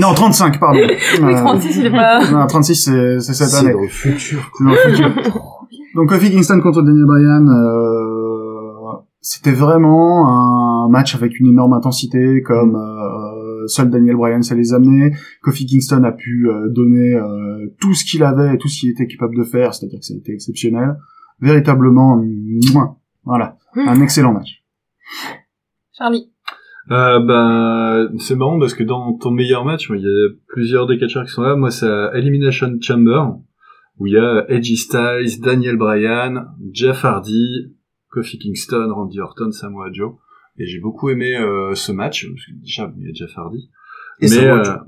[SPEAKER 3] non, 35, pardon.
[SPEAKER 8] Oui,
[SPEAKER 3] Euh,
[SPEAKER 8] 36, il est pas...
[SPEAKER 3] non, 36, c'est c'est cette
[SPEAKER 6] C'est
[SPEAKER 3] année.
[SPEAKER 6] dans le futur.
[SPEAKER 3] C'est dans le futur. Donc, Kofi Kingston contre Daniel Bryan, euh, c'était vraiment un match avec une énorme intensité, comme euh, seul Daniel Bryan sait les amener. Kofi Kingston a pu euh, donner euh, tout ce qu'il avait et tout ce qu'il était capable de faire, c'est-à-dire que ça a été exceptionnel. Véritablement, mouah, voilà, un excellent match.
[SPEAKER 8] Charlie.
[SPEAKER 5] Euh, bah, c'est marrant parce que dans ton meilleur match, il y a plusieurs des catcheurs qui sont là. Moi, c'est à Elimination Chamber, où il y a Edgy Styles, Daniel Bryan, Jeff Hardy, Kofi Kingston, Randy Orton, Samoa Joe. Et j'ai beaucoup aimé euh, ce match, parce que déjà, il y a Jeff Hardy.
[SPEAKER 6] Et Samoa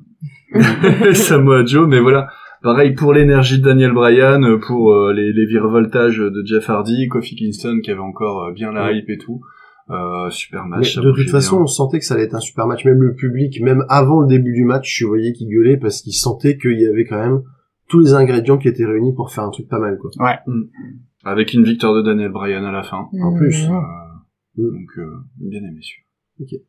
[SPEAKER 5] euh, Samoa Joe, mais voilà. Pareil pour l'énergie de Daniel Bryan, pour euh, les, les virevoltages de Jeff Hardy, Kofi Kingston qui avait encore euh, bien la
[SPEAKER 6] Ouais.
[SPEAKER 5] hype et tout. Euh, super
[SPEAKER 6] Mais
[SPEAKER 5] match. ça
[SPEAKER 6] de
[SPEAKER 5] bougeait
[SPEAKER 6] toute façon,
[SPEAKER 5] bien.
[SPEAKER 6] on sentait que ça allait être un super match. Même le public, même avant le début du match, je voyais qu'il gueulait parce qu'il sentait qu'il y avait quand même tous les ingrédients qui étaient réunis pour faire un truc pas mal, quoi.
[SPEAKER 5] Avec une victoire de Daniel Bryan à la fin.
[SPEAKER 9] Mm.
[SPEAKER 6] En plus.
[SPEAKER 5] Euh,
[SPEAKER 3] Mm.
[SPEAKER 5] donc, euh, bien aimé celui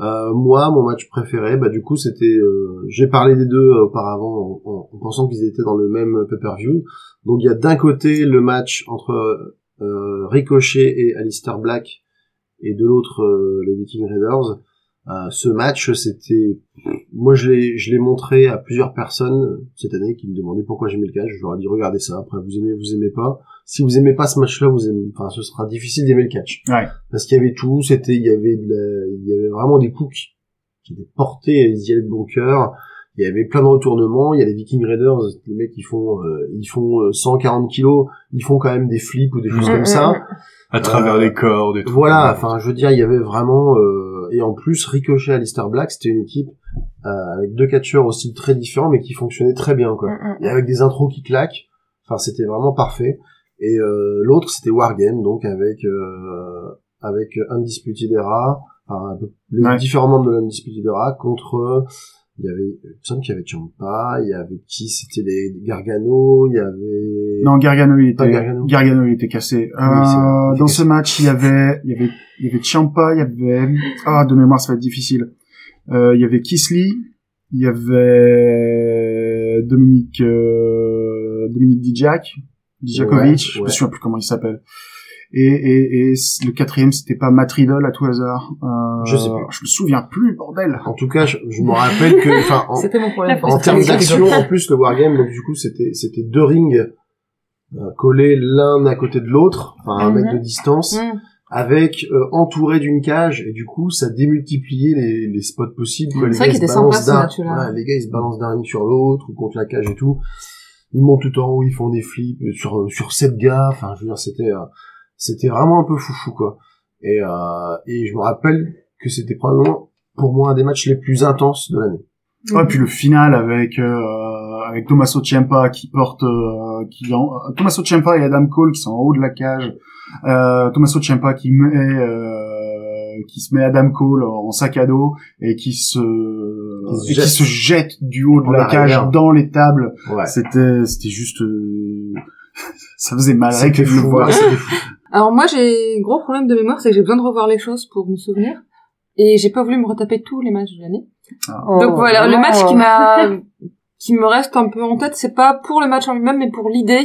[SPEAKER 6] Euh, moi, mon match préféré, bah du coup, c'était. euh, J'ai parlé des deux euh, auparavant en, en- en pensant qu'ils étaient dans le même pay-per-view. Donc il y a d'un côté le match entre euh, Ricochet et Alistair Black, et de l'autre euh, les Viking Raiders. Euh, ce match, c'était. Moi, je l'ai, je l'ai montré à plusieurs personnes cette année qui me demandaient pourquoi j'aimais le catch. Je leur ai dit regardez ça. Après, vous aimez, vous aimez pas. Si vous aimez pas ce match-là, vous aimez. Enfin, ce sera difficile d'aimer le catch parce qu'il y avait tout, c'était il y avait de la- il y avait vraiment des coups qui- qui étaient portés, ils y allaient de bon cœur. Il y avait plein de retournements, il y a les Viking Raiders, les mecs ils font euh, ils font euh, 140 kilos, ils font quand même des flips ou des choses
[SPEAKER 7] Mm,
[SPEAKER 6] comme
[SPEAKER 7] mm,
[SPEAKER 6] ça.
[SPEAKER 7] mm.
[SPEAKER 5] À travers
[SPEAKER 6] Euh,
[SPEAKER 5] les cordes et tout.
[SPEAKER 6] Voilà, enfin je veux dire, il y avait vraiment euh, et en plus Ricochet, Alistair Black, c'était une équipe euh, avec deux catcheurs au style très différent mais qui fonctionnait très bien quoi
[SPEAKER 7] Mm,
[SPEAKER 6] et avec des intros qui claquent. Enfin, c'était vraiment parfait. Et euh, l'autre, c'était Wargame, donc avec euh, avec Undisputed Era, enfin, un peu- les
[SPEAKER 3] Ouais.
[SPEAKER 6] différents membres de l'Undisputed Era contre. euh, Il y avait, il me semble qu'il y avait Champa, il y avait qui C'était les Gargano, il y avait.
[SPEAKER 3] Non, Gargano il
[SPEAKER 6] Pas
[SPEAKER 3] était
[SPEAKER 6] Gargano.
[SPEAKER 3] Gargano, il était cassé.
[SPEAKER 6] c'est
[SPEAKER 3] Euh,
[SPEAKER 6] vrai, il était
[SPEAKER 3] dans
[SPEAKER 6] cassé.
[SPEAKER 3] ce match il y avait il y avait il y avait Ciampa, il y avait ah de mémoire ça va être difficile. Euh, il y avait Kisly, il y avait Dominique euh, Dominique Dijak, Dijakovic,
[SPEAKER 6] Ouais,
[SPEAKER 3] je me
[SPEAKER 6] ouais.
[SPEAKER 3] souviens plus comment il s'appelle. Et, et, et c- le quatrième c'était pas Matt Riddle à tout hasard. Euh,
[SPEAKER 6] Je sais plus.
[SPEAKER 3] Je me souviens plus bordel.
[SPEAKER 6] En tout cas, je, je me rappelle que, enfin, en,
[SPEAKER 8] C'était mon problème.
[SPEAKER 6] en termes d'action, en plus le wargame, donc du coup c'était c'était deux rings euh, collés l'un à côté de l'autre, enfin un mètre de distance.
[SPEAKER 7] Mm.
[SPEAKER 6] avec euh, entouré d'une cage et du coup ça démultipliait les, les spots possibles quoi. Les
[SPEAKER 4] C'est vrai
[SPEAKER 6] gars,
[SPEAKER 4] qu'il
[SPEAKER 6] ils
[SPEAKER 4] était
[SPEAKER 6] se balancent
[SPEAKER 4] sympa, ce
[SPEAKER 6] d'un-
[SPEAKER 4] match-là.
[SPEAKER 6] voilà, les gars ils se balancent d'un ring sur l'autre ou contre la cage et tout ils montent tout en haut ils font des flips euh, sur sur sept gars enfin je veux dire c'était euh, c'était vraiment un peu foufou quoi et euh, et je me rappelle que c'était probablement pour moi un des matchs les plus intenses de l'année
[SPEAKER 3] Ouais, puis le final avec euh, avec Tommaso Ciampa qui porte euh, qui en, euh, Tommaso Ciampa et Adam Cole qui sont en haut de la cage. Euh, Tommaso Ciampa qui met euh, qui se met Adam Cole en sac à dos et qui se
[SPEAKER 6] Qui se
[SPEAKER 3] et
[SPEAKER 6] jette.
[SPEAKER 3] qui se jette du haut de
[SPEAKER 6] En
[SPEAKER 3] la
[SPEAKER 6] arrière.
[SPEAKER 3] cage dans les tables.
[SPEAKER 6] ouais
[SPEAKER 3] C'était c'était juste euh, ça faisait mal avec
[SPEAKER 6] C'était
[SPEAKER 3] de le
[SPEAKER 6] fou,
[SPEAKER 3] voir.
[SPEAKER 6] ouais, c'était fou.
[SPEAKER 4] Alors moi j'ai un gros problème de mémoire, c'est que j'ai besoin de revoir les choses pour me souvenir. Et j'ai pas voulu me retaper tous les matchs de l'année. Donc voilà, le match qui m'a, qui me reste un peu en tête, c'est pas pour le match en lui-même, mais pour l'idée.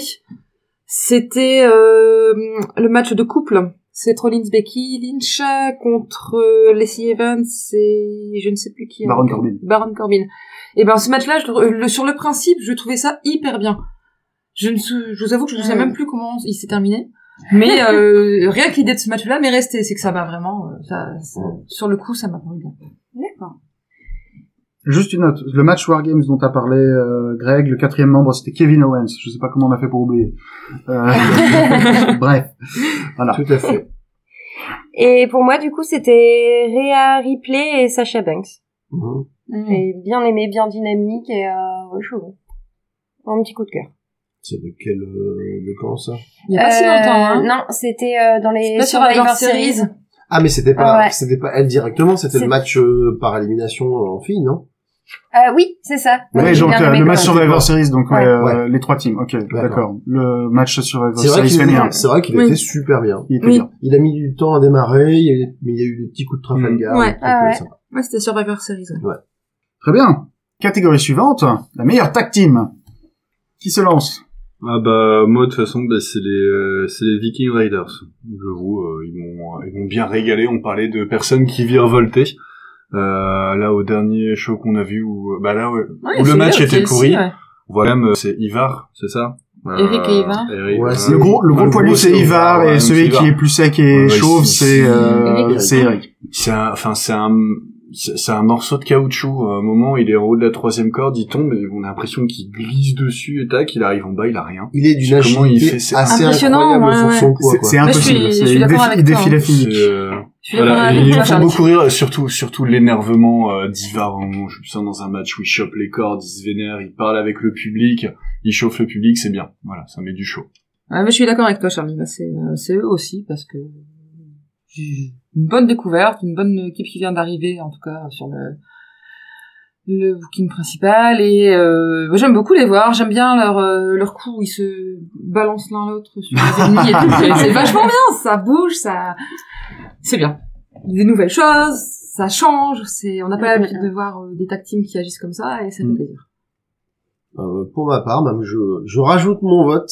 [SPEAKER 4] C'était euh, le match de couple. C'est Rollins Becky Lynch contre euh, Lacey Evans et je ne sais plus qui.
[SPEAKER 3] Baron
[SPEAKER 4] encore.
[SPEAKER 3] Corbin.
[SPEAKER 4] Baron Corbin. Et ben ce match-là, je le- le- sur le principe, je trouvais ça hyper bien. Je ne sou- je vous avoue que je ne sais
[SPEAKER 8] Mm.
[SPEAKER 4] même plus comment il s'est terminé. Mais euh, rien que l'idée de ce match-là m'est restée, c'est que ça m'a vraiment, euh, ça- ça- sur le coup, ça m'a vraiment bien.
[SPEAKER 7] D'accord.
[SPEAKER 3] Juste une note, le match Wargames dont t'as parlé euh, Greg, le quatrième membre c'était Kevin Owens. Je sais pas comment on a fait pour oublier. Euh, bref, voilà.
[SPEAKER 6] tout à fait
[SPEAKER 7] Et pour moi, du coup, c'était Rhea Ripley et Sasha Banks.
[SPEAKER 6] Mhm.
[SPEAKER 9] Mm.
[SPEAKER 7] Et bien aimé, bien dynamique et euh, ouais, chaud. Un hein. petit coup de cœur.
[SPEAKER 6] C'est de quel, euh, de quand ça
[SPEAKER 9] Il y a pas si longtemps, hein.
[SPEAKER 7] Euh, Non, c'était euh, dans les
[SPEAKER 9] Pas sur la Survivor
[SPEAKER 7] Survivor Series.
[SPEAKER 9] Series.
[SPEAKER 6] Ah, mais c'était pas,
[SPEAKER 7] Ah ouais.
[SPEAKER 6] c'était pas elle directement, c'était
[SPEAKER 7] C'est-
[SPEAKER 6] le match euh, par élimination en filles, non
[SPEAKER 7] Euh, oui, c'est ça.
[SPEAKER 6] Ouais,
[SPEAKER 7] Oui,
[SPEAKER 3] Ouais,
[SPEAKER 7] j'ai
[SPEAKER 3] donc
[SPEAKER 7] bien
[SPEAKER 3] euh,
[SPEAKER 7] aimé
[SPEAKER 3] le match
[SPEAKER 7] quand
[SPEAKER 3] Survivor Series, donc ouais,
[SPEAKER 7] Ouais.
[SPEAKER 3] euh, les trois teams. Ok, d'accord. Le match Survivor
[SPEAKER 6] C'est vrai
[SPEAKER 3] Series
[SPEAKER 6] qu'il
[SPEAKER 3] féminin.
[SPEAKER 6] était, c'est vrai qu'il
[SPEAKER 4] Oui.
[SPEAKER 6] était super bien.
[SPEAKER 3] Il était
[SPEAKER 4] Oui.
[SPEAKER 3] bien.
[SPEAKER 6] Il a mis du temps à démarrer, il y a eu des- mais il y a eu des petits coups de Trafalgar.
[SPEAKER 4] Mm. Ouais.
[SPEAKER 6] des trucs,
[SPEAKER 7] Ah
[SPEAKER 6] euh,
[SPEAKER 7] ouais.
[SPEAKER 6] sympas.
[SPEAKER 4] Ouais, c'était Survivor Series. ouais.
[SPEAKER 3] Très bien. Catégorie suivante, la meilleure tag team. Qui se lance
[SPEAKER 5] Ah bah moi de toute façon bah, c'est les euh, c'est les Viking Raiders. Je vous euh, ils m'ont ils m'ont bien régalé. On parlait de personnes qui virevoltaient. Euh, là au dernier show qu'on a vu où bah là ouais,
[SPEAKER 9] Ouais,
[SPEAKER 5] où
[SPEAKER 9] c'est
[SPEAKER 5] le match
[SPEAKER 9] bien,
[SPEAKER 5] était
[SPEAKER 9] TLC,
[SPEAKER 5] pourri.
[SPEAKER 9] ouais.
[SPEAKER 5] Voilà mais c'est Ivar c'est ça.
[SPEAKER 9] Eric et Ivar.
[SPEAKER 5] Eric,
[SPEAKER 6] Ouais,
[SPEAKER 5] euh,
[SPEAKER 6] c'est-
[SPEAKER 3] Le gros, le
[SPEAKER 5] ouais,
[SPEAKER 3] gros poilu, c'est
[SPEAKER 5] c'est
[SPEAKER 3] Ivar,
[SPEAKER 5] ouais,
[SPEAKER 3] et
[SPEAKER 5] même
[SPEAKER 3] celui
[SPEAKER 5] Ivar.
[SPEAKER 3] qui est plus sec et
[SPEAKER 5] Ouais, bah,
[SPEAKER 3] chauve,
[SPEAKER 5] si-
[SPEAKER 3] c'est euh,
[SPEAKER 9] Eric.
[SPEAKER 3] c'est Eric.
[SPEAKER 5] C'est un, enfin, c'est un, c'est c'est un morceau de caoutchouc. À un moment, il est en haut de la troisième corde, il tombe, et on a l'impression qu'il glisse dessus, et tac, il arrive en bas, il a rien.
[SPEAKER 6] Il est d'une
[SPEAKER 5] Comment il
[SPEAKER 6] agilité
[SPEAKER 5] fait, c'est
[SPEAKER 6] assez
[SPEAKER 9] impressionnant,
[SPEAKER 6] incroyable
[SPEAKER 9] ouais,
[SPEAKER 6] sur
[SPEAKER 9] ouais.
[SPEAKER 6] son poids,
[SPEAKER 3] C'est
[SPEAKER 6] quoi.
[SPEAKER 3] c'est
[SPEAKER 9] Moi, je
[SPEAKER 3] impossible.
[SPEAKER 9] suis- je
[SPEAKER 3] c'est-
[SPEAKER 9] suis
[SPEAKER 3] il,
[SPEAKER 9] d'accord
[SPEAKER 3] défi-
[SPEAKER 9] avec
[SPEAKER 3] il
[SPEAKER 9] toi,
[SPEAKER 3] défile à
[SPEAKER 9] hein.
[SPEAKER 3] finish.
[SPEAKER 5] C'est, euh,
[SPEAKER 9] Je suis d'accord
[SPEAKER 5] voilà, et
[SPEAKER 9] avec
[SPEAKER 5] ils
[SPEAKER 9] toi,
[SPEAKER 5] me font
[SPEAKER 9] Charlie.
[SPEAKER 5] beaucoup rire, surtout, surtout l'énervement euh, d'Ivar. au moment où Je me sens dans un match où il chope les cordes, il se vénère, il parle avec le public, il chauffe le public, c'est bien. Voilà, ça met du chaud.
[SPEAKER 4] Ouais, Ah, mais je suis d'accord avec toi, Charlie. Bah, c'est, euh, c'est eux aussi, parce que j'ai une bonne découverte, une bonne équipe qui vient d'arriver, en tout cas, sur le, le booking principal. Et euh, bah, j'aime beaucoup les voir, j'aime bien leur, euh, leur coup, ils se balancent l'un l'autre sur les ennemis et tout. C'est, c'est vachement bien, ça bouge, ça... C'est bien. Des nouvelles choses, ça change, c'est, on n'a pas l'habitude de voir euh, des tag teams qui agissent comme ça, et ça fait plaisir.
[SPEAKER 6] Euh, pour ma part, même je, je rajoute mon vote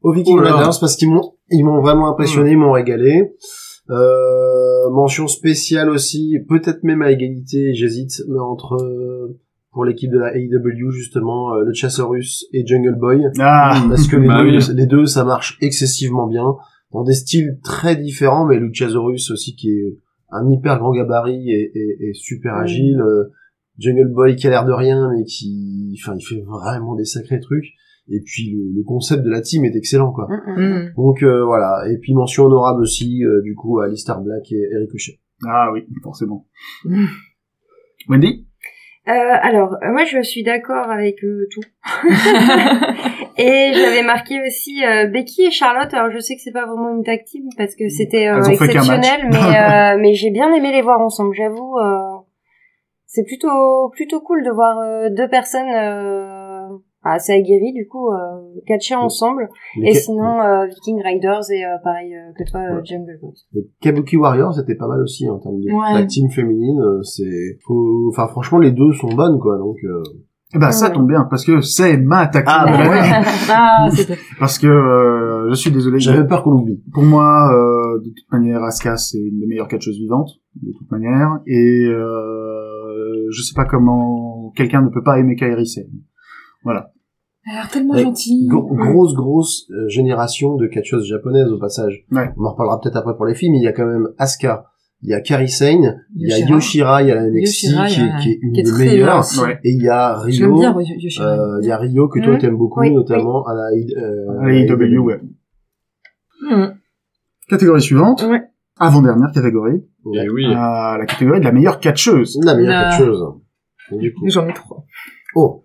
[SPEAKER 6] aux Viking
[SPEAKER 5] Oh là.
[SPEAKER 6] Raiders parce qu'ils m'ont ils m'ont vraiment impressionné, ils m'ont régalé. Euh, mention spéciale aussi, peut-être même à égalité, j'hésite, mais entre euh, pour l'équipe de la AEW justement euh, le chasseur russe et Jungle Boy
[SPEAKER 3] Ah,
[SPEAKER 6] parce que les,
[SPEAKER 5] Bah
[SPEAKER 6] deux,
[SPEAKER 5] oui.
[SPEAKER 6] les deux ça marche excessivement bien dans des styles très différents mais Luchasaurus aussi qui est un hyper grand gabarit et, et- et super agile euh, Jungle Boy qui a l'air de rien mais qui enfin il fait vraiment des sacrés trucs et puis le, le concept de la team est excellent quoi
[SPEAKER 7] Mm,
[SPEAKER 9] Mm.
[SPEAKER 6] donc euh, voilà et puis mention honorable aussi euh, du coup à Alistair Black et Eric Hochet
[SPEAKER 3] ah oui, forcément.
[SPEAKER 4] Mm.
[SPEAKER 3] Wendy
[SPEAKER 7] Euh, alors, euh, moi je suis d'accord avec euh, tout. et j'avais marqué aussi euh, Becky et Charlotte. Alors je sais que c'est pas vraiment une tag team parce que c'était euh,
[SPEAKER 3] Elles ont fait qu'un
[SPEAKER 7] exceptionnel, mais euh, mais j'ai bien aimé les voir ensemble. J'avoue, euh, c'est plutôt plutôt cool de voir euh, deux personnes euh, assez aguerries du coup euh, catcher ensemble.
[SPEAKER 6] les,
[SPEAKER 7] Et
[SPEAKER 6] Ka-
[SPEAKER 7] sinon euh, Viking Riders et euh, pareil euh, que toi euh,
[SPEAKER 6] Ouais.
[SPEAKER 7] Jungle Boy.
[SPEAKER 6] les Kabuki Warriors c'était pas mal aussi en termes de
[SPEAKER 9] Ouais.
[SPEAKER 6] la team féminine euh, c'est faut- enfin franchement les deux sont bonnes quoi donc euh,
[SPEAKER 3] Eh ben, ça
[SPEAKER 7] Ouais.
[SPEAKER 3] tombe bien, parce que c'est ma tag team.
[SPEAKER 6] Ah,
[SPEAKER 3] de
[SPEAKER 6] bah
[SPEAKER 3] l'année.
[SPEAKER 4] Ah, c'était...
[SPEAKER 3] Parce que euh, je suis désolé,
[SPEAKER 6] j'avais peur qu'on l'oublie
[SPEAKER 3] pour moi, euh, de toute manière, Asuka, c'est une des meilleures catcheuses vivantes, de toute manière. Et euh, je sais pas comment quelqu'un ne peut pas aimer Kairi Sane.
[SPEAKER 4] Elle a l'air tellement
[SPEAKER 6] Ouais.
[SPEAKER 4] gentille.
[SPEAKER 6] Gro- grosse grosse euh, génération de catcheuses japonaises au passage.
[SPEAKER 3] Ouais.
[SPEAKER 6] On en reparlera peut-être après pour les filles, mais il y a quand même Asuka, il y a Kairi Sane, il y a Yoshira, il y a la NXT
[SPEAKER 4] Yoshira,
[SPEAKER 6] qui,
[SPEAKER 4] il y
[SPEAKER 6] est,
[SPEAKER 4] a-
[SPEAKER 6] qui est une
[SPEAKER 4] qui est
[SPEAKER 6] des
[SPEAKER 4] très bien
[SPEAKER 6] meilleures,
[SPEAKER 4] aussi.
[SPEAKER 3] Ouais.
[SPEAKER 6] et il y a
[SPEAKER 4] J'aime
[SPEAKER 6] Rio,
[SPEAKER 4] bien Mmh. Ryo- Yoshira.
[SPEAKER 6] euh, il y a Rio que toi
[SPEAKER 7] Mhm.
[SPEAKER 6] t'aimes beaucoup,
[SPEAKER 7] Oui,
[SPEAKER 6] notamment à la I- euh, à la
[SPEAKER 3] AEW, ouais.
[SPEAKER 4] Mhm.
[SPEAKER 3] Catégorie suivante.
[SPEAKER 4] Ouais.
[SPEAKER 3] Avant-dernière catégorie.
[SPEAKER 6] Ouais.
[SPEAKER 5] Et oui.
[SPEAKER 3] Euh, la catégorie de la meilleure catcheuse.
[SPEAKER 6] La meilleure
[SPEAKER 4] Non.
[SPEAKER 6] catcheuse. Du coup.
[SPEAKER 4] J'en ai trois.
[SPEAKER 6] Oh,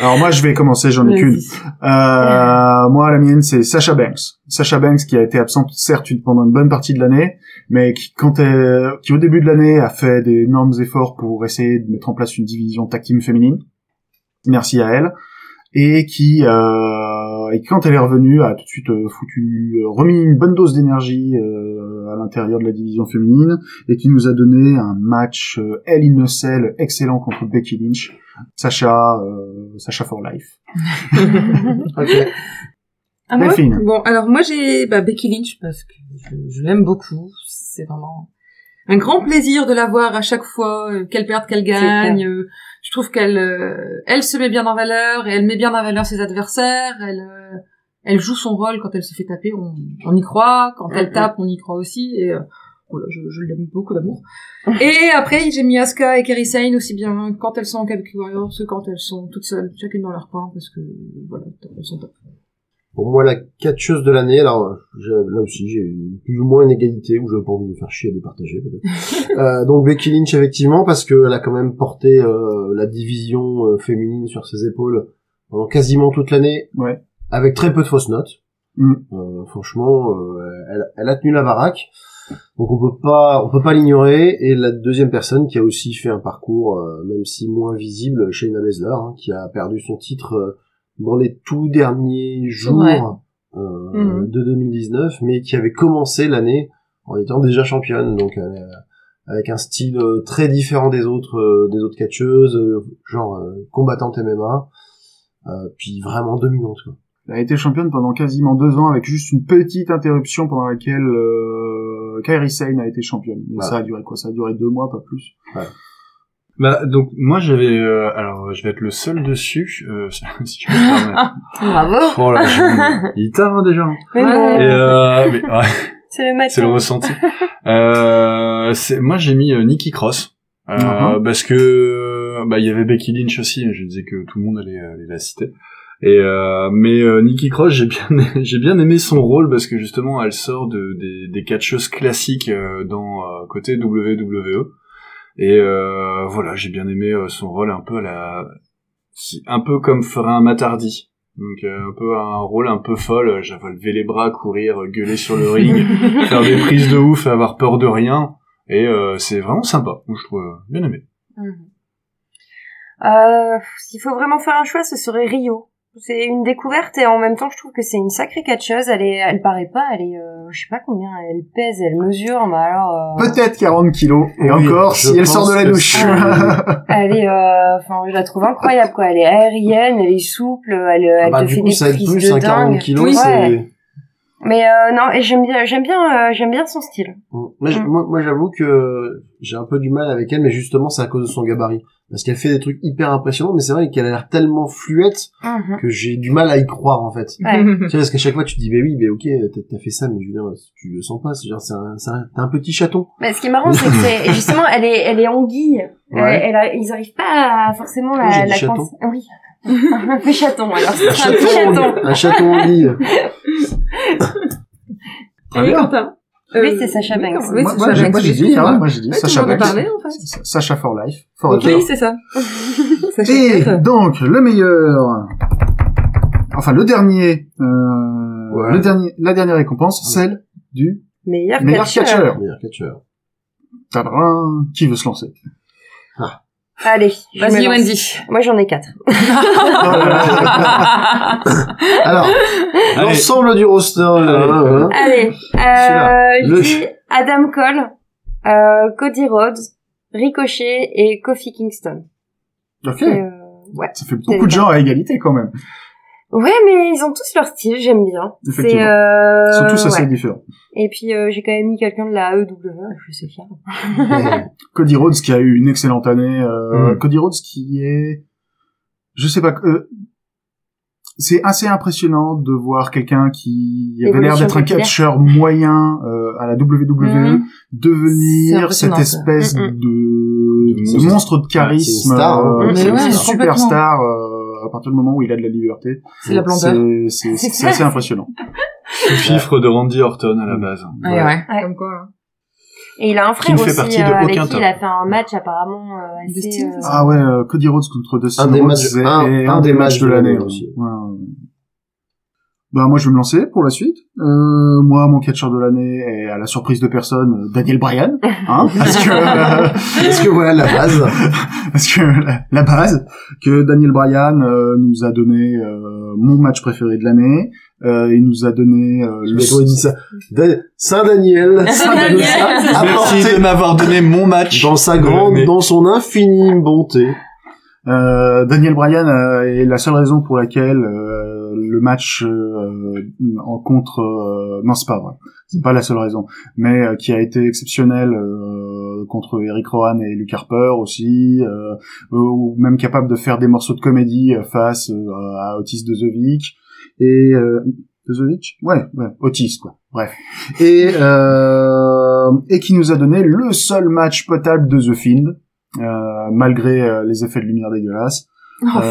[SPEAKER 3] Alors moi, je vais commencer, j'en ai qu'une.
[SPEAKER 4] Vas-y.
[SPEAKER 3] Euh, moi, la mienne, c'est Sasha Banks. Sasha Banks qui a été absente, certes, une- pendant une bonne partie de l'année, mais qui, quand elle, qui au début de l'année a fait d'énormes efforts pour essayer de mettre en place une division tag team féminine. Merci à elle. Et qui, euh, et quand elle est revenue, a tout de suite euh, foutu, euh, remis une bonne dose d'énergie euh, à l'intérieur de la division féminine, et qui nous a donné un match euh, Hell in a Cell excellent contre Becky Lynch. Sasha, euh, Sasha for life.
[SPEAKER 6] ok.
[SPEAKER 4] Ah, moi
[SPEAKER 3] Delphine.
[SPEAKER 4] Bon, alors moi j'ai bah, Becky Lynch parce que je, je l'aime beaucoup. C'est vraiment un grand plaisir de la voir à chaque fois, euh, qu'elle perde, qu'elle gagne. Euh, Je trouve qu'elle euh, elle se met bien en valeur et elle met bien en valeur ses adversaires. Elle euh, elle joue son rôle quand elle se fait taper, on, on y croit. Quand elle
[SPEAKER 7] Mhm.
[SPEAKER 4] tape, on y croit aussi. Et euh, voilà, je, je l'aime beaucoup d'amour. et après j'ai mis Asuka et Kairi Sane aussi bien quand elles sont en Kabuki Warriors que quand elles sont toutes seules, chacune dans leur coin parce que voilà, elles sont top.
[SPEAKER 6] Pour moi, la catcheuse de l'année, alors euh, j'ai- là aussi, j'ai eu plus ou moins une égalité où j'avais pas envie de me faire chier à départager. peut-être. euh, donc Becky Lynch, effectivement, parce qu'elle a quand même porté euh, la division euh, féminine sur ses épaules pendant quasiment toute l'année.
[SPEAKER 3] Ouais.
[SPEAKER 6] avec très peu de fausses notes.
[SPEAKER 3] Mm.
[SPEAKER 6] Euh, franchement, euh, elle, elle a tenu la baraque. Donc on peut pas, on peut pas l'ignorer. Et la deuxième personne qui a aussi fait un parcours, euh, même si moins visible, Shayna Baszler, hein, qui a perdu son titre euh, dans les tout derniers jours
[SPEAKER 10] vrai.
[SPEAKER 6] euh,
[SPEAKER 10] Mhm.
[SPEAKER 6] de 2019, mais qui avait commencé l'année en étant déjà championne. Donc elle, euh, avec un style euh, très différent des autres, euh, des autres catcheuses, euh, genre euh, combattante MMA, euh, puis vraiment dominante. Quoi.
[SPEAKER 3] Elle a été championne pendant quasiment deux ans avec juste une petite interruption pendant laquelle euh, Kairi Sane a été championne. Mais
[SPEAKER 6] Voilà.
[SPEAKER 3] ça a duré quoi Ça a duré deux mois, pas plus.
[SPEAKER 5] Bah donc moi j'avais euh, alors je vais être le seul dessus euh, si je peux me permettre.
[SPEAKER 7] Bravo.
[SPEAKER 5] Oh là, je- il tard hein, déjà. hein.
[SPEAKER 7] Mais bon,
[SPEAKER 5] Et euh, mais- ouais,
[SPEAKER 7] c'est le matin.
[SPEAKER 5] c'est le ressenti. Euh, c'est- moi j'ai mis euh, Nikki Cross euh,
[SPEAKER 3] Mhm.
[SPEAKER 5] parce que bah il y avait Becky Lynch aussi. Je disais que tout le monde allait, euh, allait la citer. Et euh, mais euh, Nikki Cross j'ai bien j'ai bien aimé son rôle parce que justement elle sort de des, des catcheuses classiques euh, dans euh, côté WWE. Et euh, voilà, j'ai bien aimé euh, son rôle un peu à la... si- un peu comme ferait un Matardi. Donc euh, un peu un rôle un peu folle, j'avais levé les bras, courir, euh, gueuler sur le ring, faire des prises de ouf, avoir peur de rien. Et euh, c'est vraiment sympa, Moi, je trouve euh, bien aimé.
[SPEAKER 7] Euh, S'il faut vraiment faire un choix, ce serait Rio. C'est une découverte et en même temps, je trouve que c'est une sacrée catcheuse. Elle est, elle paraît pas, elle est, euh, je sais pas combien, elle pèse, elle mesure, mais alors, euh,
[SPEAKER 3] Peut-être 40 kilos, et
[SPEAKER 6] Oui,
[SPEAKER 3] encore
[SPEAKER 6] je
[SPEAKER 3] si elle
[SPEAKER 6] pense
[SPEAKER 3] sort de la
[SPEAKER 6] que
[SPEAKER 3] douche.
[SPEAKER 6] c'est- euh,
[SPEAKER 7] elle est, euh, enfin, je la trouve incroyable quoi. Elle est aérienne, elle est souple, elle, elle
[SPEAKER 6] Ah bah,
[SPEAKER 7] te
[SPEAKER 6] du
[SPEAKER 7] fait
[SPEAKER 6] coup, ça
[SPEAKER 7] des
[SPEAKER 6] aide
[SPEAKER 7] prises
[SPEAKER 6] plus,
[SPEAKER 7] de
[SPEAKER 6] hein, 40
[SPEAKER 7] dingue.
[SPEAKER 6] kilos,
[SPEAKER 7] Oui,
[SPEAKER 6] c'est...
[SPEAKER 7] ouais. Mais euh, non, et j'aime bien, j'aime bien, euh, j'aime bien son style.
[SPEAKER 6] Mm. Moi, j-
[SPEAKER 7] Mm.
[SPEAKER 6] moi, moi, j'avoue que j'ai un peu du mal avec elle, mais justement, c'est à cause de son gabarit. Parce qu'elle fait des trucs hyper impressionnants, mais c'est vrai qu'elle a l'air tellement fluette que j'ai du mal à y croire, en fait.
[SPEAKER 7] Ouais.
[SPEAKER 6] Tu sais, parce qu'à chaque fois, tu te dis, bah oui, mais ok, t'as- t'as fait ça, mais je veux dire, tu le sens pas, c'est genre, c'est un, c'est un, t'es un petit chaton.
[SPEAKER 7] Mais ce qui est marrant, c'est que c'est et justement, elle est, elle est anguille.
[SPEAKER 6] Ouais.
[SPEAKER 7] Elle- elle a- ils arrivent pas à forcément
[SPEAKER 6] Oh, j'ai
[SPEAKER 7] la,
[SPEAKER 6] dit
[SPEAKER 7] la
[SPEAKER 6] chaton.
[SPEAKER 7] coincer. Oui. un petit chaton alors. c'est un petit chaton.
[SPEAKER 6] un chaton en lit.
[SPEAKER 5] Très
[SPEAKER 4] Oui,
[SPEAKER 5] bien.
[SPEAKER 4] Quentin.
[SPEAKER 7] Oui,
[SPEAKER 4] Euh,
[SPEAKER 7] c'est Sacha
[SPEAKER 4] oui,
[SPEAKER 7] Banks.
[SPEAKER 4] oui,
[SPEAKER 3] moi,
[SPEAKER 4] c'est
[SPEAKER 3] moi,
[SPEAKER 4] Sacha
[SPEAKER 3] j'ai,
[SPEAKER 4] Banks.
[SPEAKER 3] moi, j'ai dit, hein, moi j'ai dit,
[SPEAKER 4] Ouais,
[SPEAKER 3] Sacha
[SPEAKER 4] tout le monde en
[SPEAKER 3] Banks.
[SPEAKER 4] parlait, en fait.
[SPEAKER 3] Sa- Sacha for life.
[SPEAKER 4] Oui, c'est ça. Sacha
[SPEAKER 3] Et
[SPEAKER 4] Banks.
[SPEAKER 3] donc le meilleur, enfin le dernier, euh,
[SPEAKER 6] Ouais.
[SPEAKER 3] le dernier, la dernière récompense, celle du
[SPEAKER 7] Meilleur
[SPEAKER 3] meilleur
[SPEAKER 7] catcheur.
[SPEAKER 3] catcheur.
[SPEAKER 6] Meilleur catcheur.
[SPEAKER 3] Tadrin, qui veut se lancer
[SPEAKER 7] Allez, je me
[SPEAKER 4] Vas-y,
[SPEAKER 7] lance.
[SPEAKER 4] Wendy.
[SPEAKER 7] Moi j'en ai quatre.
[SPEAKER 6] Alors, l'ensemble du roster,
[SPEAKER 5] Ah,
[SPEAKER 6] euh, hein.
[SPEAKER 7] Allez,
[SPEAKER 6] Celui-là.
[SPEAKER 7] euh, je
[SPEAKER 6] Le-
[SPEAKER 7] dis Adam Cole, euh, Cody Rhodes, Ricochet et Kofi Kingston.
[SPEAKER 3] Ok.
[SPEAKER 7] Et, euh, ouais.
[SPEAKER 3] Ça fait beaucoup de gens à égalité quand même.
[SPEAKER 7] Ouais, mais ils ont tous leur style, j'aime bien. C'est
[SPEAKER 3] Effectivement.
[SPEAKER 7] euh,
[SPEAKER 3] Ils sont tous assez
[SPEAKER 7] ouais.
[SPEAKER 3] différents.
[SPEAKER 7] Et puis euh, j'ai quand même mis quelqu'un de la AEW, je suis fière.
[SPEAKER 6] Ah,
[SPEAKER 3] Cody Rhodes qui a eu une excellente année. euh,
[SPEAKER 5] Mm.
[SPEAKER 3] Cody Rhodes qui est, je sais pas, euh, c'est assez impressionnant de voir quelqu'un qui avait l'air
[SPEAKER 7] Évolution
[SPEAKER 3] d'être un
[SPEAKER 7] populaire.
[SPEAKER 3] catcheur moyen euh, à la WWE
[SPEAKER 7] Mhm.
[SPEAKER 4] Mm. C'est
[SPEAKER 3] devenir
[SPEAKER 4] impressionnant,
[SPEAKER 3] cette
[SPEAKER 4] ça.
[SPEAKER 3] espèce
[SPEAKER 4] Mm,
[SPEAKER 3] de, de
[SPEAKER 5] monstre.
[SPEAKER 3] monstre de charisme,
[SPEAKER 6] C'est une star, hein.
[SPEAKER 3] euh,
[SPEAKER 4] Mais
[SPEAKER 3] c'est
[SPEAKER 4] ouais,
[SPEAKER 3] une
[SPEAKER 4] complètement.
[SPEAKER 3] superstar euh, à partir du moment où il a de la liberté.
[SPEAKER 4] C'est la hein. blondeur.
[SPEAKER 3] C'est- C'est c'est- c'est assez impressionnant.
[SPEAKER 5] Fifre de Randy Orton à la
[SPEAKER 3] Mm.
[SPEAKER 5] base.
[SPEAKER 4] Ouais, ouais.
[SPEAKER 7] Ouais.
[SPEAKER 4] Comme quoi. hein.
[SPEAKER 7] Et il a un
[SPEAKER 5] Qui
[SPEAKER 7] frère
[SPEAKER 5] ne fait
[SPEAKER 7] aussi
[SPEAKER 5] partie de
[SPEAKER 7] euh, avec
[SPEAKER 5] aucun
[SPEAKER 7] qui
[SPEAKER 5] top.
[SPEAKER 7] il a fait un match apparemment euh,
[SPEAKER 4] De
[SPEAKER 7] assez.
[SPEAKER 4] style,
[SPEAKER 7] euh,
[SPEAKER 4] c'est ça
[SPEAKER 3] Ah ouais, euh, Cody Rhodes contre Dustin
[SPEAKER 6] Un des
[SPEAKER 3] Rhodes
[SPEAKER 6] matchs-
[SPEAKER 3] est-
[SPEAKER 6] un-
[SPEAKER 3] est
[SPEAKER 6] un des matchs de l'année aussi.
[SPEAKER 3] hein. Ouais, ouais. Ben, moi, je vais me lancer pour la suite. Euh, moi, mon catcheur de l'année est, à la surprise de personne, euh, Daniel Bryan. Hein, parce que,
[SPEAKER 6] Est-ce que voilà la base
[SPEAKER 3] parce que la, la base, que Daniel Bryan euh, nous a donné euh, mon match préféré de l'année. Euh, il nous a donné euh,
[SPEAKER 6] Je
[SPEAKER 3] le...
[SPEAKER 6] me suis dit ça. Da-
[SPEAKER 4] Saint-Daniel.
[SPEAKER 6] Saint-Daniel. Saint-Daniel.
[SPEAKER 5] Merci
[SPEAKER 6] Apporté
[SPEAKER 5] de m'avoir donné mon match.
[SPEAKER 6] dans sa grande,
[SPEAKER 5] Mais-
[SPEAKER 6] dans son infinie bonté.
[SPEAKER 3] Euh, Daniel Bryan euh, est la seule raison pour laquelle euh, le match euh, en contre euh, non c'est pas vrai c'est pas la seule raison mais euh, qui a été exceptionnel euh, contre Eric Rohan et Luke Harper aussi euh, ou même capable de faire des morceaux de comédie euh, face euh, à Otis Dezovic et euh, Dezovic ouais, ouais Otis quoi bref et euh, et qui nous a donné le seul match potable de The Fiend euh, malgré euh, les effets de lumière dégueulasses.
[SPEAKER 4] Oh.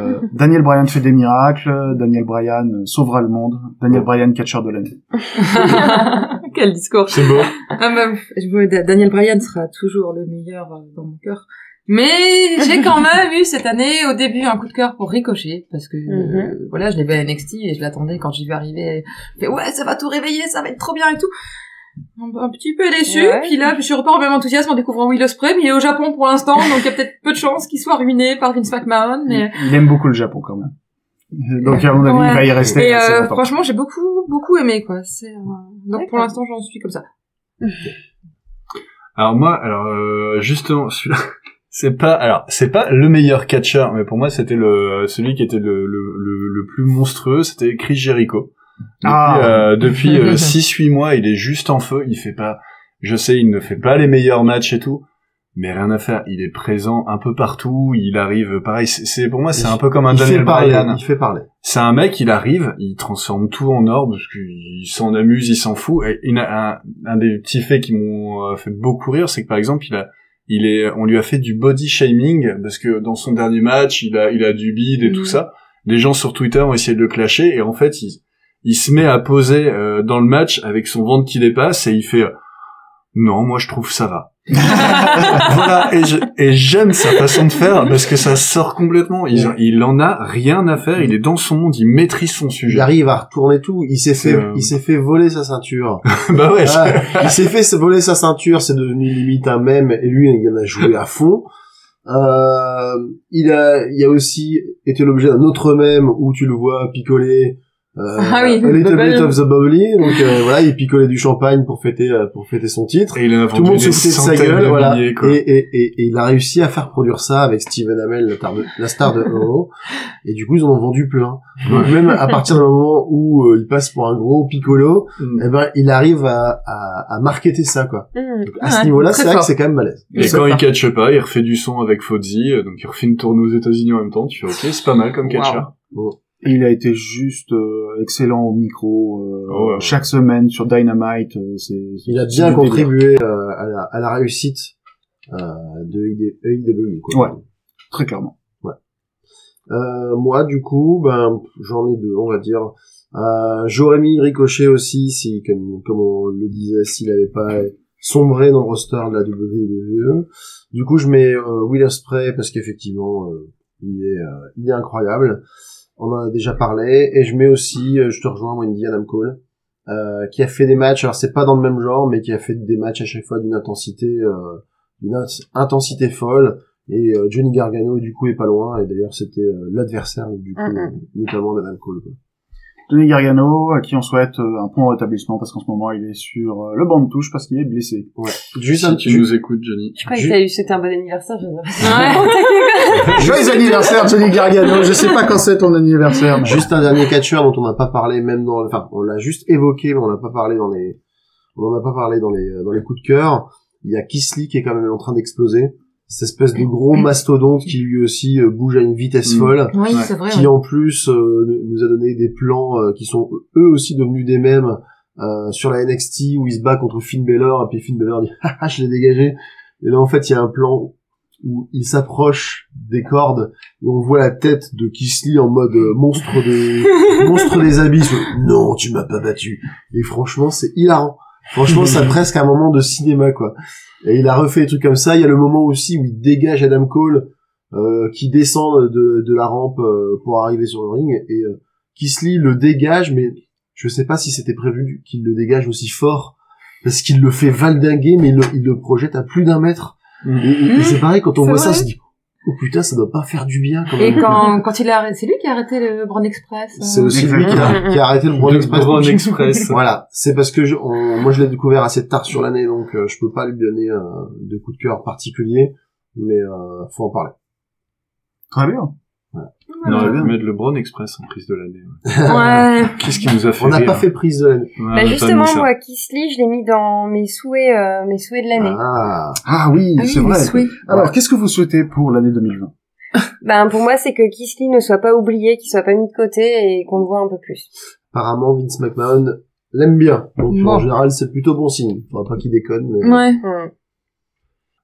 [SPEAKER 3] Euh, Daniel Bryan fait des miracles, Daniel Bryan euh, sauvera le monde, Daniel Bryan catcheur de l'année.
[SPEAKER 4] Quel discours.
[SPEAKER 5] C'est beau.
[SPEAKER 4] Ah bah, je vois, Da- Daniel Bryan sera toujours le meilleur euh, dans mon cœur. Mais j'ai quand même eu cette année, au début, un coup de cœur pour Ricochet, parce que
[SPEAKER 7] Mhm.
[SPEAKER 4] euh, voilà, je l'ai vu à NXT et je l'attendais quand j'y vais arriver. Je fais, ouais, ça va tout réveiller, ça va être trop bien et tout. Un, un petit peu déçu,
[SPEAKER 7] Ouais.
[SPEAKER 4] puis là, je repars au même enthousiasme en découvrant Will Ospreay, mais il est au Japon pour l'instant, donc il y a peut-être peu de chances qu'il soit ruiné par Vince McMahon, mais...
[SPEAKER 3] Il aime beaucoup le Japon quand même. Donc à mon avis, il va y rester. hein,
[SPEAKER 4] Et
[SPEAKER 3] assez
[SPEAKER 4] euh,
[SPEAKER 3] longtemps.
[SPEAKER 4] franchement, j'ai beaucoup, beaucoup aimé, quoi. C'est, euh, Donc pour
[SPEAKER 7] D'accord.
[SPEAKER 4] l'instant, j'en suis comme ça.
[SPEAKER 5] Alors moi, alors euh, justement, celui-là, c'est pas, alors c'est pas le meilleur catcher, mais pour moi c'était le celui qui était le le, le, le plus monstrueux, c'était Chris Jericho. Depuis,
[SPEAKER 3] Ah.
[SPEAKER 5] euh, depuis 6-8 mois, il est juste en feu. Il fait pas, je sais, il ne fait pas les meilleurs matchs et tout, mais rien à faire. Il est présent un peu partout. Il arrive, pareil. C'est c'est- pour moi, c'est un peu comme un
[SPEAKER 6] Il fait
[SPEAKER 5] Daniel
[SPEAKER 6] parler,
[SPEAKER 5] Bryan.
[SPEAKER 6] il fait parler.
[SPEAKER 5] C'est un mec, il arrive, il transforme tout en or, parce qu'il s'en amuse, il s'en fout. Et une- un, un des petits faits qui m'ont euh, fait beaucoup rire, c'est que par exemple, il a, il est, on lui a fait du body shaming, parce que dans son dernier match, il a, il a du bide et
[SPEAKER 4] Mhm.
[SPEAKER 5] tout ça. Les gens sur Twitter ont essayé de le clasher, et en fait, il, il se met à poser euh, dans le match avec son ventre qui dépasse, et il fait... euh, non, moi je trouve ça va. voilà, et je- et j'aime sa façon de faire parce que ça sort complètement. Il, il en a rien à faire, il est dans son monde, il maîtrise son
[SPEAKER 6] Il
[SPEAKER 5] sujet.
[SPEAKER 6] arrive à retourner tout. Il s'est fait,
[SPEAKER 5] Euh.
[SPEAKER 6] il s'est fait voler sa ceinture.
[SPEAKER 5] bah ouais,
[SPEAKER 6] Ah, il s'est fait se voler sa ceinture. C'est devenu limite un mème. Et lui, il en a joué à fond. Euh, il a, il a aussi été l'objet d'un autre mème où tu le vois picoler. Euh,
[SPEAKER 4] Ah oui,
[SPEAKER 6] a little
[SPEAKER 4] Bubbly.
[SPEAKER 6] bit of the bubbly. Donc euh, voilà, il picolait du champagne pour fêter, euh, pour fêter son titre.
[SPEAKER 5] et il a
[SPEAKER 6] tout le
[SPEAKER 5] vendu
[SPEAKER 6] monde
[SPEAKER 5] des
[SPEAKER 6] se foutait de sa
[SPEAKER 5] centaines
[SPEAKER 6] gueule,
[SPEAKER 5] de
[SPEAKER 6] voilà.
[SPEAKER 5] milliers, quoi.
[SPEAKER 6] et, et, et, et il a réussi à faire produire ça avec Steven Amell, la, star de- la star de Euro. Et du coup, ils en ont vendu plein. Donc même à partir du moment où euh, il passe pour un gros piccolo,
[SPEAKER 5] Mm.
[SPEAKER 6] eh ben, il arrive à, à, à marketer ça, quoi.
[SPEAKER 7] Hmm.
[SPEAKER 6] Donc, à
[SPEAKER 4] Ouais,
[SPEAKER 6] ce niveau-là,
[SPEAKER 4] très
[SPEAKER 6] c'est vrai
[SPEAKER 4] fort.
[SPEAKER 6] que c'est quand même balèze.
[SPEAKER 5] Et quand il catche pas, il refait du son avec Fozzy, euh, donc il refait une tournée aux États-Unis en même temps. Tu fais ok, c'est pas mal comme catcher.
[SPEAKER 3] Il a été juste euh, excellent au micro euh,
[SPEAKER 5] Oh, ouais.
[SPEAKER 3] chaque semaine sur Dynamite. euh, c'est,
[SPEAKER 6] Il a
[SPEAKER 3] c'est
[SPEAKER 6] bien
[SPEAKER 3] du délire.
[SPEAKER 6] contribué euh, à, la, à la réussite euh, de ID AEW, quoi.
[SPEAKER 3] Ouais, très clairement.
[SPEAKER 6] Euh, moi, du coup, ben, j'en ai deux, on va dire. Euh, J'aurais mis Ricochet aussi, si, comme, comme on le disait, s'il avait pas sombré dans le roster de la WWE. Du coup, je mets euh, Will Ospreay parce qu'effectivement, euh, il, est, euh, il est incroyable. On en a déjà parlé. Et je mets aussi, euh, je te rejoins, Wendy Adam Cole, euh, qui a fait des matchs, alors c'est pas dans le même genre, mais qui a fait des matchs à chaque fois d'une intensité, euh, d'une ins- intensité folle. Et euh, Johnny Gargano, du coup, est pas loin. Et d'ailleurs, c'était euh, l'adversaire, du coup,
[SPEAKER 7] Mm, mm.
[SPEAKER 6] euh, notamment d'Adam Cole. quoi.
[SPEAKER 3] Denis Gargano, à qui on souhaite euh, un point au rétablissement parce qu'en ce moment il est sur euh, le banc de touche parce qu'il est blessé.
[SPEAKER 6] Ouais. Juste
[SPEAKER 5] Si
[SPEAKER 6] un
[SPEAKER 5] tu nous écoutes, Johnny.
[SPEAKER 7] Je crois que
[SPEAKER 6] Ju-
[SPEAKER 7] t'as eu, c'était un bon anniversaire, je
[SPEAKER 3] Joyeux anniversaire Johnny Gargano. Je sais pas quand c'est ton anniversaire. mais-
[SPEAKER 6] Juste un dernier catcheur dont on n'a pas parlé même dans, enfin, on l'a juste évoqué, mais on n'a pas parlé dans les, on en a pas parlé dans les, euh, dans les coups de cœur. Il y a Kisly qui est quand même en train d'exploser. Cette espèce de gros mastodonte qui lui aussi euh, bouge à une vitesse
[SPEAKER 5] Mm.
[SPEAKER 6] folle.
[SPEAKER 4] Oui,
[SPEAKER 5] Ouais.
[SPEAKER 4] c'est vrai.
[SPEAKER 6] Qui en plus euh, nous a donné des plans euh, qui sont eux aussi devenus des mêmes euh, sur la NXT où il se bat contre Finn Balor et puis Finn Balor dit ah je l'ai dégagé et là en fait il y a un plan où il s'approche des cordes et on voit la tête de Kisly en mode euh, monstre de monstre des abysses. Non, tu m'as pas battu. Et franchement, c'est hilarant. Franchement, c'est presque un moment de cinéma, quoi. Et il a refait des trucs comme ça. Il y a le moment aussi où il dégage Adam Cole, euh, qui descend de, de la rampe euh, pour arriver sur le ring. Et euh, Kisly le dégage, mais je sais pas si c'était prévu qu'il le dégage aussi fort. Parce qu'il le fait valdinguer, mais il le, il le projette à plus d'un mètre.
[SPEAKER 5] Mm.
[SPEAKER 6] Et, et- et c'est pareil, quand on
[SPEAKER 4] Mmh. C'est
[SPEAKER 6] voit ça, on
[SPEAKER 4] vrai.
[SPEAKER 6] se dit, oh putain, ça doit pas faire du bien, quand
[SPEAKER 4] Et
[SPEAKER 6] même.
[SPEAKER 4] quand, quand il a arrêté, c'est lui qui a arrêté le Brand Express. euh.
[SPEAKER 6] C'est aussi lui qui a, qui a arrêté le Brown
[SPEAKER 5] Le
[SPEAKER 6] Express.
[SPEAKER 5] Grand Express.
[SPEAKER 6] Voilà, c'est parce que je, on- moi je l'ai découvert assez tard sur l'année, donc euh, je peux pas lui donner euh, de coup de cœur particulier, mais euh, faut en parler.
[SPEAKER 3] Très bien.
[SPEAKER 5] On aurait
[SPEAKER 3] Voilà.
[SPEAKER 5] pu mettre le Braun Express en prise de l'année. ouais.
[SPEAKER 7] Ouais.
[SPEAKER 4] Ah
[SPEAKER 5] Qu'est-ce qui nous a fait
[SPEAKER 6] On n'a
[SPEAKER 5] rire hein
[SPEAKER 6] pas fait prise de l'année.
[SPEAKER 5] Ouais, on a
[SPEAKER 7] bah
[SPEAKER 5] pas
[SPEAKER 7] justement,
[SPEAKER 5] mis ça.
[SPEAKER 7] moi, Kisly, je l'ai mis dans mes souhaits, euh, mes souhaits de
[SPEAKER 4] Eh
[SPEAKER 7] l'année.
[SPEAKER 6] Ah,
[SPEAKER 3] Ah oui,
[SPEAKER 4] Ah oui,
[SPEAKER 3] c'est
[SPEAKER 4] le
[SPEAKER 3] vrai.
[SPEAKER 4] souhait.
[SPEAKER 3] Alors qu'est-ce que vous souhaitez pour l'année 2020
[SPEAKER 7] Ben, pour moi, c'est que Kisly ne soit pas oublié, qu'il soit pas mis de côté et qu'on le voit un peu plus.
[SPEAKER 6] apparemment Vince McMahon l'aime bien, donc
[SPEAKER 4] Bon.
[SPEAKER 6] en général c'est plutôt bon signe. Faudra pas qu'il déconne, mais
[SPEAKER 4] Ouais.
[SPEAKER 7] Hmm.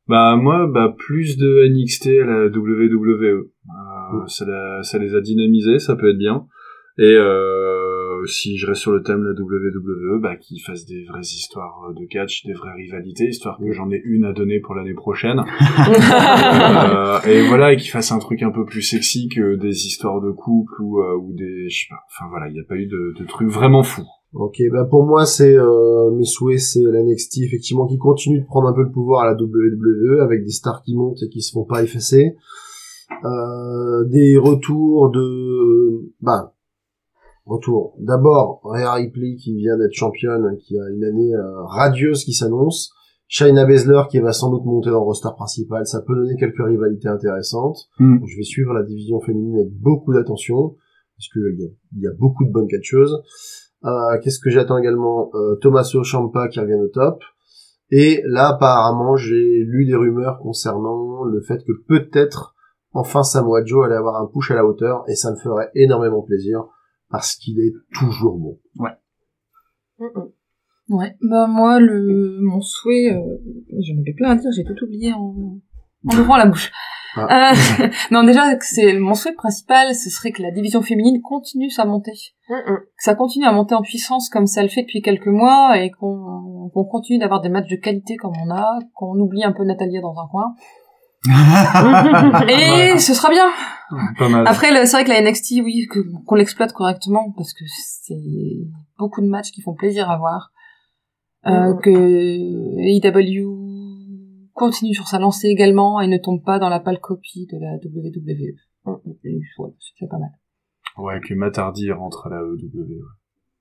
[SPEAKER 5] Bah moi, bah plus de NXT à la E. WWE. Euh, ça, la- ça les a dynamisés, ça peut être bien. Et euh, euh, si je reste sur le thème de la WWE, bah, qu'ils fassent des vraies histoires euh, de catch, des vraies rivalités, histoire que j'en ai une à donner pour l'année prochaine.
[SPEAKER 7] Hum,
[SPEAKER 5] Euh, et voilà, et qu'ils fassent un truc un peu plus sexy que des histoires de couple ou, euh, ou des, je sais pas. Enfin voilà, il n'y a pas eu de, de truc vraiment fou.
[SPEAKER 6] Ok, bah pour moi c'est euh, mes souhaits, c'est la NXT effectivement qui continue de prendre un peu le pouvoir à la WWE avec des stars qui montent et qui se font pas effacer, Euh, des retours de, bah retour. D'abord Rhea Ripley qui vient d'être championne, qui a une année euh, radieuse qui s'annonce, Shayna Baszler qui va sans doute monter dans le roster principal, ça peut donner quelques rivalités intéressantes.
[SPEAKER 5] Mm.
[SPEAKER 6] Je vais suivre la division féminine avec beaucoup d'attention parce que euh, il y a- il y a beaucoup de bonnes catcheuses. Euh, qu'est-ce que j'attends également euh, Tommaso Ciampa qui revient au top. Et là, apparemment, j'ai lu des rumeurs concernant le fait que peut-être, enfin, Samoa Joe allait avoir un push à la hauteur, et ça me ferait énormément plaisir, parce qu'il est toujours bon.
[SPEAKER 7] hum,
[SPEAKER 4] Ouais. Bah, moi, le, mon souhait, euh, j'en avais plein à dire, j'ai tout oublié en, en ouvrant la bouche. Euh, non, déjà, que c'est, mon souhait principal, ce serait que la division féminine continue sa montée.
[SPEAKER 7] hum,
[SPEAKER 4] Que ça continue à monter en puissance comme ça le fait depuis quelques mois et qu'on, qu'on continue d'avoir des matchs de qualité comme on a, qu'on oublie un peu Natalia dans un coin.
[SPEAKER 7] hum, Ah,
[SPEAKER 4] et ce sera bien.
[SPEAKER 5] Pas mal.
[SPEAKER 4] Après, le- c'est vrai que la NXT, oui, que- qu'on l'exploite correctement, parce que c'est beaucoup de matchs qui font plaisir à voir. Euh, Que AEW continue sur sa lancée également et ne tombe pas dans la pâle copie de la WWE. Et voilà, c'est déjà pas mal.
[SPEAKER 5] Ouais, que Matt Hardy rentre à la E EW.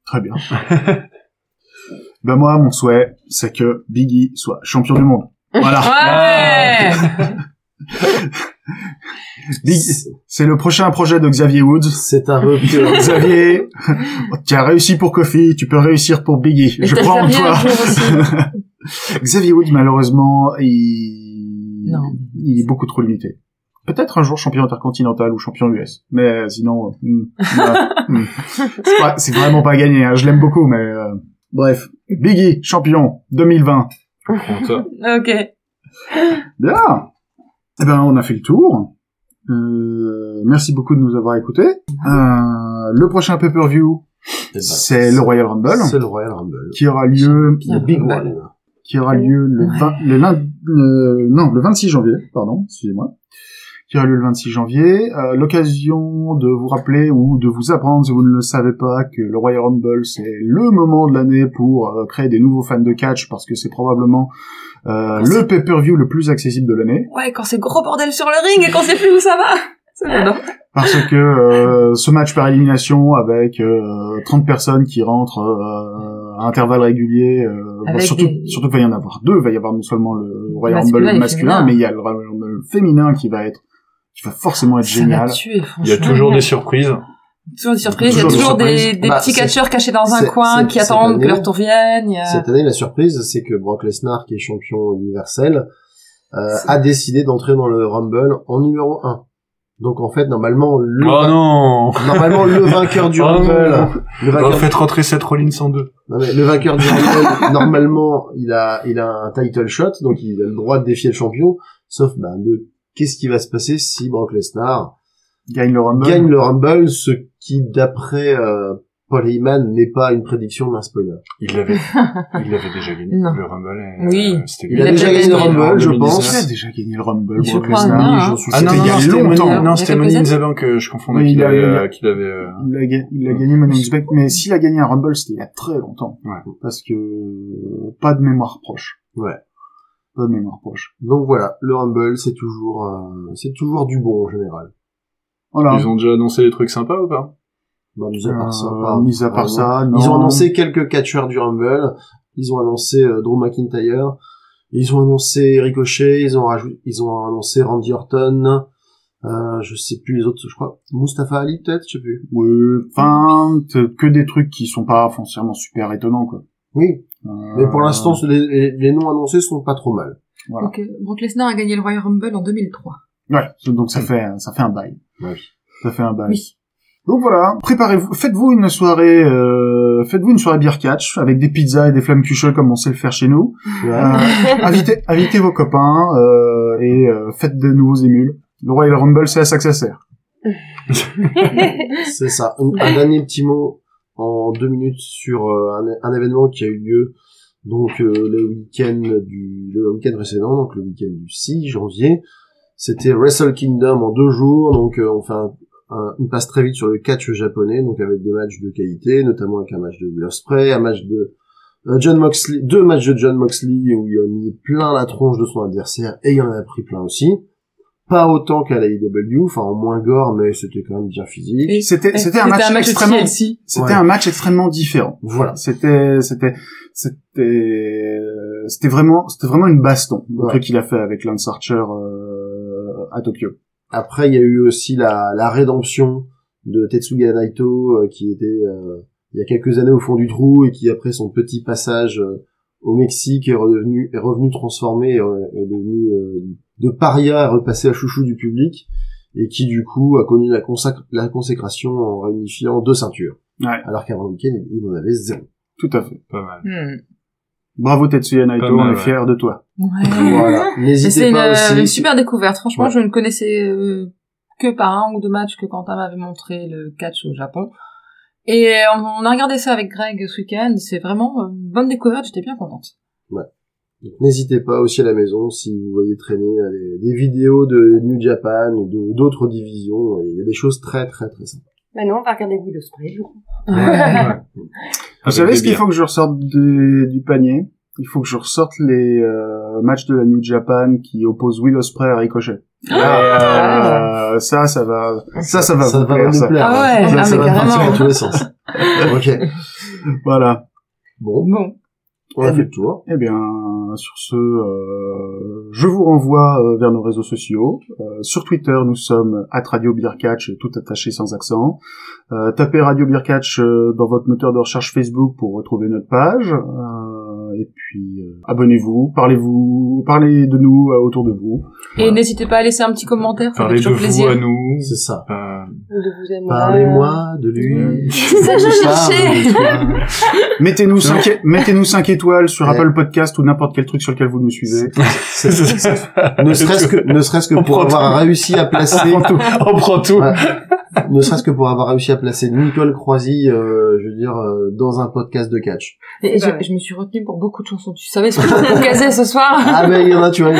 [SPEAKER 3] Très bien. ben moi, mon souhait, c'est que Biggie soit champion du monde. Voilà.
[SPEAKER 4] Ouais
[SPEAKER 6] Ah.
[SPEAKER 3] Biggie, c'est le prochain projet de Xavier Woods.
[SPEAKER 6] C'est un vœu pieux.
[SPEAKER 3] Xavier, tu as réussi pour Kofi, tu peux réussir pour Biggie.
[SPEAKER 4] Et
[SPEAKER 3] Je
[SPEAKER 4] t'as
[SPEAKER 3] crois en
[SPEAKER 4] servi un
[SPEAKER 3] toi.
[SPEAKER 4] jour aussi.
[SPEAKER 3] Xavier Woods, malheureusement, il...
[SPEAKER 4] Non.
[SPEAKER 3] il est beaucoup trop limité. Peut-être un jour champion intercontinental ou champion US, mais euh, sinon, euh, hmm, voilà, hmm. C'est pas- c'est vraiment pas gagné. hein. Je l'aime beaucoup, mais euh, bref. Biggie, champion 2020.
[SPEAKER 4] ok.
[SPEAKER 3] Bien. Eh ben, on a fait le tour. Euh, merci beaucoup de nous avoir écoutés. Euh, le prochain pay-per-view, c'est le Royal Rumble,
[SPEAKER 6] C'est le Royal Rumble.
[SPEAKER 3] qui aura lieu
[SPEAKER 6] Le Big One.
[SPEAKER 3] qui aura lieu le, 20 le, lin- le- non, le 26 janvier, pardon, excusez-moi, qui aura lieu le 26 janvier. Euh, L'occasion de vous rappeler ou de vous apprendre, si vous ne le savez pas, que le Royal Rumble, c'est le moment de l'année pour euh, créer des nouveaux fans de catch, parce que c'est probablement euh, le pay-per-view le plus accessible de l'année,
[SPEAKER 4] Ouais, quand c'est gros bordel sur le ring et qu'on sait plus où ça va hein. Ça, j'adore.
[SPEAKER 3] parce que euh, ce match par élimination avec euh, 30 personnes qui rentrent euh, à intervalles réguliers, euh,
[SPEAKER 4] Avec
[SPEAKER 3] bon, surtout,
[SPEAKER 4] des-
[SPEAKER 3] surtout qu'il va y en avoir deux, il va y avoir non seulement le Royal
[SPEAKER 4] Masculin
[SPEAKER 3] Rumble
[SPEAKER 4] et
[SPEAKER 3] masculin,
[SPEAKER 4] féminin.
[SPEAKER 3] mais il y a le Royal Rumble féminin qui va être, qui va forcément être génial.
[SPEAKER 4] Ça m'a tué,
[SPEAKER 11] Il y a
[SPEAKER 4] franchement.
[SPEAKER 11] toujours des surprises.
[SPEAKER 4] Toujours des surprises, il y a
[SPEAKER 6] Toujours des
[SPEAKER 4] toujours des,
[SPEAKER 6] surprises.
[SPEAKER 4] des
[SPEAKER 6] Bah,
[SPEAKER 4] petits
[SPEAKER 6] c'est-
[SPEAKER 4] catcheurs cachés dans un
[SPEAKER 6] c'est-
[SPEAKER 4] coin
[SPEAKER 6] c'est-
[SPEAKER 4] qui
[SPEAKER 6] cette
[SPEAKER 4] attendent
[SPEAKER 6] année-
[SPEAKER 4] que leur tour vienne. il y a-
[SPEAKER 6] Cette année, la surprise, c'est que Brock Lesnar, qui est champion universel, euh, a décidé d'entrer dans le Rumble en numéro 1. Donc en fait, normalement, le,
[SPEAKER 11] Oh non
[SPEAKER 6] normalement, le vainqueur du
[SPEAKER 11] Oh non.
[SPEAKER 6] Rumble, le
[SPEAKER 11] Bah,
[SPEAKER 6] vainqueur
[SPEAKER 11] Faites rentrer cette Rollins en deux.
[SPEAKER 6] Non, mais le vainqueur du Rumble, normalement, il a, il a un title shot, donc il a le droit de défier le champion, sauf, ben, de, qu'est-ce qui va se passer si Brock Lesnar
[SPEAKER 3] Gagne le Rumble.
[SPEAKER 6] gagne le Rumble, ce qui, d'après, euh, Paul Heyman n'est pas une prédiction d'un spoiler.
[SPEAKER 11] Il l'avait. Il l'avait déjà gagné.
[SPEAKER 4] Non.
[SPEAKER 11] Le Rumble. euh,
[SPEAKER 4] Oui.
[SPEAKER 11] c'était
[SPEAKER 6] Il
[SPEAKER 4] Il
[SPEAKER 6] a
[SPEAKER 4] a
[SPEAKER 6] déjà
[SPEAKER 4] déjà
[SPEAKER 6] gagné le
[SPEAKER 4] gagné.
[SPEAKER 3] Ah,
[SPEAKER 6] Rumble, je
[SPEAKER 11] 2019.
[SPEAKER 6] pense.
[SPEAKER 3] Il a déjà gagné le Rumble,
[SPEAKER 4] Je
[SPEAKER 3] Brock
[SPEAKER 4] crois,
[SPEAKER 3] Lesnar.
[SPEAKER 4] non, hein.
[SPEAKER 6] J'en suis
[SPEAKER 11] Ah non,
[SPEAKER 6] sûr.
[SPEAKER 11] non,
[SPEAKER 3] il y a
[SPEAKER 11] non, c'était
[SPEAKER 3] longtemps.
[SPEAKER 11] Money,
[SPEAKER 4] Il y
[SPEAKER 11] non,
[SPEAKER 4] a
[SPEAKER 11] c'était
[SPEAKER 4] quelques
[SPEAKER 11] Money in
[SPEAKER 4] années.
[SPEAKER 11] the Bank, euh, je confondais
[SPEAKER 3] Oui,
[SPEAKER 11] qu'il
[SPEAKER 3] il a-
[SPEAKER 11] avait,
[SPEAKER 3] il a-
[SPEAKER 11] euh, qu'il avait, euh,
[SPEAKER 3] Il a, ga- il a gagné Money in the Bank, mais s'il a gagné un Rumble, c'était il y a très longtemps.
[SPEAKER 11] Ouais.
[SPEAKER 3] Parce que, pas de mémoire proche.
[SPEAKER 6] Ouais.
[SPEAKER 3] Pas de mémoire proche.
[SPEAKER 6] Donc voilà, le Rumble, c'est toujours, euh, c'est toujours du bon, en général.
[SPEAKER 3] Voilà.
[SPEAKER 11] Ils ont déjà annoncé des trucs sympas ou pas?
[SPEAKER 6] Ben, mis à part ça,
[SPEAKER 3] Euh,
[SPEAKER 6] pas-
[SPEAKER 3] mis à
[SPEAKER 6] pas
[SPEAKER 3] part
[SPEAKER 6] vraiment.
[SPEAKER 3] ça, non.
[SPEAKER 6] Ils ont annoncé quelques catcheurs du Rumble. Ils ont annoncé euh, Drew McIntyre. Ils ont annoncé Ricochet. Ils ont rajouté, ils ont annoncé Randy Orton. Euh, je sais plus les autres, je crois. Mustafa Ali, peut-être, je sais plus.
[SPEAKER 3] Ouais, enfin, t- que des trucs qui sont pas foncièrement super étonnants, quoi.
[SPEAKER 6] Oui. Mais pour
[SPEAKER 3] Euh,
[SPEAKER 6] l'instant, ce- les, les- les noms annoncés sont pas trop mal.
[SPEAKER 3] Voilà.
[SPEAKER 12] Donc, euh, Brock Lesnar a gagné le Royal Rumble en 2003.
[SPEAKER 3] Ouais, donc ça fait, ça fait un bail.
[SPEAKER 6] Oui.
[SPEAKER 3] Ça fait un bail.
[SPEAKER 12] Oui.
[SPEAKER 3] Donc voilà, préparez-vous, faites-vous une soirée, euh, faites-vous une soirée beer catch avec des pizzas et des flammes cuchelles comme on sait le faire chez nous. Euh, invitez, invitez vos copains euh, et euh, faites de nouveaux émules. Le Royal Rumble, c'est à ça que ça sert.
[SPEAKER 6] C'est ça. Un, un dernier petit mot en deux minutes sur euh, un, un événement qui a eu lieu donc euh, le week-end du le week-end précédent, donc le week-end du 6 janvier. C'était Wrestle Kingdom en deux jours, donc euh, on fait un- un- une passe très vite sur le catch japonais, donc avec des matchs de qualité, notamment avec un match de Will Ospreay, un match de euh, John Moxley, deux matchs de John Moxley où il a mis plein la tronche de son adversaire et il en a pris plein aussi. Pas autant qu'à la IW, enfin en moins gore, mais c'était quand même bien physique.
[SPEAKER 8] Et-
[SPEAKER 3] C'était,
[SPEAKER 8] et
[SPEAKER 3] c'était un match,
[SPEAKER 8] de
[SPEAKER 3] extrêmement,
[SPEAKER 8] TLC.
[SPEAKER 3] c'était
[SPEAKER 6] Ouais.
[SPEAKER 3] un match extrêmement différent.
[SPEAKER 6] Voilà.
[SPEAKER 3] C'était, c'était, c'était, euh, c'était vraiment, c'était vraiment une baston. Le
[SPEAKER 6] Ouais.
[SPEAKER 3] truc qu'il a fait avec Lance Archer, euh, à Tokyo.
[SPEAKER 6] Après, il y a eu aussi la, la rédemption de Tetsuya Naito, euh, qui était euh, il y a quelques années au fond du trou et qui, après son petit passage euh, au Mexique, est redevenu, est revenu transformé, euh, est devenu euh, de paria, est repassé à chouchou du public et qui, du coup, a connu la, consacr- la consécration en réunifiant deux ceintures.
[SPEAKER 3] Ouais.
[SPEAKER 6] Alors qu'avant le week-end, il il en avait zéro.
[SPEAKER 3] Tout à fait.
[SPEAKER 5] Pas mal.
[SPEAKER 8] Hmm.
[SPEAKER 3] Bravo Tetsuya Naito,
[SPEAKER 5] Pas
[SPEAKER 3] on
[SPEAKER 5] mal,
[SPEAKER 3] est
[SPEAKER 5] ouais.
[SPEAKER 3] fiers de toi.
[SPEAKER 8] Ouais.
[SPEAKER 6] Voilà.
[SPEAKER 8] Mais
[SPEAKER 6] N'hésitez
[SPEAKER 8] C'est une,
[SPEAKER 6] pas
[SPEAKER 8] euh,
[SPEAKER 6] aussi.
[SPEAKER 8] une super découverte. Franchement,
[SPEAKER 6] Ouais.
[SPEAKER 8] je ne connaissais euh, que par un ou deux matchs que Quentin m'avait montré le catch au Japon. Et euh, on, on a regardé ça avec Greg ce week-end. C'est vraiment euh, une bonne découverte. J'étais bien contente.
[SPEAKER 6] Donc, N'hésitez pas aussi à la maison si vous voyez traîner euh, des, des vidéos de New Japan ou de- d'autres divisions. euh, Il y a des choses très très très sympas.
[SPEAKER 7] Bah non, on va regarder Will Ospreay, du coup.
[SPEAKER 3] Vous savez ce qu'il faut que je ressorte de- du panier Il faut que je ressorte les euh, matchs de la New Japan qui opposent Will Ospreay à Ricochet. Euh, ça, ça va, ça, ça va
[SPEAKER 6] ça
[SPEAKER 3] vous
[SPEAKER 6] va
[SPEAKER 3] plaire,
[SPEAKER 6] nous
[SPEAKER 3] ça.
[SPEAKER 6] plaire.
[SPEAKER 8] Ah ouais,
[SPEAKER 6] ça,
[SPEAKER 8] ah
[SPEAKER 6] ça
[SPEAKER 8] mais
[SPEAKER 6] va partir
[SPEAKER 8] carrément.
[SPEAKER 6] dans tous les sens. ok.
[SPEAKER 3] Voilà.
[SPEAKER 6] Bon,
[SPEAKER 8] Bon.
[SPEAKER 6] on a fait le tour.
[SPEAKER 3] Eh bien, sur ce, euh, je vous renvoie euh, vers nos réseaux sociaux. Euh, sur Twitter, nous sommes at Radio Beercatch, tout attaché sans accent. Euh, tapez Radio Beercatch euh, dans votre moteur de recherche Facebook pour retrouver notre page. Euh, et puis, euh, abonnez-vous, parlez-vous, parlez de nous euh, autour de vous.
[SPEAKER 8] Et n'hésitez pas à laisser un petit commentaire. Ça fait
[SPEAKER 2] Parler de
[SPEAKER 8] toujours
[SPEAKER 2] vous
[SPEAKER 8] plaisir.
[SPEAKER 2] à nous.
[SPEAKER 6] C'est ça.
[SPEAKER 2] Euh,
[SPEAKER 7] De vous aimer.
[SPEAKER 6] Parlez-moi de lui.
[SPEAKER 7] C'est ça que je cherchais.
[SPEAKER 6] cherchais.
[SPEAKER 3] Mettez-nous 5, mettez-nous cinq étoiles sur
[SPEAKER 6] Ouais.
[SPEAKER 3] Apple Podcast ou n'importe quel truc sur lequel vous nous suivez.
[SPEAKER 6] ne serait-ce que, ne serait-ce que
[SPEAKER 2] On
[SPEAKER 6] pour
[SPEAKER 2] prend tout.
[SPEAKER 6] avoir réussi à placer,
[SPEAKER 2] On prend tout.
[SPEAKER 6] Ouais. ne serait-ce que pour avoir réussi à placer Nicole Croisy, euh, je veux dire, euh, dans un podcast de catch.
[SPEAKER 4] Et
[SPEAKER 8] Et
[SPEAKER 4] je-
[SPEAKER 8] je, me suis retenue pour beaucoup de chansons. Tu savais ce que j'avais pour caser ce soir
[SPEAKER 6] Ah ben il y en a, tu vois,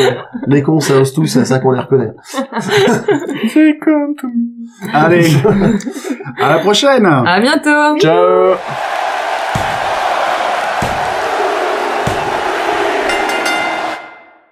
[SPEAKER 6] les cons ça hausse tous, c'est ça qu'on les reconnaît.
[SPEAKER 2] C'est comme tout.
[SPEAKER 3] Allez, à la prochaine.
[SPEAKER 8] À bientôt
[SPEAKER 2] Ciao.